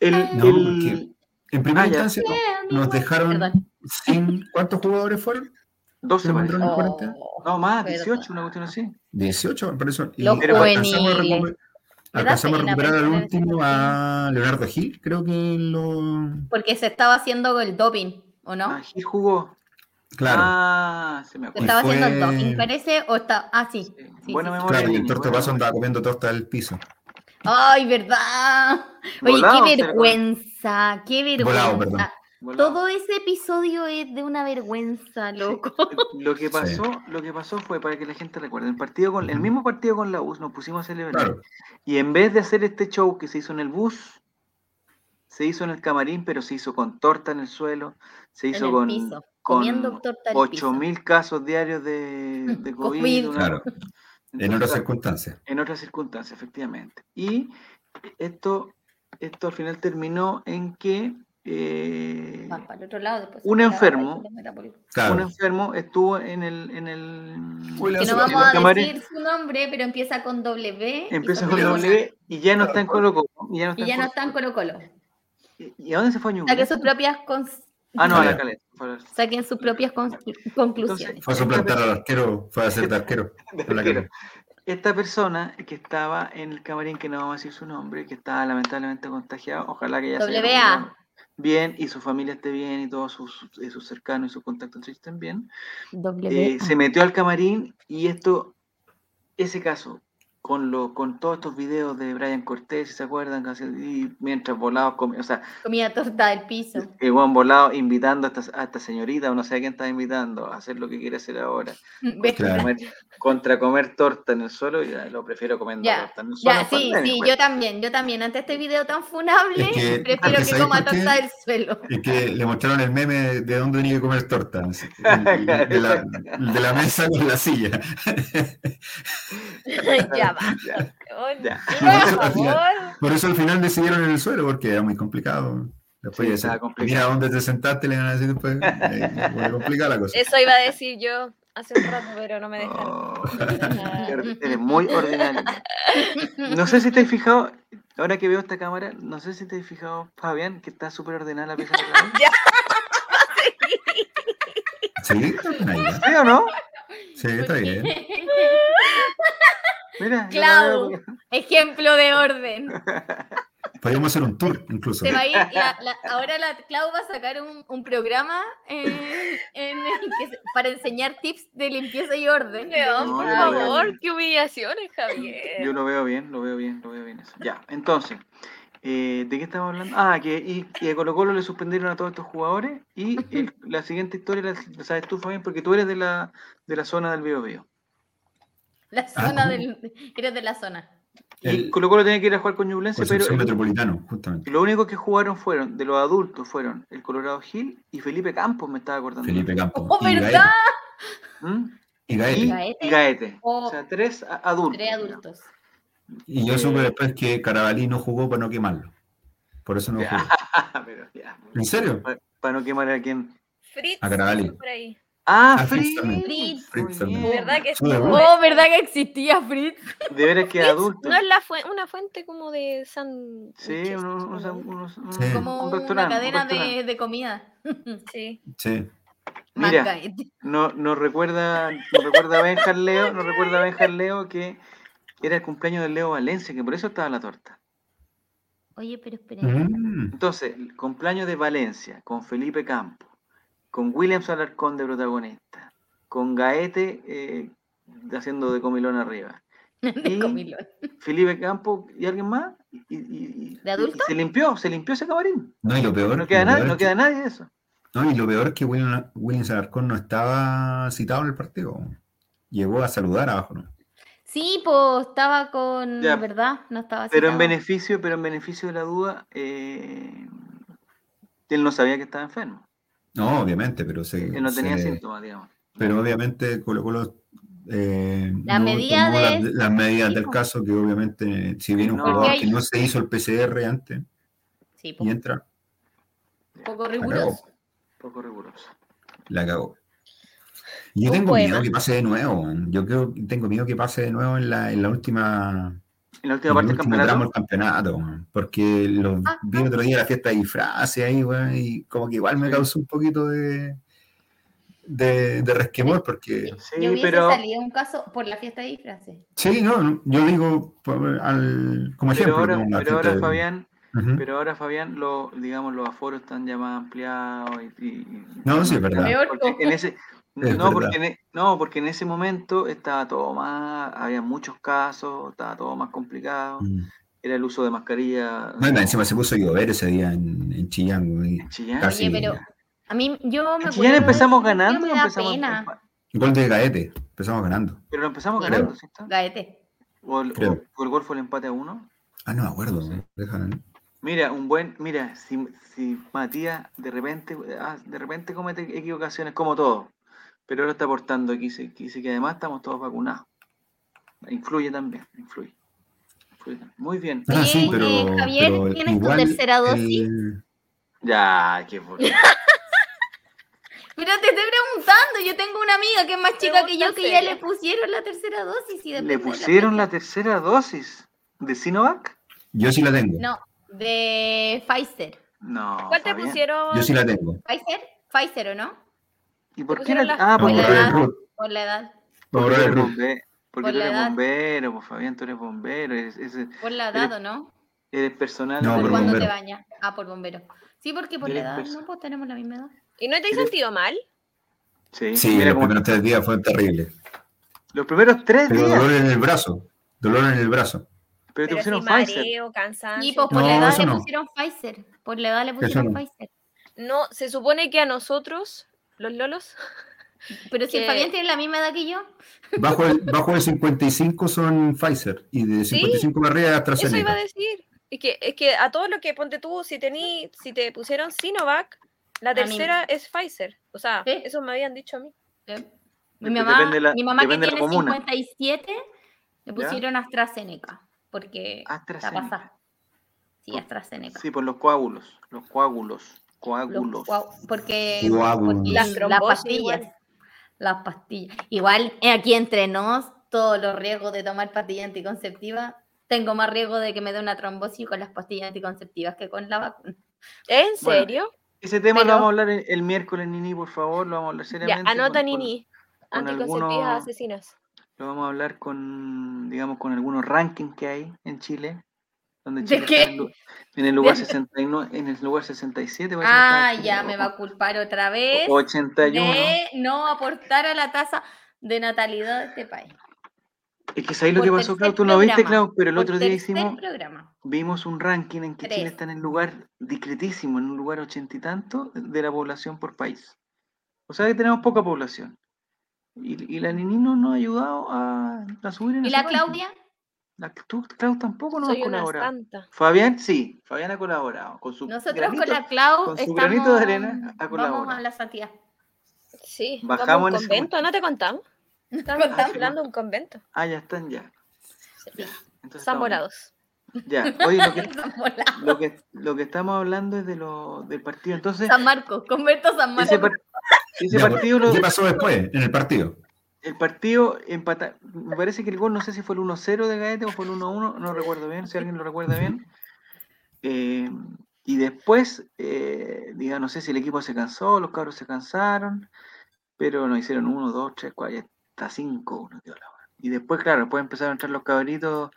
El, No, el En primera Ah, ya. instancia, nos dejaron Perdón. sin. ¿Cuántos jugadores fueron? 12 ¿Te parece. mandaron? Oh, 40? No, más, Perdón. 18, una cuestión así. 18, por eso. Y Los alcanzamos a, juveniles. recuperar- Me da alcanzamos a pena recuperar al pensar en último ese a Leonardo Gil, creo que lo. Porque se estaba haciendo el doping, ¿o no? Ah, Gil jugó. Claro. Ah, se Se me Y acuerda. estaba haciendo el fue- doping, parece, o está. Ah, sí. Sí, sí, Buena sí. memoria. Claro, y el niño, torto buena paso memoria. andaba comiendo torta del piso. Ay, verdad. Oye, Volado, qué se le comió. vergüenza, qué vergüenza. Volado, perdón. Volado. Todo ese episodio es de una vergüenza, loco. Eh, Lo que pasó, lo que pasó fue para que la gente recuerde, el partido con el mismo partido con la US nos pusimos a celebrar Claro. y en vez de hacer este show que se hizo en el bus, se hizo en el camarín, pero se hizo con torta en el suelo, se En hizo el con piso, con comiendo torta al piso. 8000 casos diarios de, (laughs) de COVID, Covid. una- Claro, en Entonces, otras circunstancias. en otras circunstancias, efectivamente. Y esto, esto al final terminó en que eh, Vas para el otro lado, después Un se graba enfermo. y se meta por- un Claro. enfermo estuvo en el, en el Hola, Que Eso, no en vamos el a camarín. decir su nombre, pero empieza con W. y Empieza son con personas. W y ya no está en Colo Colo. Y ya no está, Y en ya no Colo- está en Colo Colo. ¿Y a dónde se fue Ñuble? Saquen sus propias, cons- Ah, no, a la Ya. caleta. fue a la- saquen sus propias cons- conclusiones. Fue a suplantar al arquero, fue a hacer (laughs) de arquero. Hola, Pero Karen. Esta persona que estaba en el camarín, que no vamos a decir su nombre, que estaba lamentablemente contagiada, ojalá que ya se haya WA. recuperado bien y su familia esté bien y todos sus, eh, sus cercanos y sus contactos estén bien. W. Eh, se metió al camarín y esto, ese caso, con, lo, con todos estos videos de Brian Cortés, si se acuerdan, que hacía- y mientras volaba, comía, o sea, Comida torta del piso. (laughs) El Juan Volado invitando a esta, a esta señorita, o no sé a quién está invitando, a hacer lo que quiere hacer ahora. Ve- Claro. Comer- contra comer torta en el suelo, y ya, lo prefiero comiendo Ya, torta en el suelo. Ya, sí, pandemia, sí, pues. yo también, yo también. Ante este video tan funable, Es que- (laughs) prefiero porque que ¿sabes coma por qué? torta del suelo. Y que le mostraron el meme de dónde tenía que comer torta. (laughs) así, De la, de la mesa con la silla. (laughs) ya va. (laughs) Ya, Oye, ya. (laughs) por favor. Por eso al final decidieron en el suelo, porque era muy complicado. Después Sí, de estaba decir, complicado. Mira dónde te sentaste, le van a decir después. eh, bueno, complicada (laughs) la cosa. Eso iba a decir yo hace un rato, pero no me dejaron. Oh, eres- (laughs) eres muy ordinario. No sé si te has fijado, ahora que veo esta cámara, no sé si te has fijado, Fabián, que está súper ordenada la pieza. de Fabián. (laughs) Sí, está bien ahí, ¿eh? ¿Sí o no? Sí, está bien. Mira. yo la veo Clau, (laughs) (laughs) ejemplo de orden. Podríamos hacer un tour incluso. Se va a ir, (laughs) la- la- ahora la Clau va a sacar un, un programa eh, en el que se- para enseñar tips de limpieza y orden. León, No, por yo no veo. favor, qué humillaciones, Yo Javier. lo veo bien, lo veo bien, lo veo bien eso. Ya, entonces, eh, ¿de qué estamos hablando? Ah, que, y, que a Colo Colo le suspendieron a todos estos jugadores y el- la siguiente historia la, la sabes tú, Fabián, porque tú eres de la, de la zona del Bío Bío. La Ah, zona ¿cómo? del, eres de la zona. Y El- Colo Colo tenía que ir a jugar con Ñublense, pero eh, Concepción el- Metropolitano, justamente. lo único que jugaron fueron, de los adultos fueron el Colorado Gil y Felipe Campos, me estaba acordando. Felipe Campos. ¡Oh, y verdad! ¿Mm? Y Y Gaete. Gaete. y Gaete. Oh, O sea, tres a- adultos. Tres digamos. (laughs) adultos. Y yo supe después que Carabalí no jugó para no quemarlo. Por eso no jugó. Ah, Pero ya, ¿En serio? pa- para no quemar a quien. Fritz, A Carabalí. por ahí. Ah, Ah, Fritz. Fritz también. Fritz. Muy Fritz también. bien. ¿Verdad que Sube, estuvo- ¿no? Oh, ¿verdad que existía Fritz? De veras que Fritz, adulto. No es la fue- una fuente como de San. Sí, Winchester, unos, ¿no? unos, unos- unos- Sí. Como un una doctorante, un cadena doctorante. de, de comida. Sí. Sí. Mira. Más Gaete. No, nos recuerda, nos recuerda a Benjar Leo, nos recuerda a Benjar Leo que era el cumpleaños de Leo Valencia, que por eso estaba la torta. Oye, pero espera. Mm. Entonces, el cumpleaños de Valencia, con Felipe Campo, con Williams Alarcón de protagonista, con Gaete eh, haciendo de comilón arriba, (laughs) De Y- comilón. Felipe Campo y alguien más, y, y- y- ¿De adulto? y se limpió, se limpió ese camarín. No, y lo peor. No queda lo nadie, peor no es queda nadie de eso. que- no, y lo peor es que William, William Alarcón no estaba citado en el partido. Llegó a saludar abajo, ¿no? Sí, pues estaba con. Ya. ¿Verdad? No estaba Pero en citado. beneficio, pero en beneficio de la duda, eh, él no sabía que estaba enfermo. No, obviamente, pero se. Él no tenía se- síntomas, digamos. Pero obviamente Colo Colo eh, La no medida tomó de- las- las medidas sí, pues. del po. caso, que obviamente, si viene un No. jugador que Porque hay- no se hizo el PCR antes Sí, po- y entra, un poco la riguroso. cagó. poco riguroso. La cagó. Yo Un tengo poema. miedo que pase de nuevo. man. Yo creo, tengo miedo que pase de nuevo en la, en la última En la última en parte el del último campeonato. tramo del campeonato, man, porque lo Ajá. vi otro día en la fiesta de disfraces ahí, weón, y como que igual me Sí. causó un poquito de, de, de resquemor, porque Sí, Yo hubiese pero, salido un caso por la fiesta de disfraces. Sí, no, no, yo digo por- al- como pero ejemplo. ahora, como la pero ahora fiesta de- Fabián, Ujú. pero ahora Fabián, lo, digamos, los aforos están ya más ampliados y, y- No, sí, es verdad. Peor, porque po. en ese, (laughs) Es no, verdad. porque en, e- no, porque en ese momento estaba todo más, había muchos casos, estaba todo más complicado, Mm. era el uso de mascarilla. No, y más encima se puso a llover ese día en, en Chillán, güey. En Chillán. Casi. Oye, pero a mí yo me En acuerdo. Chillán empezamos ganando, Me o da empezamos, pena. Gol de Gaete, empezamos ganando. pero lo empezamos Creo. ganando, ¿sí está? Gaete. O el, Creo. o el gol fue el empate a uno. Ah, no me acuerdo. güey. Deja- Mira, un buen, mira, si, si Matías de repente, ah, de repente comete equivocaciones como todo, pero ahora está aportando aquí, dice, dice que además estamos todos vacunados. Influye también, influye. Influye también. Muy bien. Ah, Oye, sí, eh, pero, Javier, pero ¿tienes tu igual tercera dosis? el- Ya, qué bonito. Pero te estoy preguntando, yo tengo una amiga que es más chica que yo Pregunta que ya seria. le pusieron la tercera dosis. Y depende ¿Le de la pusieron la fecha. tercera dosis de Sinovac? Yo sí la tengo. No, de Pfizer. No. ¿Cuál te Fabián. pusieron? Yo sí la tengo. ¿Pfizer? ¿Pfizer o no? ¿Y por qué pusieron la- la- Ah, No, porque la por tú edad. eres, el bo- Ruth, Por la edad. por porque tú el eres Ruth. bombero, porque Por tú la eres edad. bombero, pues, Fabián, tú eres bombero, eres, eres- Por la Pero- edad, ¿o no? eres personal. No, ¿Por por cuándo te bombero. bañas? Ah, por bombero. Sí, porque por la Eres edad, perso- no, pues tenemos la misma edad. ¿Y no te has Pero- sentido mal? Sí, Sí, mira los cómo- primeros tres días fue terrible. los primeros tres Pero días, dolor en el brazo. Dolor en el brazo. pero te Pero sí, pusieron Pfizer. mareo, cansancio. Sí, pues por No, la edad eso le no. pusieron Pfizer. Por la edad le pusieron no. Pfizer. No, se supone que a nosotros, los lolos, Pero si el Que- Fabián tiene la misma edad que yo, Bajo el, bajo el 55 son Pfizer y de 55 para eso arriba iba a AstraZeneca. decir. Es que, es que a todos los que ponte tú, si tení, si te pusieron Sinovac, la mí no. tercera es Pfizer. O sea, Sí. eso me habían dicho a mí. ¿eh? mi Dep- mamá, pues depende de la- mi mamá que depende de la tiene comuna. 57, le ¿Ya? pusieron AstraZeneca. Porque está AstraZeneca. pasada. Sí, Por- AstraZeneca. Sí, por los coágulos, los coágulos, Los coágulos. coag- porque, Coágulos. porque Las las, trombosis pastillas. igual. Las pastillas. Igual eh, aquí entre nos, todos los riesgos de tomar pastilla anticonceptiva, tengo más riesgo de que me dé una trombosis con las pastillas anticonceptivas que con la vacuna. ¿En Bueno, serio? Ese tema Pero- lo vamos a hablar el, el miércoles, Nini, por favor, lo vamos a hablar ya, seriamente. con- anota con- Nini. con Anticonceptivas alguno- asesinas. Lo vamos a hablar con, digamos, con algunos rankings que hay en Chile. Donde ¿De Chile está en qué? lu- En el lugar De- 69, en el lugar 67. parece que está Ah, Chile, ya o- me va a o- culpar otra vez o 81. de no aportar a la tasa de natalidad de este país. Es que sabéis lo por que pasó, tercer Clau, tú no viste, programa, Clau, pero el Por otro día tercer hicimos, programa. vimos un ranking en que Chile Tres. está en el lugar discretísimo, en un lugar ochenta y tanto de la población por país. O sea que tenemos poca población. Y, y la Nini no nos ha ayudado a, a subir en ¿Y ese la ranking. Claudia? La que tú, Clau, tampoco nos ha Soy una colaborado. santa. Fabián, sí, Fabián ha colaborado. Con su Nosotros granito- con la Clau con su estamos, granito de arena ha vamos a colaborado. la santidad. Sí, Bajamos vamos en a un ese convento, (laughs) ¿no te contamos? Estamos contamos. hablando de un convento. Ah, ya están, ya. Sí. Entonces Están estamos- volados. (laughs) Ya, oye, (laughs) lo que, San Mola- lo que, lo que estamos hablando es de lo, del partido. Entonces, San Marcos, convento San ese, Marcos. par- ese Ya, partido lo, ¿Qué pasó después en el partido? El partido empata. Me parece que el gol, no sé si fue el 1-0 de Gaete o fue el 1-1, no recuerdo bien, si alguien lo recuerda bien. Eh, y después, eh, diga, no sé si el equipo se cansó, los cabros se cansaron, pero nos hicieron 1, 2, 3, 4, hasta 5, uno quedó la hora. Y después, claro, después empezaron a entrar los cabritos,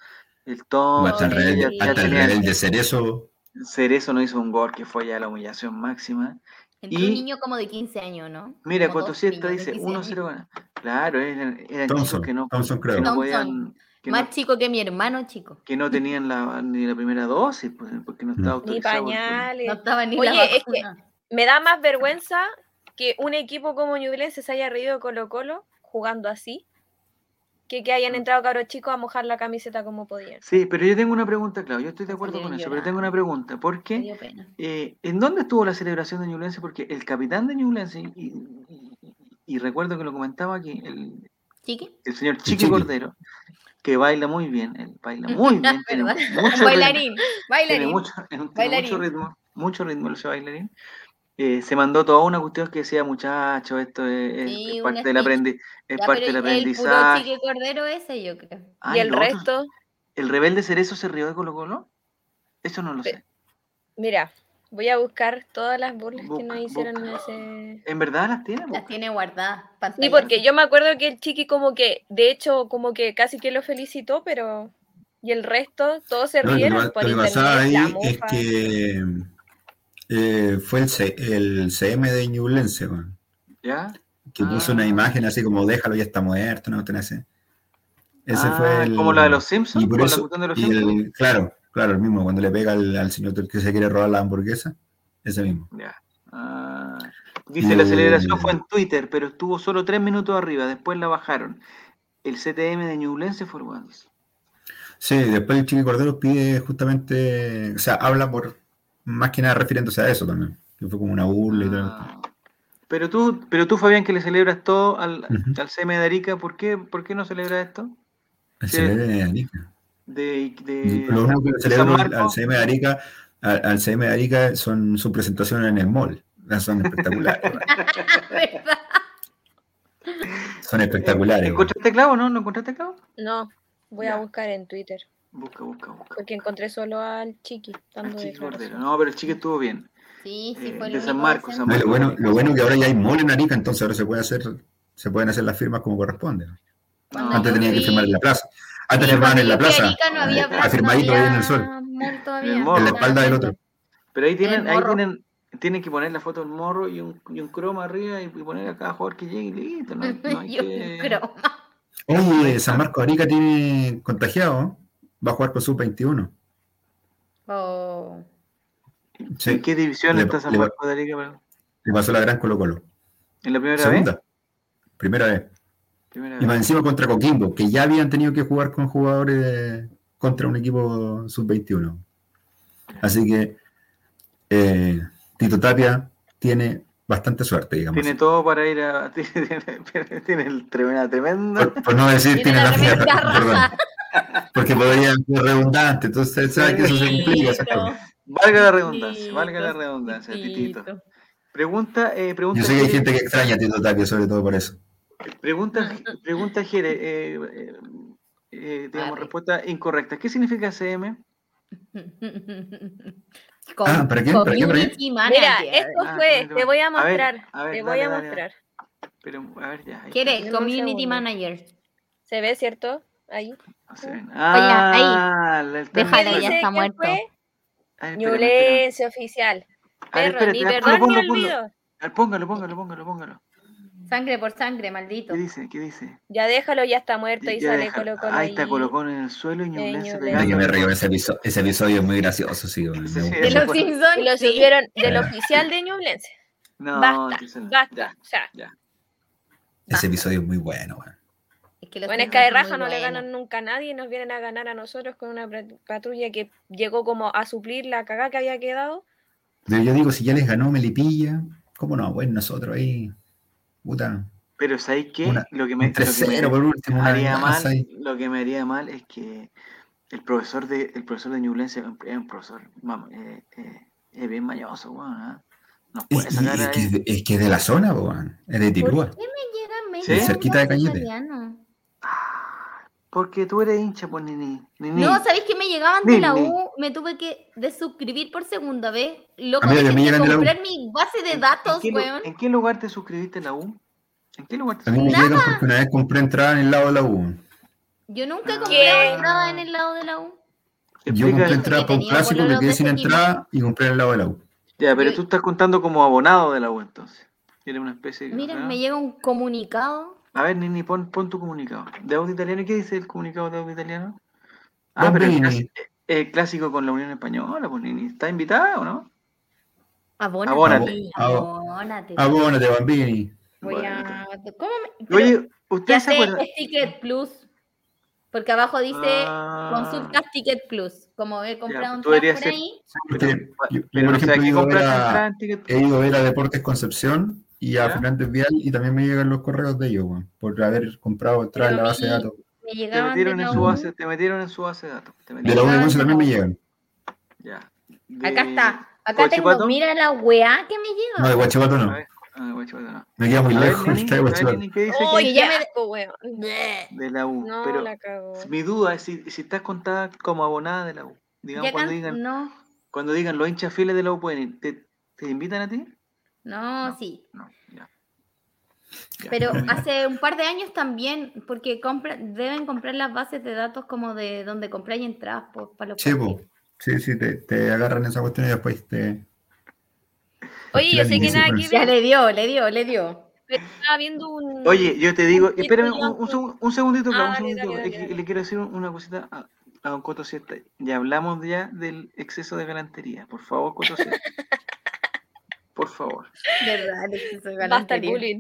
el Tom, Hasta el rebelde- ya- rebel, ya hasta el tenía- rebel de Cerezo. Cerezo no hizo un gol, que fue ya la humillación máxima. Entró un y- niño como de 15 años, ¿no? Mira, Como dos Cotosieta niños de dice 15 años. 1-0 gana. Claro, eran, eran chicos Thompson, que no, Thompson que creo. no Thompson. podían. Que no, Más chico que mi hermano, chico. que no tenían la, ni la primera dosis, pues, porque Mm. no estaba Ni autorizado. el- pañales. No estaba ni la Oye, es que- vacuna. Me da más vergüenza que un equipo como Ñublense se haya reído de Colo Colo jugando así que que hayan entrado cabros chicos a mojar la camiseta como podían. Sí, pero yo tengo una pregunta, Claudio. Yo estoy de acuerdo con Salieron eso, pero tengo una pregunta. ¿Por Me qué? dio pena. eh, ¿En dónde estuvo la celebración de Ñublense? Porque el capitán de Ñublense, y, y- y- y recuerdo que lo comentaba aquí, el, Chiqui. El señor Chiqui, Chiqui. Cordero, que baila muy bien, él (laughs) baila muy bien, tiene ¿Verdad? mucho ritmo, Bailarín, tiene bailarín. mucho, (laughs) tiene mucho Bailarín. ritmo, mucho ritmo ese bailarín. Eh, se mandó toda una cuestión que decía, muchachos, esto es, es- Sí, es un parte del speech. aprendi- es Ya, parte pero del el puro aprendizaje. chique cordero ese, yo creo. Ay, y el lo otro- resto, ¿El rebelde cerezo se rió de Colo Colo? Eso no lo Pe- sé. mira, voy a buscar todas las burlas que Busca, nos hicieron en ese... ¿En verdad las tiene? Las Boca? tiene guardadas. Sí, pantallazo. porque yo me acuerdo que el chiqui como que, de hecho, como que casi que lo felicitó, pero... Y el resto, todos se No, lo que rieron pa- por lo que internet, pasaba ahí la es mofa. que eh, fue el, C- el CM de Ñublense, weón, ¿Ya? que puso una Ah. imagen así como déjalo, ya está muerto, no tenés. Ese Ah, fue el. ¿Como la de los Simpsons? y por ¿Con la eso- cuestión de los y el- Simpsons? claro, claro, el mismo, cuando le pega al, al señor que se quiere robar la hamburguesa, ese mismo. Ya. Ah, dice, la celebración Eh. fue en Twitter, pero estuvo solo tres minutos arriba, después la bajaron. El CTM de Ñublense fue bueno, dice. Sí, después el Chiqui Cordero pide justamente, o sea, habla por, más que nada refiriéndose a eso también, que fue como una burla y todo. Ah. Pero tú, pero tú, Fabián, que le celebras todo al, Ujú. al CM de Arica, ¿por qué, por qué no celebras esto? El Sí. CM de Arica. De, de- Lo único que de celebro San al- al Marcos. CM de Arica, al, al CM de Arica son sus presentaciones en el mall. Las Son (laughs) espectaculares. weón. ¿Verdad? son espectaculares. weón. ¿Encontraste clavo, no? ¿No encontraste clavo? No, voy Ya. a buscar en Twitter, Busca, busca, busca. porque encontré solo al chiqui. El Dando Chiqui declaraciones. Cordero. No, pero el Chiqui estuvo bien. (laughs) Sí, sí, Eh, fue el de San único Marcos, decente. San No, y lo, bueno, lo bueno que ahora ya hay mall en Arica, entonces ahora se puede hacer, se pueden hacer las firmas como corresponde. Ah, Cuando yo Antes tenía que fui- firmar en la plaza. Antes Sí, firmaban cuando en la yo fui a plaza. Arica no había eh, plaza, no Afirmadito ahí en el sol. había mall todavía, En el morro. En la espalda (laughs) del otro. Pero ahí tienen, ahí morro. tienen, tienen que poner la foto del morro y un, y un croma arriba y, y poner a cada jugador que llegue y listo. No, hay- (laughs) no hay Yo que- creo. Oye, Oh, eh, San Marco Arica tiene contagiado. ¿no? Va a jugar con sub-21. Oh. Sí, ¿En qué división Le- está San le- Marcos de Arica? perdón? le pasó la gran Colo Colo. ¿En la primera Segunda. vez? Ah. Primera vez. Primera Y más vez. encima contra Coquimbo, que ya habían tenido que jugar con jugadores contra un equipo sub-21. Así que eh, Tito Tapia tiene bastante suerte, digamos. Tiene todo para ir a. (laughs) Tiene, tiene- tiene el tremenda, tremenda. Por, por no decir Tiene tiene, la la tremenda fiesta, raja. perdón. Porque podría ser redundante, entonces sabe que eso se implica. Tito, (laughs) Valga la redundancia, valga la Titito, redundancia, Titito. Titito. Pregunta, eh, pregunta. Yo sé que hay Jere- gente que extraña a Tito Tapia, sobre todo por eso. Pregunta, pregunta Jere, eh, eh, eh, digamos, Arre. respuesta incorrecta. ¿Qué significa CM? Con- Ah, ¿para qué? ¿Para qué? ¿Para qué? community Mira, este- manager. esto Ah, fue, bueno, te voy a bueno. A ver, mostrar, a ver, te dale, voy a dale, dale. mostrar. Pero, a ver, ya. ahí ¿Quiere? está. Dame un community segundo. manager. ¿Se ve, cierto? Ahí. No Ah, se ven. ahí. Ah, la- el ¿Quién Déjala, Ojalá tremendo. ya dice está quién muerto. fue? A ver, espérame, espérame. Ñublense oficial. A ver, Perro, espérate, ni a ver, perdón ponlo, ni ponlo, ponlo. olvido. A ver, Póngalo, póngalo, póngalo, póngalo. Sangre por sangre, maldito. ¿Qué dice? ¿Qué dice? Ya déjalo, ya está muerto Ya- y ya sale déjalo. Colo Colo. Ahí está ahí. Colo Colo en el suelo y Ñublense Ñublense. No, yo pegando. me río, ese episodio, ese episodio es muy gracioso, sí. bueno, Sí, me- sí, De eso los fue- Simpsons. Y lo siguieron (laughs) del oficial de Ñublense. No, Basta, entonces no. Basta. Ya. O sea, Ese episodio es muy bueno, bueno. Es que los bueno, es Simpsons son que de muy raja no le buenos. ganan nunca a nadie y nos vienen a ganar a nosotros con una pat- patrulla que llegó como a suplir la cagada que había quedado. Pero yo digo, si ya les ganó Melipilla, ¿cómo no? Bueno, nosotros ahí, puta, Pero ¿sabes qué? Una- Lo que me, un lo que me- 3-0 por último, una haría mal, venganza ahí. lo que me haría mal es que el profesor de el profesor de Ñublense es un- es un profesor, vamos, eh, eh, es bien mañoso, weón. ¿ah? Nos Y- y- puede sacar es, que, es ahí. de- es que es de la zona, po, weón. es de Tirúa. ¿Por qué me llega menos Sí. algo Cerquita de Cañete. italiano? Porque Ah, tú eres hincha, pues Nini. Nini. No, ¿sabéis que me llegaban de la Disney. U? Me tuve que desuscribir por segunda vez. Loco, A mí me también me tenía que llegan de la U. comprar mi base de ¿En- datos, ¿En qué, lu- weón. en qué lugar te suscribiste en la U? ¿En qué lugar te A mí me suscribiste? llegan porque una vez compré entrada en el lado de la U. Yo nunca he Ah. ¿Qué? comprado entrada en el lado de la U. Yo Explica compré eso. entrada para un Tenía clásico, pololos me quedé de sin ese equipo. entrada y compré en el lado de la U. Ya, pero Yo- tú estás contando como abonado de la U entonces. Eres una especie de. Mira, ¿ah? me llega un comunicado. A ver, Nini, pon, pon tu comunicado. ¿De audio italiano? ¿Qué dice el comunicado de audio italiano? Ah, pero el, Bambini. clas- el clásico con la Unión Española, pues Nini. ¿Está invitada o no? Abónate. Abónate. Abo- Abónate. Abónate, Bambini. Voy a- ¿Cómo me- pero Oye, ya ¿ustedes se sé, acuerdan? es Ticket Plus. Porque abajo (laughs) dice Ah, pues, consultas Ticket Plus. Como he comprado tú entradas deberías por ser- ahí. Porque Pero, yo, yo, pero por no sé ejemplo, a he qué ido a ver comprar a- entrada en Ticket. he ido a ver a Deportes Concepción y a Ya. Fernández Vial y también me llegan los correos de ellos, weón, por haber comprado detrás de la Pero base de mi- datos. Me Te llegaban metieron de en la su U. base, te metieron en su base de datos. Te De metieron. la U de Llegaban Conce de también me la U. llegan. Ya. Acá De- está. Acá tengo. Guachipato. Mira la weá que me llega. No, de Guachipato no. A ver, ah, Guachipato, no. Me queda muy A ver, lejos. Nini, está de a ver, Guachipato. Nini, ¿qué dice Oh, que que ya qué me- asco, weón. Bleh. de la U? No, pero la cagó. mi duda es si, si estás contada como abonada de la U. Digamos, Ya cuando can- digan, No, cuando digan los hinchas fieles de la U pueden ir, ¿te, te invitan a ti? no, sí. No, ya. Ya. Pero hace un par de años también, porque compra, deben comprar las bases de datos como de donde compráis entradas po, para los Sí, po. partidos. Sí, sí, te, te agarran esa cuestión y después te. Oye, yo sé que nada que Ya ver, le dio, le dio, le dio. pero estaba viendo un. Oye, yo te digo, Oye, espérame oye, un, un Anto. segun- un segundito, Clau, Ah, un dale, segundito. dale, Es dale, que dale. le quiero decir una cosita a, a don Coto Siesta. Ya hablamos ya del exceso de galantería. Por favor, Coto Siesta. Por favor. Verdad, Alexis, soy Basta el galantería. bullying.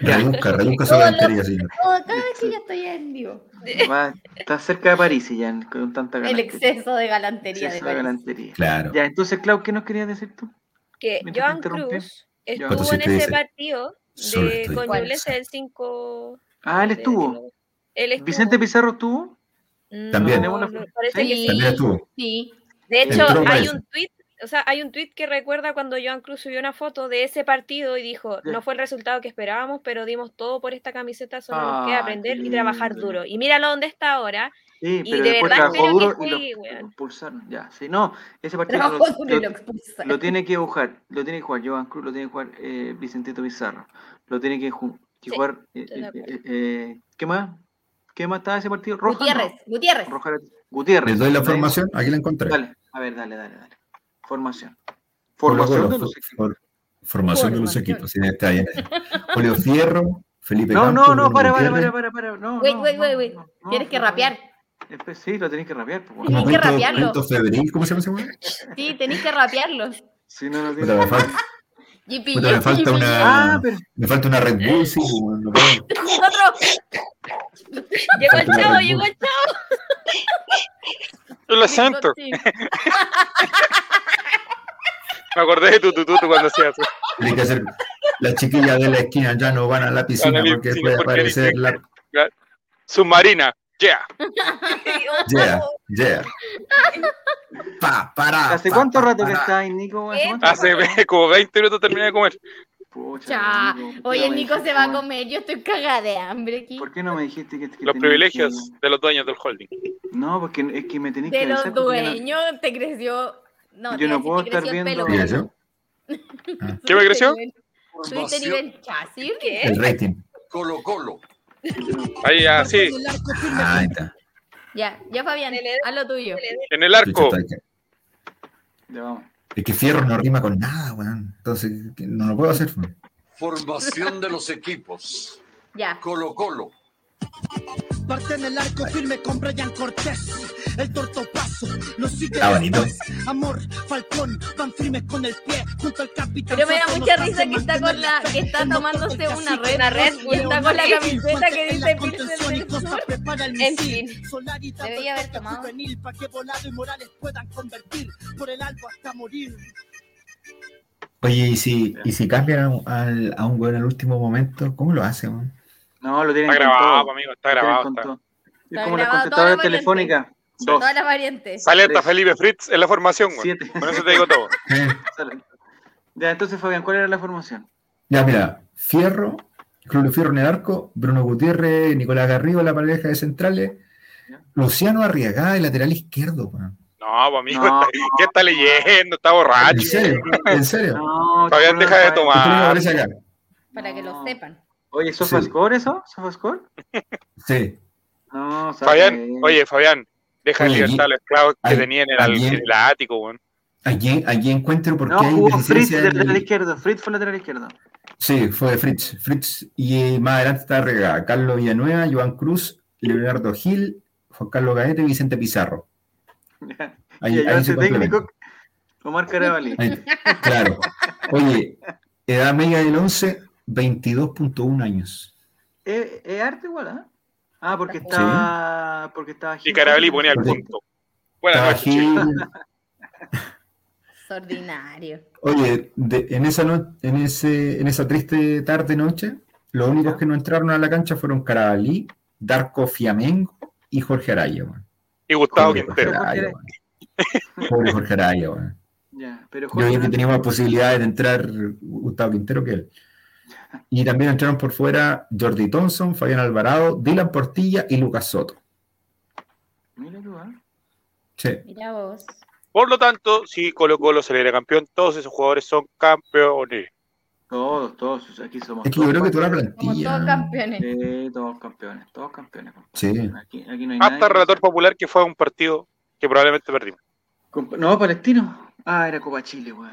Rebusca, (laughs) rebusca su Todo lo- galantería, señor. Oh, cada vez que ya estoy en vivo. Va, estás cerca de París y ya con tanta El galantería. exceso de galantería. Exceso de de París. galantería. Claro. Ya, entonces, Clau, ¿qué nos querías decir tú? Que Mientras te Joan interrumpí. Cruz Joan. estuvo Entonces en te dice, ese partido solo de estoy con ¿Cuál? Ñublense del 5. Ah, él de- estuvo. Él estuvo. Vicente Pizarro estuvo. No, También. Tenemos la- no, parece que Sí. sí. También estuvo. Sí, De hecho, Entró, hay parece. un tweet, o sea, hay un tweet que recuerda cuando Joan Cruz subió una foto de ese partido y dijo, Ya. no fue el resultado que esperábamos, pero dimos todo por esta camiseta, solo nos Ah, queda aprender qué y trabajar lindo. duro. Y míralo dónde está ahora. Sí, Y pero de después verdad trabajó espero que duro y lo, juegue, lo weón. expulsaron. Ya, sí, no, ese partido trabajó lo- duro y lo lo- expulsaron. Lo tiene que jugar, lo tiene que jugar Joan Cruz, lo tiene que jugar eh, Vicentito Pizarro, lo tiene que, ju- que Sí, jugar. eh, estoy de eh, acuerdo. eh, eh, ¿Qué más? ¿Qué más estaba ese partido? Rojas. (laughs) Gutiérrez, Gutiérrez. no, Rojas era- Gutiérrez. Les doy la ¿Nadie? formación, aquí la encontré. Dale, a ver, dale, dale, dale. Formación. Colo-Colo, Formación de los for- equipos. for- formación de los Formación. equipos. Sí, está bien. Julio Fierro, Felipe No, no, Campos, no, Bruno para, para, Gutiérrez. para, para, para. No, Wait, no, wait, no, wait, wait. no, no, Tienes que no, no. rapear. Espe- Sí, lo tenés que rapear. pues, Tienes bueno. que rapearlo. Pinto Febril, ¿cómo se llama ese weón? Sí, tenéis que rapearlo. Si no, no Puta, me tienes. fal- GP, puta, me falta Ah, una. pero. Me falta una Red Bull, sí, weón, no puedo. (laughs) Otro. (laughs) Llegó el Falta chavo, Red Bull. llegó el chavo. Lo siento. Sí. Me acordé de tu tututu cuando hacías eso. Tiene que hacer. Las chiquillas de la esquina ya no van a la piscina Van a la porque piscina puede porque aparecer dicen- la. Submarina. Yeah. Yeah, yeah. Pa, para. ¿Hace Ah, pa, cuánto pa, rato que para. estás ahí, Nico? ¿Eh? ¿Qué? cuánto Hace rato? (laughs) como 20 minutos terminé de comer. Pucha, Cha. Nico, Oye, no el me Nico se dijiste, va a weón. comer. Yo estoy cagada de hambre aquí. ¿Por qué no me dijiste que, que Los tenía privilegios que- de los dueños del holding. No, porque es que me tenéis que De los avisar porque yo no- dueños te creció. No, Yo te iba no a decir, puedo te creció estar el viendo- pelo, Mira, pero yo, ¿Qué me creció? subiste nivel- Subiste nivel chasis. ¿Qué? El rating. Colo Colo. Ahí, así. El arco firme Ah, ahí está. Ya, ya Fabián, Dele- haz lo tuyo. En el Chucha, arco. está acá. Ya vamos. Es que fierro no rima con nada, weón. Entonces, que no lo puedo hacer. weón. Formación de los equipos. Ya. Colo Colo. Parte en el arco firme con Brian Cortés. El tortopaso lo sigue Está bonito. después. Amor, Falcón, van firmes con el pie junto al capitán. Pero me da Suazo, mucha nos risa que hace está con mantener la, fe. que está El tomándose doctor una Cacique, red, una red Raúl y está con la Leonel, camiseta Mantén que la dice contención y Pilsen del Costa Sur. prepara el En misil. fin. Solari da Debería haber respuesta tomado. juvenil pa' que Volado y Morales puedan convertir por el albo hasta morir. Oye, ¿y si, y si cambian a, un- al- a un weón al último momento? ¿Cómo lo hacen, weón? No, lo tienen Está grabado, con todo. amigo. Está Lo tienen grabado. con está. todo. Es Está como grabado, toda las la contestadoras telefónicas. Dos, Todas las variantes. Alerta Tres. Felipe Fritz en la formación, güey. siete. Con eso te digo todo. Eh, (laughs) Sale. Ya, entonces, Fabián, ¿cuál era la formación? Ya, mira, Fierro, Julio Fierro en el arco, Bruno Gutiérrez, Nicolás Garrido, la pareja de centrales, Ya. Luciano Arriagada, el lateral izquierdo, weón. No, pues, amigo. No, está- ¿Qué está leyendo? Está En borracho. serio, en serio. No, Fabián, Nicolás, deja de Fabián. ¿Por qué no tomar. aparece acá? Para que lo No. sepan. Oye, ¿Sofascore eso? ¿Sofascore? Ah, Sí. No, sabe. Fabián, oye, Fabián. Deja en Oye, libertad a los esclavos que ay, tenía en el, al- ayer- en el ático, güey. Aquí, aquí encuentro por qué No, hay jugó Fritz deficiencia del en lateral el- izquierdo. Fritz fue lateral izquierdo. Sí, fue Fritz. Fritz y eh, más adelante está Arriagada, Carlos Villanueva, Joan Cruz, Leonardo Gil, Juan Carlos Gaete y Vicente Pizarro. Ahí, y el ahí se complementa. este técnico, Omar Carabalí. Ahí, claro. Oye, edad media del 11, 22.1 años. ¿Es es arte igual, ah? Ah, porque Sí. estaba. Porque estaba Y Carabalí ponía el Sí. punto. Buenas noches, Tajín, Extraordinario. Oye, de- en, esa no- en, ese, en esa triste tarde-noche, los únicos que no entraron a la cancha fueron Carabalí, Darko Fiamengo y Jorge Araya. weón. Y Gustavo Pobre Jorge Quintero. Araya, weón. Pobre Jorge Araya, weón. Ya, pero Yo vi que Jorge- tenía más posibilidades de entrar Gustavo Quintero que él. Y también entraron por fuera Jordi Thompson, Fabián Alvarado, Dylan Portilla y Lucas Soto. Mira tú, ¿ah? Sí. Mira vos. Por lo tanto, si Colo Colo saliera campeón, todos esos jugadores son campeones. Todos, todos, aquí somos Es que yo creo que toda la Como plantilla. todos campeones. Sí, todos campeones, todos campeones. compadre. Sí. Aquí, aquí no hay nadie Hasta que el relator popular que fue a un partido que probablemente perdimos. sea- Compa- No, Palestino. Ah, era Copa Chile, weón.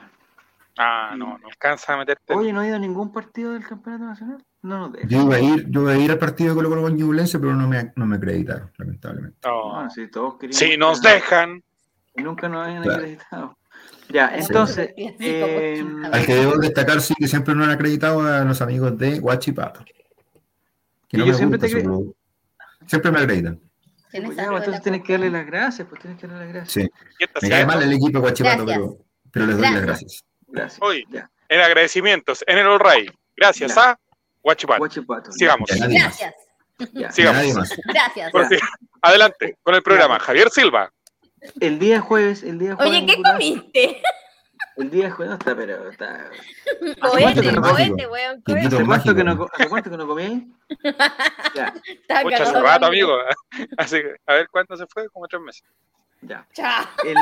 Ah, no, no alcanza a meterte. Oye, no ha ido a ningún partido del Campeonato Nacional. No nos deja. Yo iba a ir, yo iba a ir al partido de Colo Colo con Ñublense, pero no me, no me acreditaron, lamentablemente. No. No, si todos queríamos Si nos ganar. dejan, Nunca nos habían Claro. acreditado. Ya, (laughs) entonces. Clásico, eh, cochino. Al que debo destacar, sí, que siempre no han acreditado a los amigos de Huachipato. Que no Ellos me siempre gusta te su club. Siempre me acreditan. sí, ¿Quién pues, es amigo ya, de la entonces tienes Copa? que darle las gracias, pues tienes que darle las gracias. Sí. ¿qué está Me cae mal haciendo? el equipo de Huachipato, Gracias. pero, pero les doy las gracias. Gracias. Oye. Ya. En agradecimientos, en el All Right. Gracias Ya. a Guachipato. Guachipato. Sigamos. Ya nadie más. Gracias, Ya. Sí. sigamos. Ya nadie más. gracias. Por fin. Adelante con el programa. Javier Silva. El día jueves, el día jueves. Oye, ¿qué Nicolás, comiste? (laughs) El día jueves, no está, pero está. cuánto que Cohete, no cohete, mágico? weón, Chiquito cohete. ¿Hace cuánto, mágico. que no, co- hace cuánto que (laughs) no comí? Ya, Está Mucho hace cagado, rato, amigo. (laughs) Así que, a ver cuánto se fue, como tres meses. ya. Chao. El,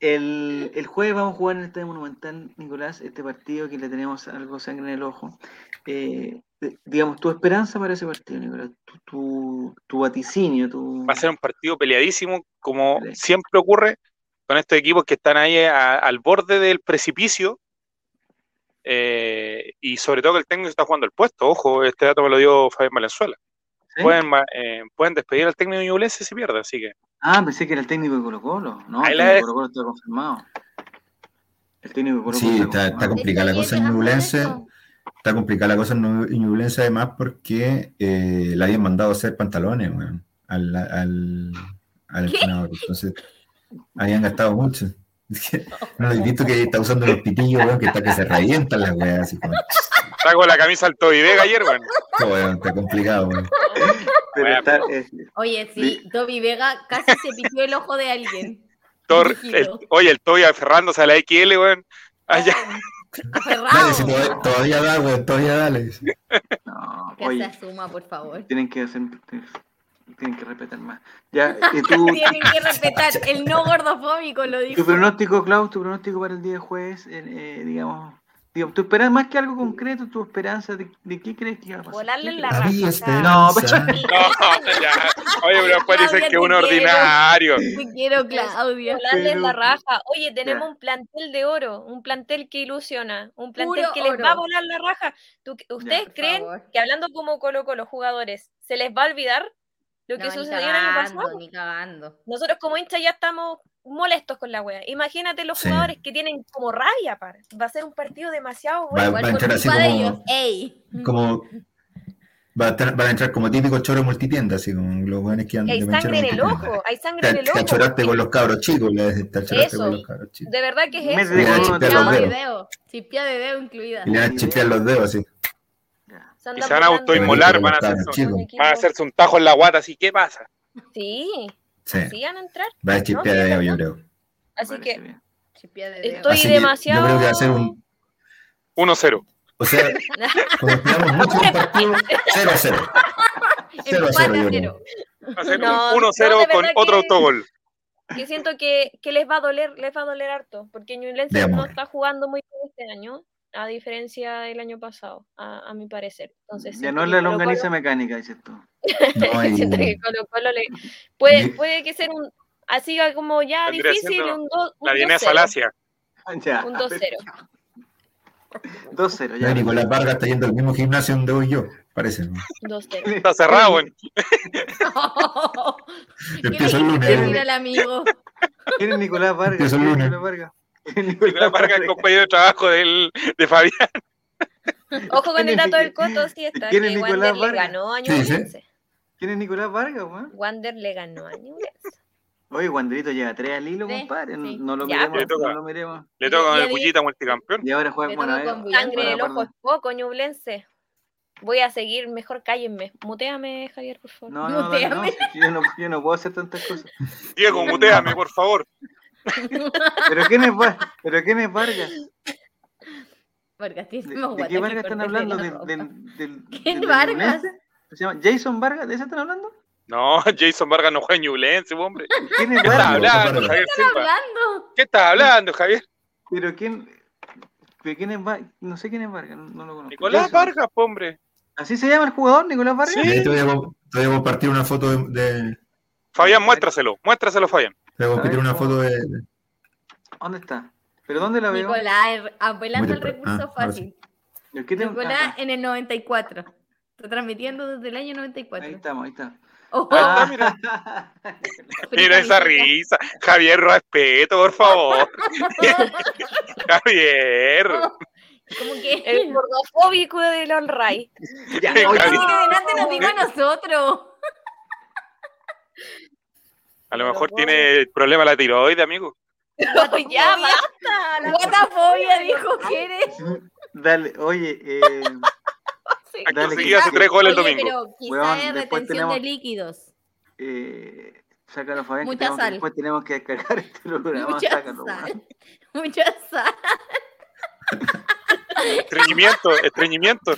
el, el jueves vamos a jugar en el Estadio Monumental, Nicolás, este partido que le tenemos algo sangre en el ojo. Eh, de- digamos, tu esperanza para ese partido, Nicolás, tu, tu, tu vaticinio, tu... Va a ser un partido peleadísimo, como Sí. siempre ocurre con estos equipos que están ahí a- al borde del precipicio. Eh, y sobre todo que el técnico está jugando el puesto. Ojo, este dato me lo dio Fabián Valenzuela. ¿sí? Pueden, ma- eh, pueden despedir al técnico de Ñublense si se pierde, así que Ah, pensé que era el técnico de Colo Colo. No, Ahí el la técnico de es. Colo Colo está confirmado. El técnico de Colo Colo Sí, está, está confirmado. complicada la cosa en Oye, Ñublense. ¿hacen eso? Está complicada la cosa en Ñu- en Ñublense, además, porque eh, le habían mandado a hacer pantalones, weón, al, al, al ¿Qué? entrenador. Entonces, habían gastado mucho. No lo he visto que está usando los pitillos, weón, que está que se revientan las weas. Así como, traigo la camisa al Toby Vega ayer, bueno. weón, está complicado, weón. Pero Bueno, está- es- Oye, sí, Toby Vega casi se pitió el ojo de alguien. Tor- el- Rígido. oye, el Toby aferrándose a la XL, weón. Ah, Allá, (laughs) Dale, si Aferrado. todavía, todavía da, weón, todavía dale. no, Que se oye, asuma, por favor. tienen que hacer... Tienen que respetar más. (laughs) Ya, eh, tú, Tienen (laughs) que respetar el no gordofóbico, lo Tu dijo. pronóstico, Klaus, tu pronóstico para el día de jueves, en, eh, digamos, digo, tu esperanza, más que algo concreto, tu esperanza de, de qué crees que va a pasar. Volarle en ¿Qué la crees? raja. Había o sea, esperanza. (laughs) no, ya. Oye, pero después Claudia, dicen que te uno quiero. ordinario. Te quiero, Claudia. Volarle en la Pero- raja. Oye, tenemos Ya. un plantel de oro, un plantel que ilusiona, un plantel Puro que les va a oro. volar la raja. ¿Tú- ¿Ustedes Por creen favor. que hablando como Colo Colo, jugadores, se les va a olvidar lo que No, ni sucedió el año cagando, pasado? ni cagando. Nosotros como hinchas ya estamos molestos con la wea. Imagínate los Sí. jugadores que tienen como rabia, par. Va a ser un partido demasiado Va- bueno. va Igual a por entrar así culpa de como- ellos. ¡Ey! (laughs) Como, va a, estar- van a entrar como típico choro multitienda, así como los weones que andan Hay de sangre en el manchero ojo, hay sangre en multitienda. el Te, te achoraste ojo. con los cabros chicos, le- te achoraste Eso. con los cabros chicos. De verdad que es Me eso. dejó Ya, uno chiste, atrás. Chipeado de dedos. dedo. Chipeado de dedo incluida. Y le van a chipear los dedos así. Ya. Se Y andan se van a burlando de autoinmolar, Con van a los hacer cabros su- chicos. un van a equipo. hacerse un tajo en la guata, así ¿qué pasa? Sí, Sí, sí van a entrar. va a No, chipear sí, de es dedo, yo verdad. creo. Así Parece que bien. Chipeado de dedo. estoy Así que demasiado. Yo creo que va a ser un. 1-0. (laughs) O sea, como esperamos mucho un partido 0-0. 0 a 0, Empate a yo cero. creo. Va a ser No, un 1-0 no, de con verdad otro que- autogol. que siento que, que les va a doler, les va a doler harto, porque De Ñublense no amor. está jugando muy bien este año, a diferencia del año pasado, a, a mi parecer. Entonces, Ya no siento es que la Colo longaniza Colo- mecánica, dices tú. (laughs) No, y- siento que Colo Colo le puede, Yo- puede que ser un así como ya Vendría difícil siendo un 2 La Guinea Salacia. Ya, (laughs) un a ver, 2-0. 2-0, No, ya. y Nicolás Vargas está yendo al mismo gimnasio donde voy yo, parece. ¿no? (laughs) 2-0. Está cerrado, weón. ¿Qué le Empiezo quisiste el lunes. decir al amigo? ¿Quién es Nicolás Vargas? Empiezo el ¿Quién es lunes. Nicolás Vargas? ¿Quién es (laughs) Nicolás Vargas, el compañero de trabajo del, de Fabián. Ojo con el dato del Coto, sí ¿De está, que quién es Nicolás Wander le Vargas? ganó a Sí, sí. Ñublense. ¿Quién es Nicolás Vargas, weón? Wander le ganó a Ñublense. Oye, Wanderito lleva tres al hilo, Sí, compadre. sí. No lo Ya, miremos. pues. No lo miremos. Le toca con Ya el vi. Bullita multicampeón. Y ahora juega Le bueno, toca a con ver, Sangre Bueno, del ojo es perdón. poco, ñublense. Voy a seguir, mejor cállenme. Muteame, Javier, por favor. No, no, dale, no, Muteame. si (laughs) yo no. Yo no puedo hacer tantas cosas. Diego, muteame, por favor. ¿Pero quién es, Var- ¿pero quién es Vargas? Vargas tiene ¿De, más de guata qué que Vargas están corte hablando? la ¿Del, ropa. del, (laughs) del, ¿Qué del Vargas? Ñublense? ¿Se llama Jason Vargas? ¿De ese están hablando? No, (laughs) Jason Vargas no juega en Ñublense, hombre. ¿Quién es ¿Qué estás Vargas, Vargas? hablando, Vargas. Javier Silva? hablando? ¿Qué estás hablando, Javier? ¿Pero quién? ¿Pero quién es Vargas? No sé quién es Vargas, no, no lo conozco. Nicolás Jason. Vargas, po, hombre. ¿Así se llama el jugador, Nicolás Vargas? Sí. Ahí te voy a, co- te voy a compartir una foto de. de- Fabián, muéstraselo. Muéstraselo, Fabián. te voy a ver, compartir una ¿cómo? foto de. ¿Dónde está? ¿Pero dónde la veo? Nicolás, er- apelando Muy al temprano. recurso Ah, ahora sí. fácil. ¿Y qué tengo? Nicolás Ah, en el 94. Está transmitiendo desde el año ahí 94. estamos, ahí Ah, está. Ojo, Ah, Mira frita (laughs) esa billete. risa. Javier, respeto, por favor. (laughs) Javier. Oh. Como que El gordofóbico del Onray. (laughs) (laughs) Ya, Venga, oye, Así Javier. que delante nos dijo a (laughs) nosotros. A lo mejor tiene problema la tiroide, amigo. ya, basta. la- Guatafobia, dijo Jerez. dale, oye, eh, Dale, Acto que- seguido hace tres goles el Oye, domingo. Pero quizá Weón, es después retención tenemos- de líquidos. eh, sácalo, Fabián. que Mucha tenemos que- sal. después tenemos que descargar (laughs) este programa. Mucha sácalo, weón. sal. (laughs) Mucha sal. Estreñimiento, estreñimiento.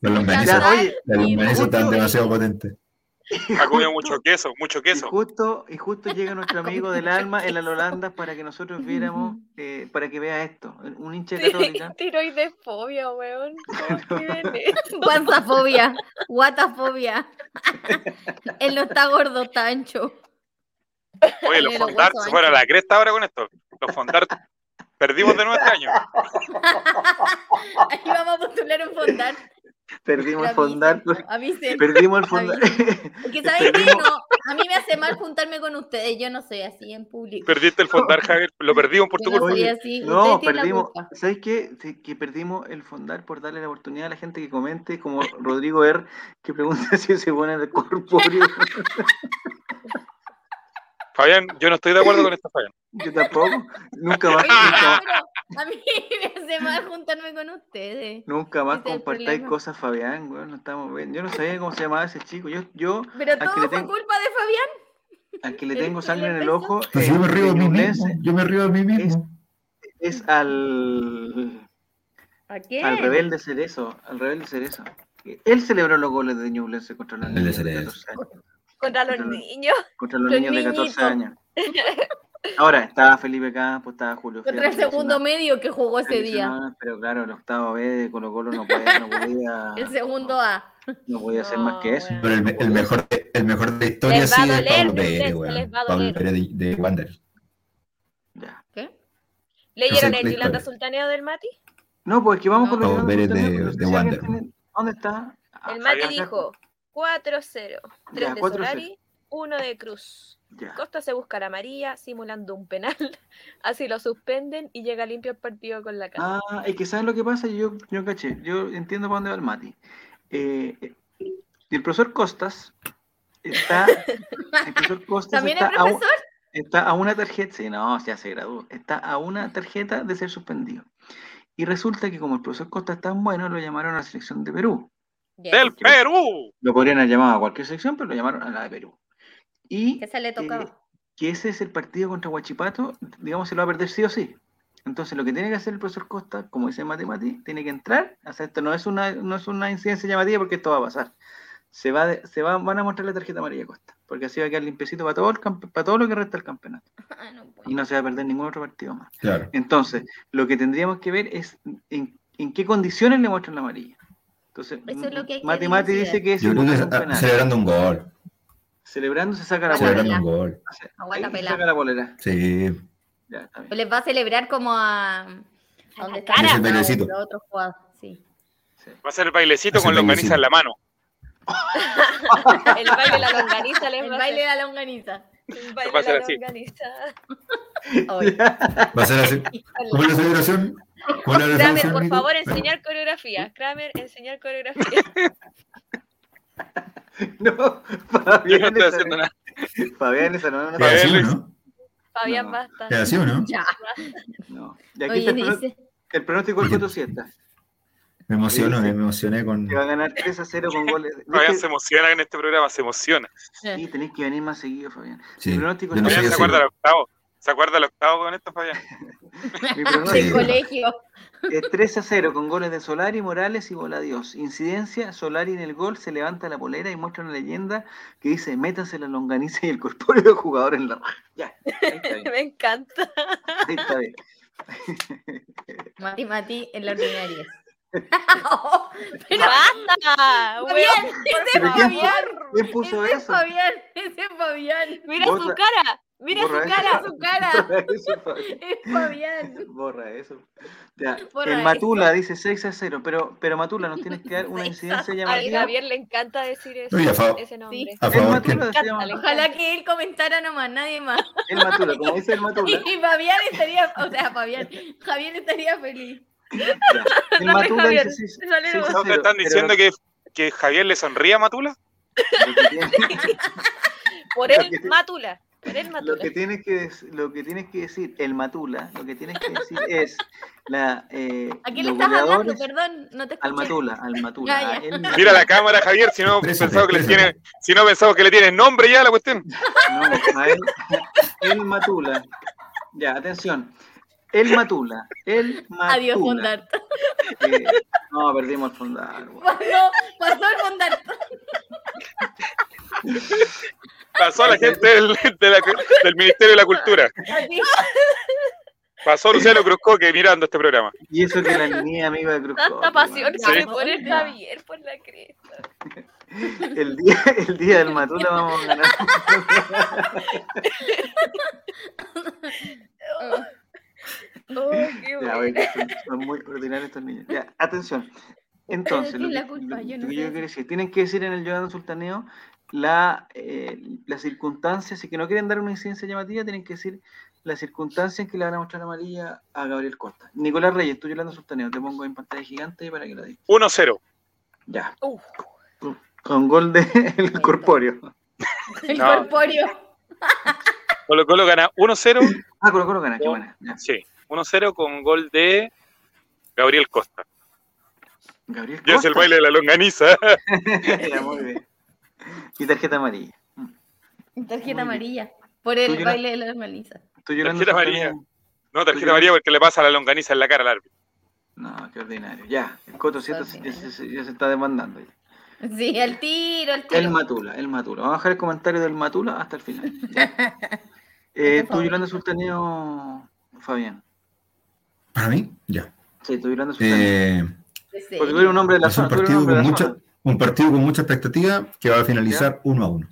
Las Ya, longanizas oye, las longanizas están justo- demasiado potentes. Ha (laughs) comido mucho queso, mucho Y queso. justo, y justo llega (laughs) nuestro amigo del alma, el Alolanda, para que nosotros viéramos, eh, para que vea esto. Un hincha (laughs) católica. (laughs) Tiroidefobia, weón. (laughs) ¿Cómo escriben eso? Guantafobia. Guatafobia. (laughs) Él no está gordo, está ancho. Oye, los Oye, los Fondart huesos se fueron a la cresta ahora con esto. Los Fondart perdimos de nuevo este año. Ahí vamos a postular un fondar. (laughs) Perdimos el Avisen, fondar. (laughs) avisen. Perdimos el fondar. (laughs) Porque saben que no, a mí me hace mal juntarme con ustedes. Yo no soy así en público. Perdiste el Fondart, Javier. Lo perdimos por Yo tu no culpa. soy Oye, así. No, Ustedes tienen la perdimos. culpa. ¿Sabes qué? Sí, Que perdimos el fondar por darle la oportunidad a la gente que comente, como Rodrigo R, que pregunta (laughs) si se pone (laughs) el corpóreo. Fabián, yo no estoy de acuerdo con esto, Fabián. Yo tampoco. Nunca más, (laughs) Oye, no, nunca, pero a mí (laughs) me hace mal juntarme con ustedes. nunca Ese más Este es el compartáis problema. cosas, Fabián, weón, no estamos bien. Yo no sabía cómo se llamaba ese chico. Yo, yo Pero que todo le fue tengo- culpa de Fabián. al que le ¿El tengo que sangre le en el empezó? ojo eh, Entonces yo me río de mí mismo. ñublense, Yo me río de mí mismo. es al, ¿A qué? al rebelde cerezo, al rebelde cerezo. Él celebró los goles de Ñublense contra los El de niños de Cerezo. 14 años. Contra los Contra los- niños. contra los Los niños de 14 niñitos. años. (laughs) Ahora estaba Felipe Campos, estaba Julio. Contra el Fierro, segundo lesionado, medio que jugó ese día. lesionado, Pero claro, el octavo B de Colo Colo no podía, no podía, (laughs) El segundo A. no podía hacer más que eso. No, Pero el, el mejor, de- el mejor de la historia Les va a sí es doler, Pablo Ñublense, Pérez, les weón. va a Pablo doler. Pérez de, de Wander. Ya. ¿Qué? ¿Leyeron Esa es el la Yolanda historia. Sultaneo del Mati? No, pues que vamos No. con los Pablo Leones Pérez del de- Torneo, pero de si alguien Wander. tiene- ¿Dónde está? Ah, El Mati acá. dijo 4-0. 3 Ya, de 4-0. Solari, 1 de Cruz. Ya. Costa se busca la amarilla simulando un penal. (laughs) Así lo suspenden y llega limpio el partido con la cara. Ah, es que ¿sabes lo que pasa? Yo, yo caché, yo entiendo para dónde va el Mati. Eh, eh, el profesor Costas (laughs) está, el profesor Costas ¿También está el a un- profesor? Está a una tarjeta, sí, no, ya se graduó. Está a una tarjeta de ser suspendido. Y resulta que como el profesor Costa es tan bueno, lo llamaron a la selección de Perú. Yes. ¡Del Perú! Lo podrían haber llamado a cualquier selección, pero lo llamaron a la de Perú. Y ¿Qué se le eh, tocaba? que ese es el partido contra Huachipato, digamos, se lo va a perder sí o sí. Entonces, lo que tiene que hacer el profesor Costa, como dice Matemati, tiene que entrar. O sea, esto no es una, no es una incidencia llamativa porque esto va a pasar. Se va, de- se va, van a mostrar la tarjeta amarilla a Costa, porque así va a quedar limpiecito para todo, el campe- para todo lo que resta del campeonato Ah, no puedo. (laughs) y no se va a perder ningún otro partido más. Claro. Entonces, lo que tendríamos que ver es en, en qué condiciones le muestran la amarilla. Entonces, Eso es lo que hay que Mati Mati dilucidar. dice que es Yo creo que simulación es- ah, penal. celebrando un gol. Celebrando se saca la Aguanta polera. Celebrando un gol. Aguanta Ahí se pelá. saca la polera. Sí. Ya, está bien. Les va a celebrar como a. a donde está cara. el Ese bailecito. otro jugador. Sí. Sí. Va a ser el bailecito Hace con el la organiza en la mano. El baile de la longaniza les El va a baile hacer. de la longaniza. El va a baile ser de la así. (laughs) longaniza. Hoy. Va a ser así. ¿Cómo es la celebración? ¿Cómo (laughs) es la Kramer, celebración, por Nico? favor, enseñar coreografía. Kramer, enseñar (laughs) coreografía. No, Yo no Fabián, estoy esa, (laughs) haciendo nada. Fabián, esa no es una Pero Fabián, sí, Luis. ¿no? Fabián No. basta. ¿Es así o no? Ya. No. Y aquí Oye, está el, pronó- dice, el pronóstico del Fotosiesta. Me emociono, me emocioné con. Que va a ganar 3 a 0 con goles. Fabián Viste, se emociona en este programa, se emociona. Sí, tenés que venir más (laughs) seguido, Fabián. Sí. El pronóstico Yo no está- sé qué Fabián hacer. se acuerda del octavo. ¿Se acuerda del octavo con esto, Fabián? del Mi pronóstico colegio. es 3 a 0 con goles de Solari, Morales y Voladios. Incidencia, Solari en el gol se levanta la polera y muestra una leyenda que dice métanse la longaniza y el corpóreo del jugador en la raja". Ya, ahí está bien, (laughs) Me encanta. ahí está bien. Mati Mati en la ordinaria. (laughs) (laughs) Fabián, ¡Basta! weón, ese Pero por ¿quién favor. pu- Fabián, ¿Quién puso ese eso? Fabián, ese Fabián, Mira su Borra- cara. Mira su borra eso. cara. su cara, Borra (laughs) eso, Fabián. es (laughs) Fabián. Borra eso. Ya, (laughs) Borra el Matula dice 6 a 0, pero, pero Matula nos tienes que dar (laughs) una Seis a incidencia cero. A llamativa. Javier le encanta decir eso, Oye, a favor. ese (laughs) nombre. Sí. A El favor, que Matula, se Cántale. llama- Ojalá que él comentara nomás, nadie más. (laughs) el Matula, como dice (laughs) el Matula. Y Fabián estaría, o sea, Fabián, Javier estaría feliz. Ya. El No, Matula Javier, dice 6 te sale ¿No te están diciendo que, que Javier le sonríe a Matula? Por Lo el que- Matula. Por el Lo (laughs) Matula. (laughs) que, tienes que, des- lo que tienes que decir, el Matula, lo que tienes que decir es la, eh, ¿A quién le los estás hablando? goleadores Perdón, no te escuché. al Matula, al Matula. Ah, a ya. él- Mira la cámara, Javier, si no Exprésate, pensaba que le exprésate. tiene, si no pensaba que le tienes nombre ya a la cuestión. No, a él, el Matula. Ya, atención. El Matula. El Matula. Adiós, Fondart. Eh, no, perdimos el fondar. (laughs) güey. Pasó, pasó el Fondart. Pasó a la gente del, de la- del Ministerio de la Cultura. (laughs) Así. Pasó Luciano Cruzcoque mirando este programa. Y eso que la línea amiga de Cruz. Tanta Cote, güey. pasión que Sí. le pone el Javier por la cresta. El día, el (laughs) día del Matula vamos a ganar. Oh, oh, qué (laughs) Ya, bueno. oye, que son, son muy ordinarios estos niños. Ya, atención. Entonces, tiene lo que, la culpa, lo- yo lo no que sé quiero decir, tienen que decir en el Llorando Sultaneo la, eh, las circunstancias, si que no quieren dar una incidencia llamativa, tienen que decir las circunstancias en que le van a mostrar amarilla a Gabriel Costa. Nicolás Reyes, tú Llorando Sultaneo, te pongo en pantalla gigante para que la digas. 1-0. Ya. Uh. Uf. Con gol de (laughs) el corpóreo. El No. corpóreo. Colo Colo gana 1-0. Ah, Colo Colo gana, qué buena. Ya. Sí, 1-0 con gol de Gabriel Costa. Gabriel Costa. Ya es el baile de la longaniza. (laughs) Ya, muy bien. Y tarjeta amarilla. Tarjeta bien. amarilla. Por Tú el lloras- baile de la normaliza. Tú Llorando Tarjeta amarilla. Sultaneo. No, tarjeta amarilla porque le pasa la longaniza en la cara al árbitro. (laughs) No, qué ordinario. Ya, el Coto Z se- ya, Ordinario. se- ya se está demandando. ya. Sí, al tiro, al tiro. El Matula, el Matula. Vamos a dejar el comentario del Matula hasta (laughs) el final. Ya. Eh, Por tú, Este favor. Yolanda Sultaneo, Fabián. ¿Para mí? Ya. Sí, tú, Yolanda Sultaneo. Eh, Sí. Porque tú eres un hombre de la es un zona. Tú eres un Pues partido, hombre de con la mucha, zona. un partido con mucha expectativa que va a finalizar uno a uno.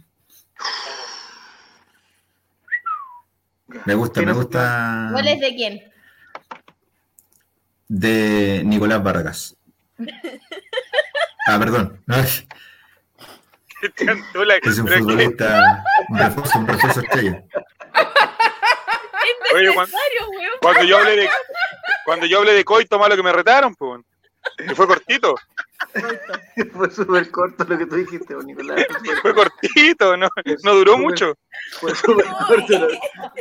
Ya. Me gusta, ¿Quién me es- gusta. ¿Goles de (laughs) quién? de Nicolás Vargas. Ah, perdón. (laughs) No, es Cristian Tula, es un pero es que- futbolista, un refuerzo, un refuerzo estrella. oye, ¿En Juan, serio, weón? Cuando yo hablé de cuando yo hablé de coito malo que me retaron, pues. Que fue cortito, (laughs) Fue súper corto lo que tú dijiste, don Nicolás. fue cortito, no, no duró mucho. Fue súper corto, lo-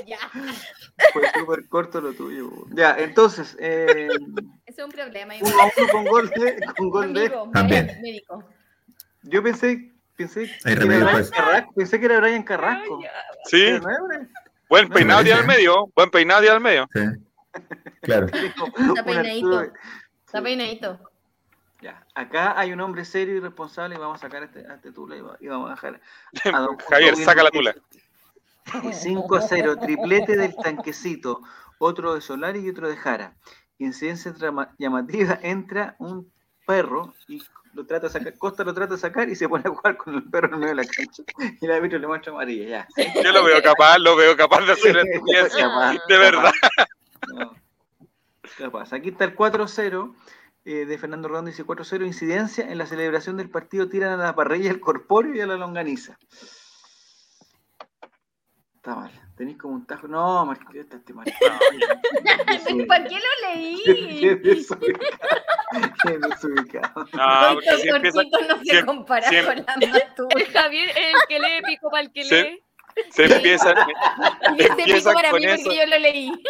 Ya. fue súper corto lo tuyo. pues. Ya, entonces, eh, Es un problema. uno igual. a uno con gol de- Con gol de Amigo, También. vaya al médico. yo pensé, pensé, que Hay era remedio, Brian pues. Carrasco, pensé que era Brian Carrasco. Ay, ya. Sí, Pero no es Brian buen peinado tiene al medio, buen peinado tiene al medio. Sí. Claro. Una peinadito. tortuga. Está peinadito. (laughs) Ya, Acá hay un hombre serio y responsable y vamos a sacar a este, a este tula y, va- y vamos a dejar (laughs) a don Justo Javier, bien saca la contento. tula. 5 a 0, triplete del tanquecito, otro de Solari y otro de Jara. Incidencia trama- llamativa, entra un perro y lo trata de sacar, Costa lo trata de sacar y se pone a jugar con el perro en medio de la cancha. Y el árbitro le muestra amarilla, ya. Yo lo veo capaz, lo veo capaz de hacer (laughs) estupideces. Capaz, de verdad. No. ¿Qué pasa? Aquí está el 4-0 eh, de Fernando Redondo, dice 4-0, incidencia, en la celebración del partido tiran a la parrilla el corpóreo y a la longaniza. Está mal, tenéis como un tajo. No, Marqués, está este Marqués. Pero ¿Para qué lo Qué leí? desubicado. Qué desubicado. No, Ah, porque Coito si empieza, cortito no si se em- compara si em- (laughs) con la matula. El Javier es el que lee, pico para el que Sí. lee. Se empiezan, Ese pico Empiezan para con mí eso. porque yo lo leí. (laughs)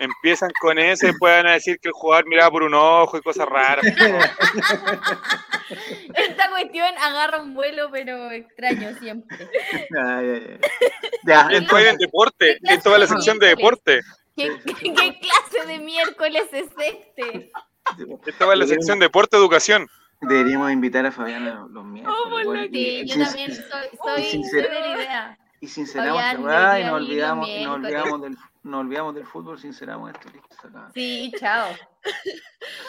empiezan con ese, puedan decir que el jugador miraba por un ojo y cosas raras. Esta cuestión agarra un vuelo, pero extraño siempre. Ay, ay, ay. Ya, Esto es en entonces, deporte, esto va a la sección de deporte. ¿Qué, qué- qué clase de miércoles es este? Esto va a la sección de deporte educación. deberíamos invitar a Fabiana los- los miércoles. por bueno, la y- Sí, y yo sin- también soy, soy, soy Sincero. de la idea. Y sinceramos esta Fabián, weá, y debería nos ir los olvidamos, y nos miércoles. olvidamos del, nos olvidamos del fútbol, sinceramos esto. listo, se acaba. Sí, chao.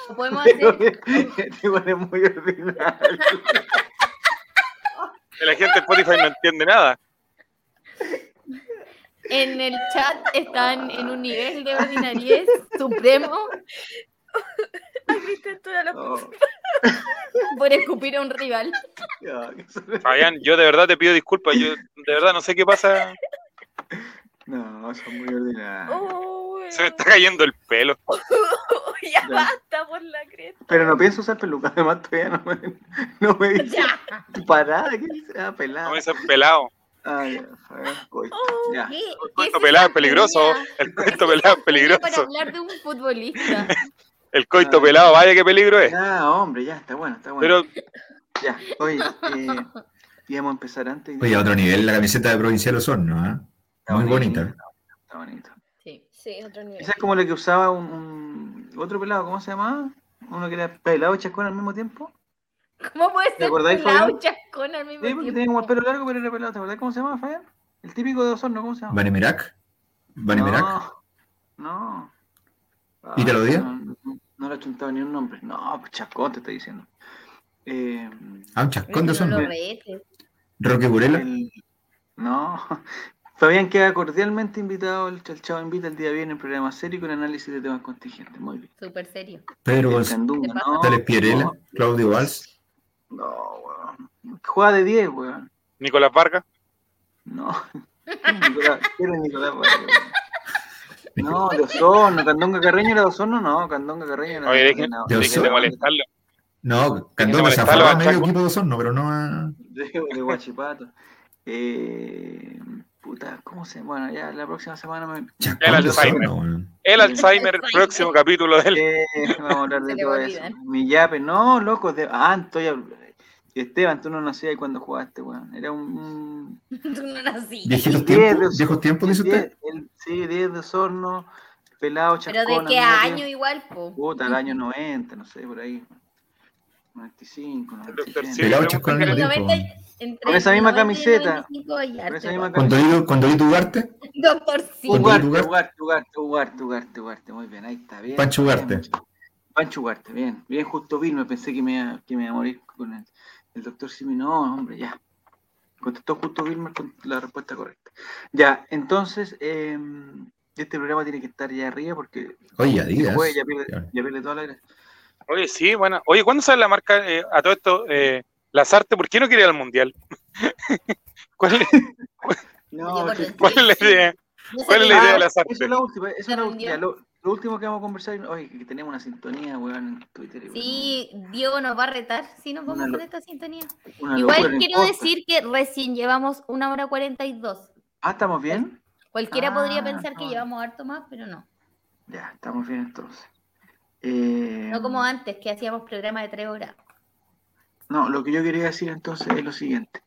Lo podemos Creo hacer. que- (laughs) Este weón es muy ordinario. (laughs) La gente de Spotify no entiende nada. En el chat están en un nivel de ordinariez supremo Viste, esto ya lo- Oh, por escupir a un rival. ya, que se- Fabián, yo de verdad te pido disculpas. Yo de verdad no sé qué pasa. No, son muy Uh. ordinarios. Oh, Se me weón. está cayendo el pelo. (laughs) ya Ya. basta por la cresta. Pero no pienso usar peluca, además todavía no me, no (laughs) me dice Ya. (laughs) parada, que dice, ah, pelada. No me dicen pelado. Ah, ya, Fabián, coito, Oh, ya. ¿Qué- El qué coito se pelado sentiría- es peligroso. El coito pelado Para es peligroso. hablar de un futbolista. El coito pelado, vaya qué peligro es. Ya, hombre, ya, está bueno, está Ah, bueno. Eh. Pero Ya, oye, eh, íbamos a empezar antes. y- Oye, a otro nivel, la camiseta de Provincial Osorno, ¿ah? Está Muy bonito, bonita. Está bonito. Sí. Sí, otro nivel. Esa es como la que usaba un, un- otro pelado, ¿cómo se llamaba? Uno que era pelado y chascón al mismo tiempo. ¿Cómo puede ser acordáis, pelado Fabián? chascón al mismo Sí, tiempo? porque tenía como el pelo largo, pero era pelado. ¿Te acordás cómo se llamaba, Fabián? El típico de Osorno, ¿cómo se llama? ¿Vanemerac? ¿Vanemerac? No. no. ¿Y te lo Ah, dio? No, no- no le he chuntado ni un nombre. No, pues chascón te estoy diciendo. Eh, Ah, un chascón de No lo Osorno. retes. Roque Burela. el- No. (laughs) Fabián queda cordialmente invitado, el el Chavo Invita el día viernes en programa serio con análisis de temas contingentes. Muy bien. Súper serio. (laughs) Pedro El González Candunga, pasa? no, Piarela. no, Claudio Valls. No, weón. Juega de 10, weón. Nicolás Vargas, No. Nicolás, ¿quién es Nicolás Vargas, weón? No, de Osorno, Candonga Carreño era de Osorno, no, Candonga Carreño era Oye, de dejen- no. dejen dejen de molestarlo. No, Candón molestar se a afuera los medio chascos. equipo de Osorno, pero no a... De, de Guachipato. Eh, puta, ¿cómo se Bueno, ya la próxima semana me. Chascón El de Alzheimer. Osorno, weón. El Alzheimer, próximo capítulo del Eh, vamos a hablar Se de le todo va a eso. olvidar. Mi yape, no, loco. De... Ah, estoy. hab- Esteban, tú no nacías cuando jugaste, weón. Era un- un Tú no nací. Viejitos El diez de tiempos, Osorno. viejos tiempos, dice usted. Diez- el- sí, 10 de Osorno, pelado, chascón. Pero de qué amigo, año diez- igual, po. Puta, el año 90, no sé, por ahí. 95, doctor 96. Simi. Pelado pero- chascón al Pero mismo 90 tiempo. entre Con esa misma 90 y camiseta. 95 y Con esa arte, misma po. Cuando ido, cuando ido Ugarte, (laughs) Doctor sí. Con- Ugarte, Ugarte. Ugarte, Ugarte, Ugarte, Ugarte, Ugarte, muy bien, ahí está, bien. Pancho Ugarte. Bien, Pancho Ugarte, bien, bien, justo Vilma, pensé que me iba, que me iba a morir con el, el doctor Simi, no, hombre, ya. Contestó justo Vilma con la respuesta correcta. Ya, entonces, eh, este programa tiene que estar ya arriba porque Oye, si Adidas. juega ya pierde, ya pierde toda la gracia. Oye, sí, bueno. Oye, ¿cuándo sale la marca eh, a todo esto? Eh, Lazarte, ¿por qué no quiere ir al mundial? (laughs) ¿Cuál, es- No, Oye, sí, por cuál es la idea? No sé ¿Cuál es qué la idea más. de Lazarte? Eso es la última, eso es Se la rindió. última. Lo, lo último que vamos a conversar, oye, que tenemos una sintonía, weón, en Twitter. weón, Sí, Diego nos va a retar si nos vamos Una con lo- esta sintonía. una locura, Igual no quiero importa. decir que recién llevamos una hora 42. Ah, ¿estamos bien? Cualquiera podría Ah, pensar que no. llevamos harto más, pero no. Ya, estamos bien entonces. Eh, No como antes, que hacíamos programas de tres horas. no, lo que yo quería decir entonces es lo siguiente.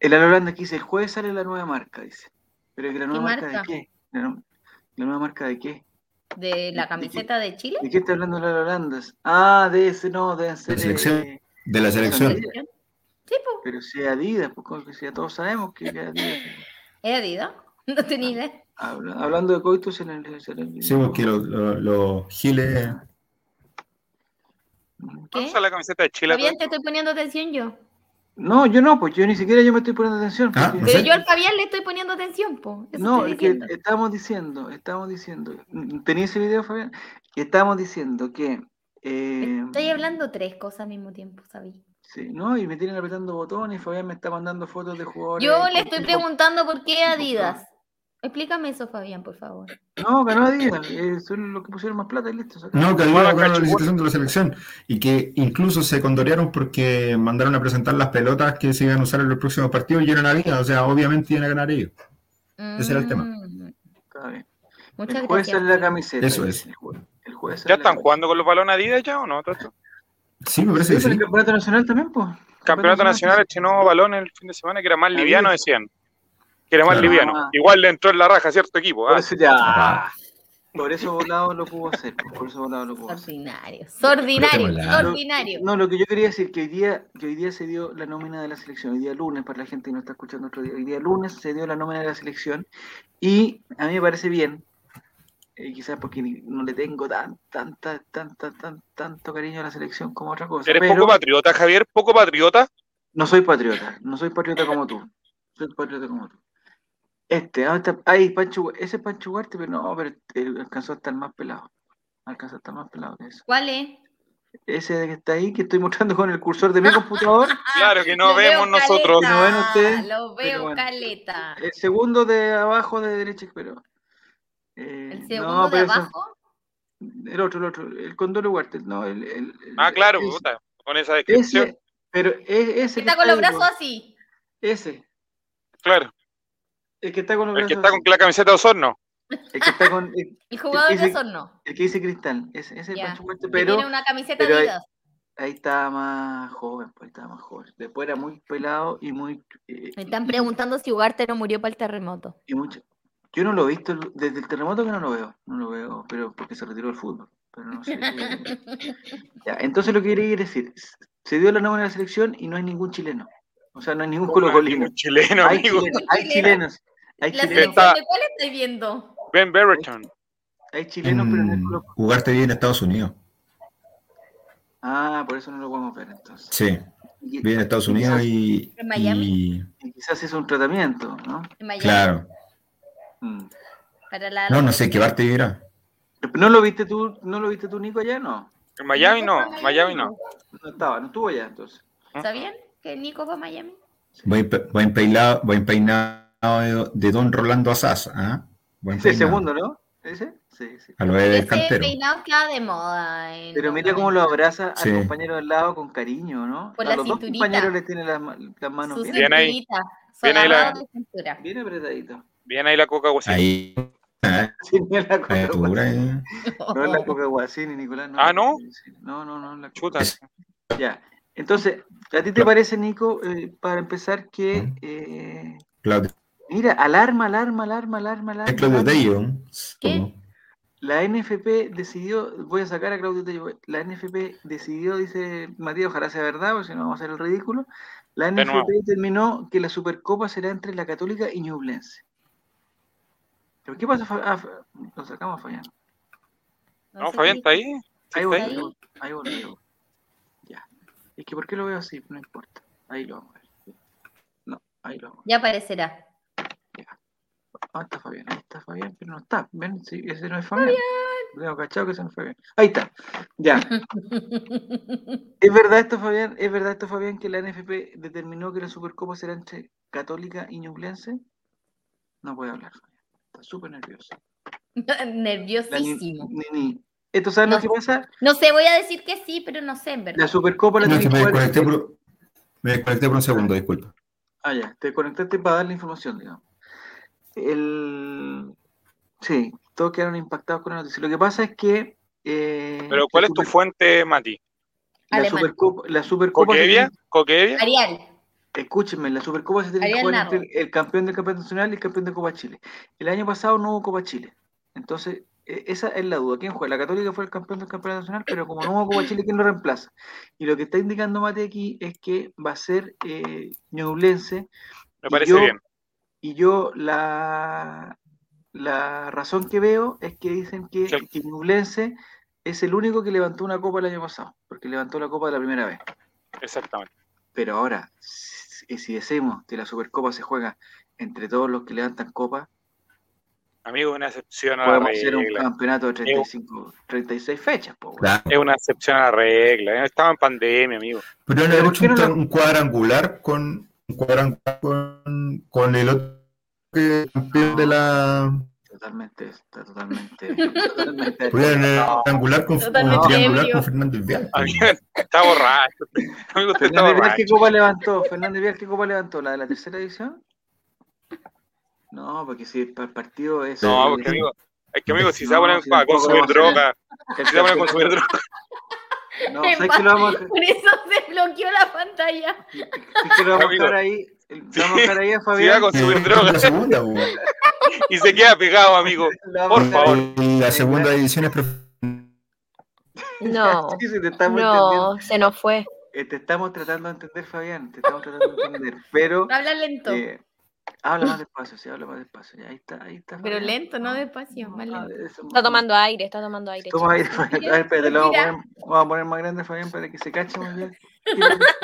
El Aloranda aquí dice, el jueves sale la nueva marca, dice. Pero es que la nueva marca, marca? de qué? La, nu- la nueva marca de qué? De ¿De la qué? camiseta de Chile. ¿De qué está hablando la Aloranda? Ah, de ese, no, de La selección. eh, De la selección. Sí. Sí, po. pero si Adidas, pues, porque si ya todos sabemos que es Adidas. Es Adidas. (laughs) No tenía idea. Habla- hablando de coito, se le, se le Sí, porque los lo, lo- los giles. ¿Cuándo ¿Qué? sale la camiseta de Chile? a todo Fabián, te esto? estoy poniendo atención yo. No, yo no, pues yo ni siquiera yo me estoy poniendo atención. Ah, porque- No sé. Pero yo al Fabián le estoy poniendo atención, po. Eso No, estoy es que eh, diciendo. estamos diciendo, estamos diciendo, tenía ese video, Fabián, estamos diciendo que... eh, Estoy hablando tres cosas al mismo tiempo, sabí. sí, no, y me tienen apretando botones, Fabián me está mandando fotos de jugadores. Yo con- le estoy con- preguntando por qué con- Adidas. Explícame eso, Fabián, por favor. No, ganó a Díaz. eh, son los que pusieron más plata y listo. se acabó. No, que Bueno, ayudaron con la cacho, licitación de la selección y que incluso se condorearon porque mandaron a presentar las pelotas que se iban a usar en los próximos partidos y eran habidas, o sea, obviamente iban a ganar ellos. Ese era el tema. Mm, Está bien. Muchas El juez gracias. en la camiseta. Eso es. El juez- el juez sale ¿Ya en la están jugando con los balones Adidas ya o no? todo esto? Sí, me parece Sí, que pero sí. el campeonato nacional también, pues. Campeonato Nacional estrenó balones el fin de semana que era más Adidas. liviano, decían. Que era más Claro. liviano. Igual le entró en la raja a cierto equipo. Por ah. eso ya. Por eso volado lo pudo hacer. pues, Por eso volado lo pudo hacer. Ordinario, ordinario, Espectacular. ordinario. No, lo que yo quería decir que hoy día, que hoy día se dio la nómina de la selección, hoy día lunes, para la gente que no está escuchando otro día, hoy día lunes se dio la nómina de la selección y a mí me parece bien, eh, quizás porque ni- no le tengo tan, tan, tan, tan, tan, tan- tanto cariño a la selección como a otra cosa. Eres pero- poco patriota, Javier, poco patriota. No soy patriota, no soy patriota como tú. Soy patriota como tú. Este, ahí está, ahí, Pancho, Gu- ese es Pancho Huarte, pero no, pero eh, alcanzó a estar más pelado. Alcanzó a estar más pelado que eso. ¿Cuál es? Ese de que está ahí, que estoy mostrando con el cursor de mi computador, Claro que no Lo veo vemos nosotros. caleta, No ven ustedes, Lo pero veo bueno. caleta. el segundo de abajo de derecha, pero. eh, El no, segundo de pero eso- abajo. el otro, el otro, el Condor Huarte, no, el. el- el- Ah, claro, ese, puta, con esa descripción. ese, pero e- ese. que Está con los ahí, po, brazos así. Ese, Claro, el que está con los el que brazos. está con la camiseta de Osorno. así, El que está con. El, El jugador de Ese- Osorno. el que dice cristal, ese, ese es Ya. Pancho Huarte, que pero. Tiene una camiseta pero hay- Adidas. Ahí estaba más joven, pues ahí estaba más joven. Después era muy pelado y muy. eh, Me están preguntando si Ugarte no murió para el terremoto. (laughs) y mucho. Yo no lo he visto el- desde el terremoto que no lo veo. No lo veo, pero porque se retiró del fútbol. Pero (laughs) no sé. Ya, entonces lo que quería decir, s- se dio la nómina de la selección y no hay ningún chileno. O sea, no hay ningún colocolino. Un chileno, Hay, amigo. chilenos, hay chilenos. Hay ¿La chilenos, Está- selección de cuál estoy viendo? Ben Berreton. hay chilenos, pero no hay En colo- jugarte bien en Estados Unidos. Ah, por eso no lo podemos ver entonces. Sí, Y, bien en Estados Unidos y, ¿En Miami? y- y quizás es un tratamiento, ¿no? En Miami. claro. Mm. Para la... No, no sé qué parte era. ¿No lo viste tú, no lo viste tú, Nico, allá? No. En Miami no, Miami no. No estaba, no estuvo allá entonces. ¿Sabían que Nico va a Miami? Voy, empe- voy empeinado, voy empeinado de, de Don Rolando Asaz. ¿ah? Voy Ese empeinado. segundo, ¿no? ¿Ese? Sí, sí. A lo de Ese cantero. peinado queda de moda. en Pero los mira cómo lo 90. abraza Sí. al compañero del lado con cariño, ¿no? Por a la los dos cinturita. compañeros le tiene las, ma- las manos Su bien, Bien ahí. cinturita, su Bien ahí la- agarrado de cintura. bien apretaditos. Bien ahí la coca guasini. Ahí. ¿eh? (laughs) Sí, no es la coca Eh, dura, Guasini. eh. No es la coca guasini, Nicolás. No Ah, es la ¿no? Coca Guasini. No, no, no. es la Coca Chuta. Es- Guasini. Ya. Entonces, ¿a ti te Lo- parece, Nico, eh, para empezar, que. Ujú. eh, Claudio, mira, alarma, alarma, alarma, alarma, alarma. es Claudio alarma. Tello. ¿Qué? La NFP decidió, voy a sacar a Claudio Tello, la NFP decidió, dice Matías, ojalá sea verdad, porque si no vamos a hacer el ridículo, la De nuevo. NFP determinó que la Supercopa será entre la Católica y Ñublense. ¿Pero qué pasa? Fa- ah, Fa- lo sacamos a Fabián. No, sé Fabián si- está ahí. Ahí está volvió, ahí. ahí volvió. Ya. Es que ¿por qué lo veo así? No importa. Ahí lo vamos a ver. No, ahí lo vamos Ya aparecerá. (laughs) a ver. Ah, está Fabián, ahí está Fabián, pero no está. Ven, sí, ese no es Fabián. Tengo cachado que ese no es Fabián. Ahí está. Ya. ¿Es verdad esto, Fabián? ¿Es verdad esto, Fabián, que la NFP determinó que la Supercopa será entre Católica y Ñublense? No puede hablar, Fabián. Está súper nervioso. La ni- Nerviosísimo. ni- ni- ¿Esto sabes lo No. que pasa? No sé, voy a decir que sí, pero no sé, en verdad. La Supercopa la No, es que tiene me que jugar- desconecté por, me desconecté por un segundo, disculpa. Ah, ya, te conectaste para dar la información, digamos. El... Sí, todos quedaron impactados con la noticia. Lo que pasa es que... eh, Pero ¿cuál la es tu Super- fuente, Mati? La Alemán. Supercopa, la Supercopa se ¿Coquevia? ¿Coquevia? Arial, Escúchenme, la Supercopa se tiene que Ariel jugar Narro. entre el campeón del campeonato nacional y el campeón de Copa Chile. El año pasado no hubo Copa Chile. Entonces, e- esa es la duda. ¿Quién juega? La Católica fue el campeón del campeonato nacional, pero como no hubo Copa Chile, ¿quién lo reemplaza? Y lo que está indicando Mate aquí es que va a ser eh, Ñublense. Me Y parece yo- bien. Y yo la, la razón que veo es que dicen que, Sí. que Ñublense es el único que levantó una copa el año pasado, porque levantó la copa de la primera vez. Exactamente. Pero ahora, si, si decimos que la Supercopa se juega entre todos los que levantan copa, Amigo, una excepción a la podemos hacer un Ah, regla. campeonato de 35, 36 fechas. po, weón. Claro. Es una excepción a la regla. Estaba en pandemia, amigo. Pero no Pero hemos hecho quiero un, la- un cuadrangular con un cuadrangular con, con el otro que campeón de la. Totalmente, está (laughs) totalmente. totalmente Pudieron eh, No, triangular con, con Totalmente triangular ebrio. con Fernández Vial. Amigo, está borracho. Amigo, usted está Fernández Vial, borracho. ¿qué copa levantó? Fernández Vial, ¿qué copa levantó? ¿La de la tercera edición? No, porque si el pa- partido es. No, porque amigo, es que amigo, si se No, ponen si a tampoco consumir vamos a hacer- droga, el si se ponen a consumir droga. No, ¿sabes que lo vamos a hacer? Por eso (laughs) se bloqueó la pantalla. ¿Sabes que lo vamos a Amigo. dejar ahí? El- Sí. Vamos a dejar ahí a Si va a Fabián. consumir Eh, droga La segunda, bo. y se queda pegado, amigo. (laughs) lo vamos Por a dejar favor. ahí. Y la segunda edición es prof- No, (laughs) (laughs) Sí, sí, te estamos entendiendo. no, se nos fue. Eh, te estamos tratando de entender, Fabián. Te estamos tratando de (laughs) entender. Pero. Habla lento. eh, habla más despacio, sí, habla más despacio. Ya, ahí está, ahí está. Pero Fabián. lento, no despacio, más Ah, lento. eso- Está tomando aire, está tomando aire. Toma ahí, (laughs) chicos. a ver, espérate, lo vamos a, Mira. poner, vamos a poner más grande, Fabián, para que se cache más bien. ¿Qué es (laughs) lo que está-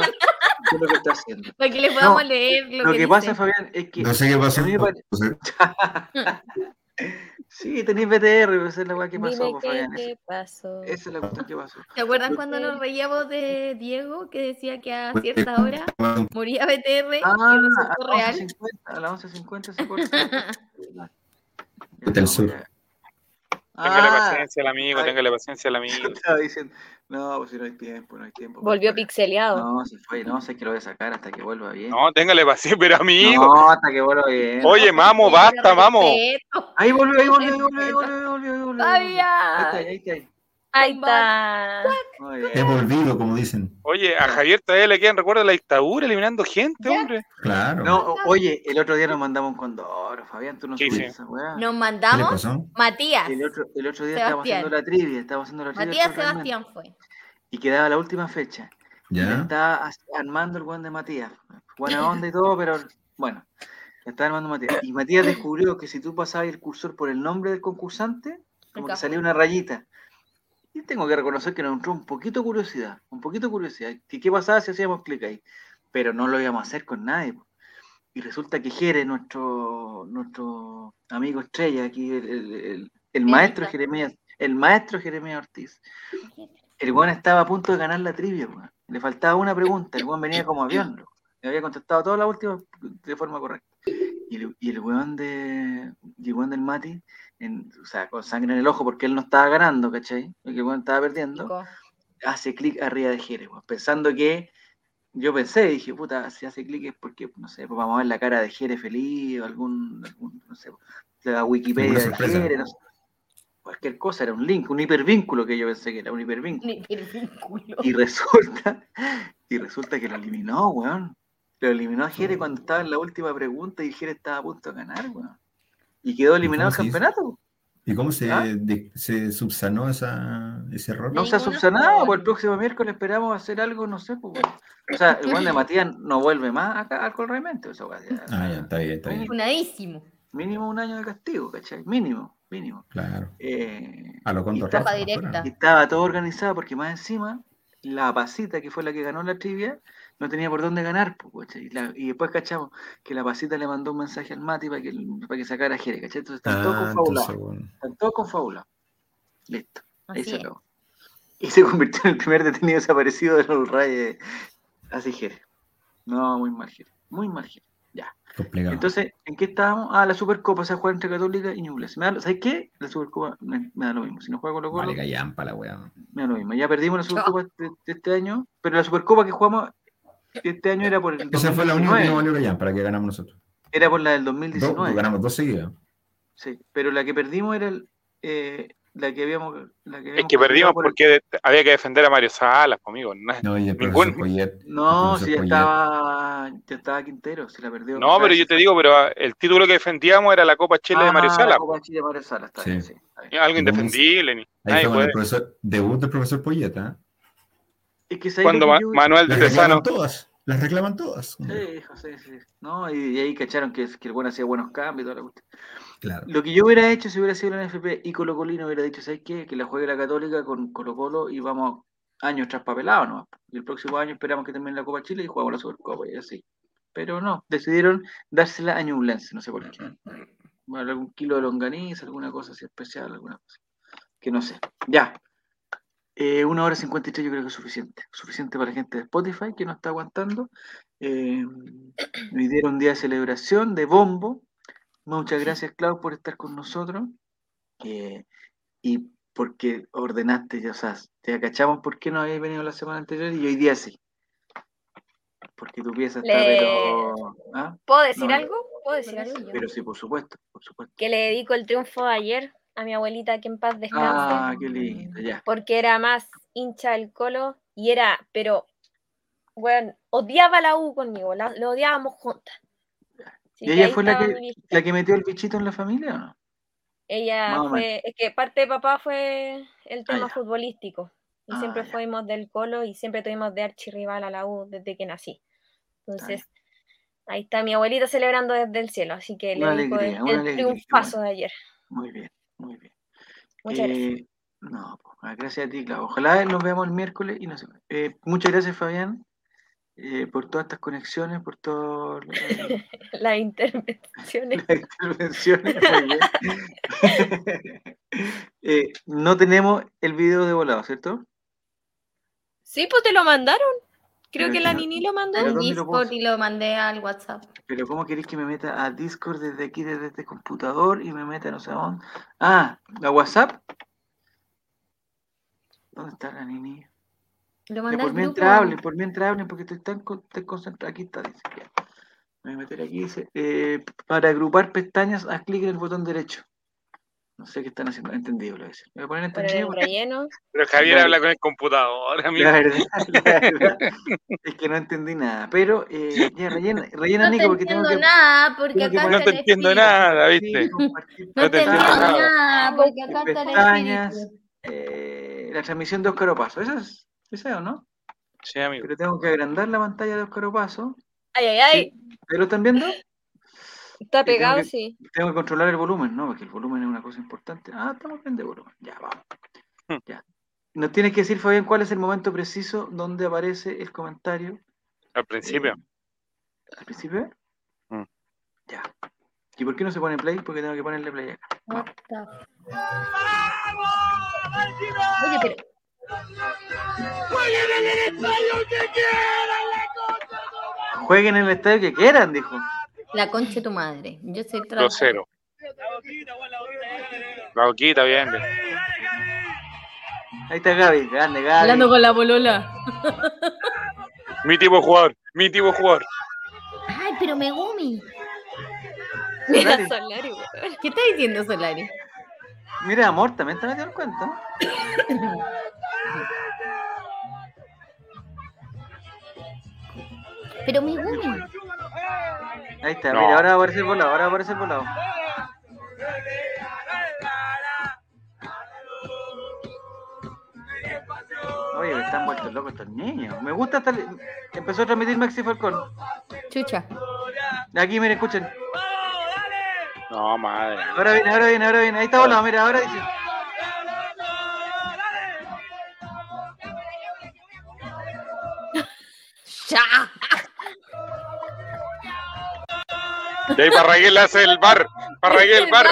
qué es lo que está haciendo? Para que le podamos No, leer lo, Lo que, que pasa, dice. Fabián, es que. No sé qué pasó. pues, A eh, mí me pare- no sé. Sí, tenéis BTR, pero esa es la weá que pasó, Dime pues, qué Fabián. Esa te pasó. esa es la cuestión (laughs) que pasó. ¿Te acuerdas Lo- cuando nos reíamos de Diego que decía que a cierta hora moría BTR eh, Ah, y a resultó real? las 11.50, a las 11.50 (laughs) se corta. Ya, Del no, sur. ya. Téngale Ah, paciencia al amigo, ay. téngale paciencia al amigo. estaba diciendo, no, pues si no hay tiempo, no hay tiempo. Volvió Fabián. pixeleado. No, se fue, no, sé que lo voy a sacar hasta que vuelva bien. No, téngale paciencia, pero amigo. No, hasta que vuelva bien. Oye, mamo, basta, mamo. Respeto, Ahí volvió, ahí volvió, ahí volvió, ahí volvió, ahí volvió, ahí volvió. Ahí está, Ah, Fabián. ahí está. ahí. Ahí está. Muy bien. He volvido, como dicen. Oye, a Javier todavía le quedan recuerdos de la dictadura eliminando gente, Ya. hombre. Claro. No, o- oye, el otro día nos mandamos un condoro, Fabián, tú no ¿Qué subiste hice? esa weá. Nos ¿Qué le mandamos pasó? Matías. pues. El otro, el otro día estábamos Sebastián. haciendo la trivia, estábamos haciendo la trivia. Matías del torneo. Sebastián fue. Y quedaba la última fecha. Ya. Estaba as- armando el guan de Matías. Buena onda y todo, pero bueno, la estaba armando Matías. Y Matías descubrió que si tú pasabas el cursor por el nombre del concursante, como que Nunca. salía una rayita. Y tengo que reconocer que nos entró un poquito de curiosidad, un poquito de curiosidad. ¿Qué, qué pasaba si hacíamos clic ahí? Pero no lo íbamos a hacer con nadie. po. Y resulta que Jere, nuestro, nuestro amigo estrella aquí, el, el- el- el maestro Pianista. Jeremías, el maestro Jeremías Ortiz, el Juan estaba a punto de ganar la trivia, weón. le faltaba una pregunta, el Juan venía como avión, loco. le había contestado todas las últimas de forma correcta. Y el, y el weón de, y el weón del Mati, en- o sea, con sangre en el ojo porque él no estaba ganando, ¿cachai? Porque el weón estaba perdiendo, Nico. hace clic arriba de Jerez, weón, pensando que yo pensé, dije, puta, si hace clic es porque, no sé, pues vamos a ver la cara de Jerez feliz o algún, algún, no sé, la Wikipedia de sorpresa. Jerez, no sé. Cualquier cosa, era un link, un hipervínculo que yo pensé que era un hipervínculo. Ni el culo. (laughs) Y resulta, y resulta que lo eliminó, weón. Lo eliminó a Jere cuando estaba en la última pregunta y Jere estaba a punto de ganar, weón. Y quedó eliminado el ¿Cómo se hizo? campeonato. ¿Y cómo se, ¿Ah? de- se subsanó esa, ese error? No se ha Ninguna subsanado, pues el forma. próximo miércoles esperamos hacer algo, no sé, pues, weón. O sea, el weón de Matías no vuelve más acá al Colremente, eso, weón, ya. Ah, ya, está bien, está bien. Funadísimo. Mínimo un año de castigo, ¿cachai? Mínimo, mínimo. Claro. Eh, A lo Y conto tapa directa. Y estaba todo organizado porque más encima la pasita que fue la que ganó la trivia no tenía por dónde ganar. po, ¿cachai? y, la- y después cachamos que la pasita le mandó un mensaje al Mati para que, para que sacara a Jere, ¿cachai? Entonces están todos Ah, confabulados. entonces, bueno. Están todos confabulados. Listo, ahí Así se es. acabó. Y se convirtió en el primer detenido desaparecido de los rayes. Así Jere. No, muy mal Jere. Muy mal Jere. Complicado. Entonces, ¿en qué estábamos? Ah, la Supercopa se juega entre Católica y Ñublense. Me da lo- ¿Sabes qué? La Supercopa me, me da lo mismo. Si no juega con los vale, callampa la weá. no es lo mismo. Ya perdimos la Supercopa de, de este año, pero la Supercopa que jugamos de este año era por el Esa fue la única que 2019, no valió callampa, la que ganamos nosotros. Era por la del Dos, 2019. ganamos dos seguidas. Sí, pero la que perdimos era el, eh, la que habíamos. La que Es habíamos que perdimos clasificado por el- porque había que defender a Mario Salas, pues, amigo. No, No, y el Ningún- profesor Poyet. No, el si ya profesor estaba, ya estaba Quintero, se la perdió. No, pero yo te digo, pero ah, el título que defendíamos era la Copa Chile de Mario Ah, Salas. la Copa de Chile de Mario Sala, está bien, Sí. sí, está bien. Algo Y como indefendible. Ni, Poyet. Ahí fue nadie cuando el puede. profesor, debut del profesor Poyet, ¿ah? Es que ¿sabes lo Cuando que Ma- yo- Manuel de Las Tesano. reclaman todas. Las reclaman todas. Sí, José, sí. No, y, y ahí cacharon que, que el bueno hacía buenos cambios y toda la cuestión. Claro. Lo que yo hubiera hecho si hubiera sido la NFP y Colo Colino hubiera dicho, ¿sabes qué? Que la juegue la Católica con Colo Colo y vamos años traspapelados nomás. Y el próximo año esperamos que termine la Copa Chile y jugamos la Supercopa y así. Pero no, decidieron dársela a Ñublense, no sé por qué. Bueno, algún kilo de longaniza, alguna cosa así especial, alguna cosa. Que no sé. Ya. Eh, una hora cincuenta y tres yo creo que es suficiente. Suficiente para la gente de Spotify que no está aguantando. Eh, hoy día era un día de celebración, de bombo, Muchas gracias, Clau, por estar con nosotros. eh, y porque ordenaste, ya, o sea, te cachamos por qué no habías venido la semana anterior y hoy día sí. Porque tu pieza está, Le- pero. ¿ah? ¿Puedo decir No, algo? ¿Puedo decir algo? Pero sí, por supuesto, por supuesto. Que le dedico el triunfo de ayer a mi abuelita, que en paz descanse. Ah, qué lindo, ya. porque era más hincha del colo y era, pero, bueno, odiaba la U conmigo, la, lo odiábamos juntas. Así ¿Y que ella ahí fue la estaba que- mi vista. ¿La que metió el bichito en la familia o no? Más Ella o Ah, fue, es que parte de papá fue el ya. tema futbolístico. Y Ah, siempre ya. fuimos del colo y siempre tuvimos de archirrival a la U desde que nací. Entonces, Ah, ahí está mi abuelita celebrando desde el cielo. Así que le Una dedico el- alegría, una el, alegría, Eh, qué triunfazo de ayer. Muy bien, muy bien. Muchas gracias. Eh, No, pues, ah, gracias a ti, Clau. Ojalá nos veamos el miércoles y nos- eh, muchas gracias, Fabián, eh, por todas estas conexiones, por todas (laughs) las Las intervenciones. intervenciones. Muy bien. (laughs) Eh, no tenemos el video de volado, ¿cierto? Sí, pues te lo mandaron. Pero Creo que que la no- Nini lo mandó. pero Al ¿dónde lo puedo Discord y lo mandé al WhatsApp. Pero ¿cómo queréis que me meta a Discord desde aquí, desde este computador y me meta no sé a dónde? Ah, ¿a WhatsApp? ¿Dónde está la niña? Lo Ya, mandé por al grupo. mientras hablen, por mientras hablen, porque estoy tan con- tan concentrado. Aquí está, dice. ya. Me voy a meter aquí, dice. eh, para agrupar pestañas, haz clic en el botón derecho. No sé qué están haciendo, entendido lo dice. Voy a poner Poner el entendido. porque relleno. Pero Javier Claro. habla con el computador, amigo. La verdad, (laughs) la verdad es que no entendí nada. Pero eh, ya rellena, rellena No te Nico, porque tengo entiendo que. nada porque tengo que acá poner- No está te el entiendo espíritu. nada, sí, ¿viste? compartir No te entiendo pestañas, nada. nada porque acá está el Pestañas. espíritu. eh, la transmisión de Oscar Opaso. ¿Esa es? ¿Esa es o no? Sí, amigo. Pero tengo que agrandar la pantalla de Oscar Opaso. Ay, ay, ay. ¿Ahí lo están viendo? Está tengo pegado, que- sí. Tengo que controlar el volumen, ¿no? Porque el volumen es una cosa importante. Ah, estamos bien de volumen. Ya, vamos. Hmm. Ya. Nos tienes que decir, Fabián, cuál es el momento preciso donde aparece el comentario. Al principio. Eh, ¿Al principio? Hmm. Ya. ¿Y por qué no se pone play? Porque tengo que ponerle play acá. What the f- Oye, pero Jueguen en el estadio que quieran, dijo. la concha de tu madre. Yo soy trans. 2-0. La boquita, bien, bien. Ahí está Gaby. Grande, Gaby. Hablando con la bolola. Mi tipo jugador, mi tipo jugador. Ay, pero Megumi. Mira, Solari. Solari, weón. ¿Qué está diciendo Solari? Mira, amor, también está metido en cuenta. Pero Megumi. Ahí está. No. Mira, ahora aparece el volado. Ahora aparece el volado. Oye, me están vueltos locos estos niños. Me gusta hasta... el- Empezó a transmitir Maxi Falcón. Chucha. Aquí, miren, escuchen. No, madre. Ahora viene, ahora viene, ahora viene. Ahí está volado, mira, ahora dice. ¡Ya! De ahí Parraguel hace el bar. (laughs) Parraguel, el bar.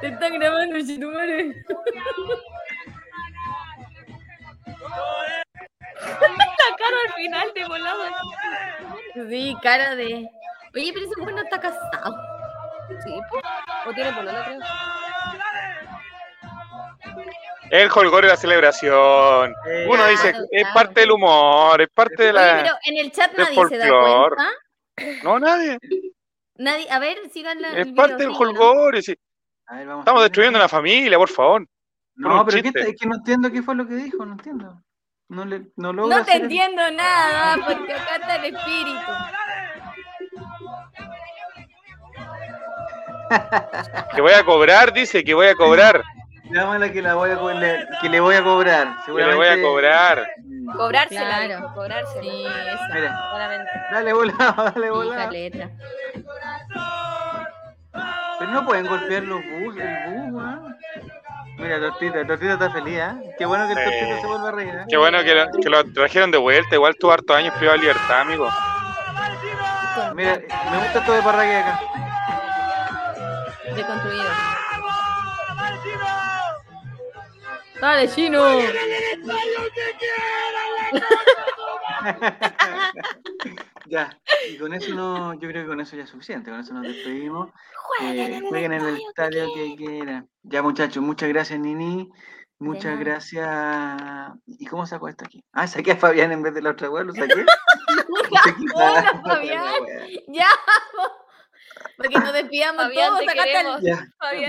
Te están grabando, chitumare. La cara al final de volado. Sí, cara de. Oye, pero ese bueno está casado. Sí, pues. O tiene polola, creo. El jolgorio de la celebración. Eh, Uno dice, Claro, es claro. parte del humor, es parte de Oye, la. pero en el chat de nadie se da folclor. cuenta. No, nadie. Nadie, a ver, sigan la. Es el parte del videoclip, ¿no? jolgorio. sí. a ver, vamos a Estamos ver. destruyendo la familia, por favor. por No, un pero ¿qué chiste. está- es que no entiendo qué fue lo que dijo, no entiendo. No, le, no logro No te hacer el- entiendo nada, porque acá está el espíritu. Que voy a cobrar, dice que voy a cobrar. Llámala que, la voy a co- le, que le voy a cobrar. Que le voy a seguramente. cobrar. Mm, Cobrársela, Claro. dijo, cobrársela. Sí, esa. Mira, Solamente. dale volado, (laughs) dale Hija volado. letra. Pero no pueden golpear los bus, el bus, weón. Mira, Tortita, Tortita está feliz, ¿eh? Qué bueno que el Sí. Tortita se vuelva a reír, ¿eh? Qué bueno que lo, que lo trajeron de vuelta. Igual tuvo hartos años privado de libertad, amigo. Mira, me gusta esto de Parrague acá. Deconstruido. Dale, chino. Ya, Ya, y con eso no, yo creo que con eso ya es suficiente, con eso nos despedimos. Eh, jueguen en el estadio que quieran. Ya muchachos, muchas gracias Nini, muchas nada. gracias. ¿Y cómo saco esto aquí? Ah, saqué a Fabián en vez de la otra weá, lo (laughs) saqué. Lo saqué para- Hola, para la Fabián. weá. Ya. po. Porque nos despidamos Fabián, todos. te sacaste al- queremos. Ya. Fabián,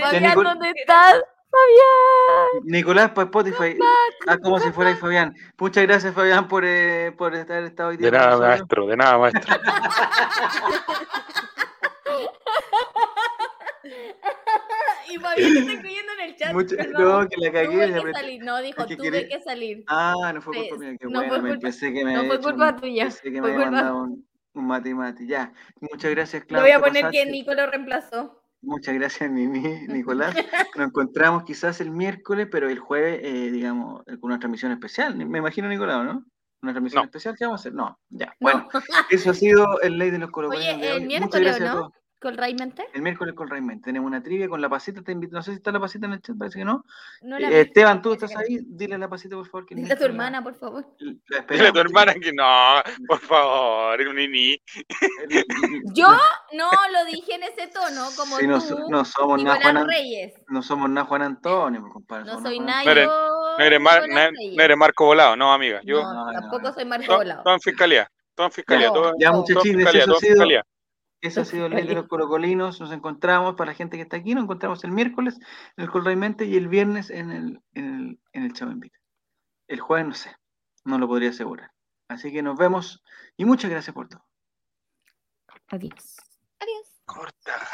Ya, Fabián, Nicol- ¿dónde estás? Fabián. Nicolás para Spotify. Ah, como si fuera ahí Fabián. Muchas gracias Fabián por, eh, por estar estado hoy día. con De nada, nosotros. maestro, de nada, maestro. Y Fabián te está escribiendo en el chat. Mucha- perdón. no, que la cagué. tuve le que apreté. salir. No, dijo, Es que tuve quería- que salir. Ah, no fue Sí, culpa mía, qué no bueno, fue me culpa- pensé que me No había fue hecho culpa un, tuya. pensé que me fue había culpa- (laughs) mandado un, un mate mate. Ya, muchas gracias, Le Claudia. voy a te poner que pasaste. Nico lo reemplazó. Muchas (laughs) gracias, Mimi, Nicolás. Nos encontramos quizás el miércoles, pero el jueves, eh, digamos, eh, con una transmisión especial. Me imagino, Nicolás, ¿no? Una transmisión No. especial que vamos a hacer. No, ya. No. Bueno, eso ha sido el ley de los colocolinos. Oye, de el hoy. Muchas miércoles, gracias a ¿no? todos. ¿Con Ray Mente? El miércoles con Raymond. Tenemos una trivia con la pasita. Te invito. No sé si está la pasita en el chat, parece que no. No la Eh, vi. Esteban, tú estás ahí. Dile a la pasita, por favor. Que el Dile a tu miércoles la- hermana, por favor. la esperamos. (laughs) Dile a tu hermana que no, por favor, era un nini. Yo no lo dije en ese tono, como Sí, no, so- tú, no somos nada Nicolás Juan, An- Reyes. no somos nada Juan Antonio, pues, compadre. No somos soy nada Juan nada. No eres- No eres, Mar- no, eres- no eres Marco Volado, no, amiga. Yo, No, No, no, tampoco no. soy Marco todo, Volado. todo en fiscalía, todo en fiscalía, No. todo, Ya, No. todo en muchachines, fiscalía, eso todo ha en sido, fiscalía. eso ha sido el ley de los colocolinos. Nos encontramos, para la gente que está aquí, nos encontramos el miércoles en el Colraimente y el viernes en el, en el, en el Chavo en Vivo. El jueves no sé, no lo podría asegurar. Así que nos vemos y muchas gracias por todo. Adiós. Corta,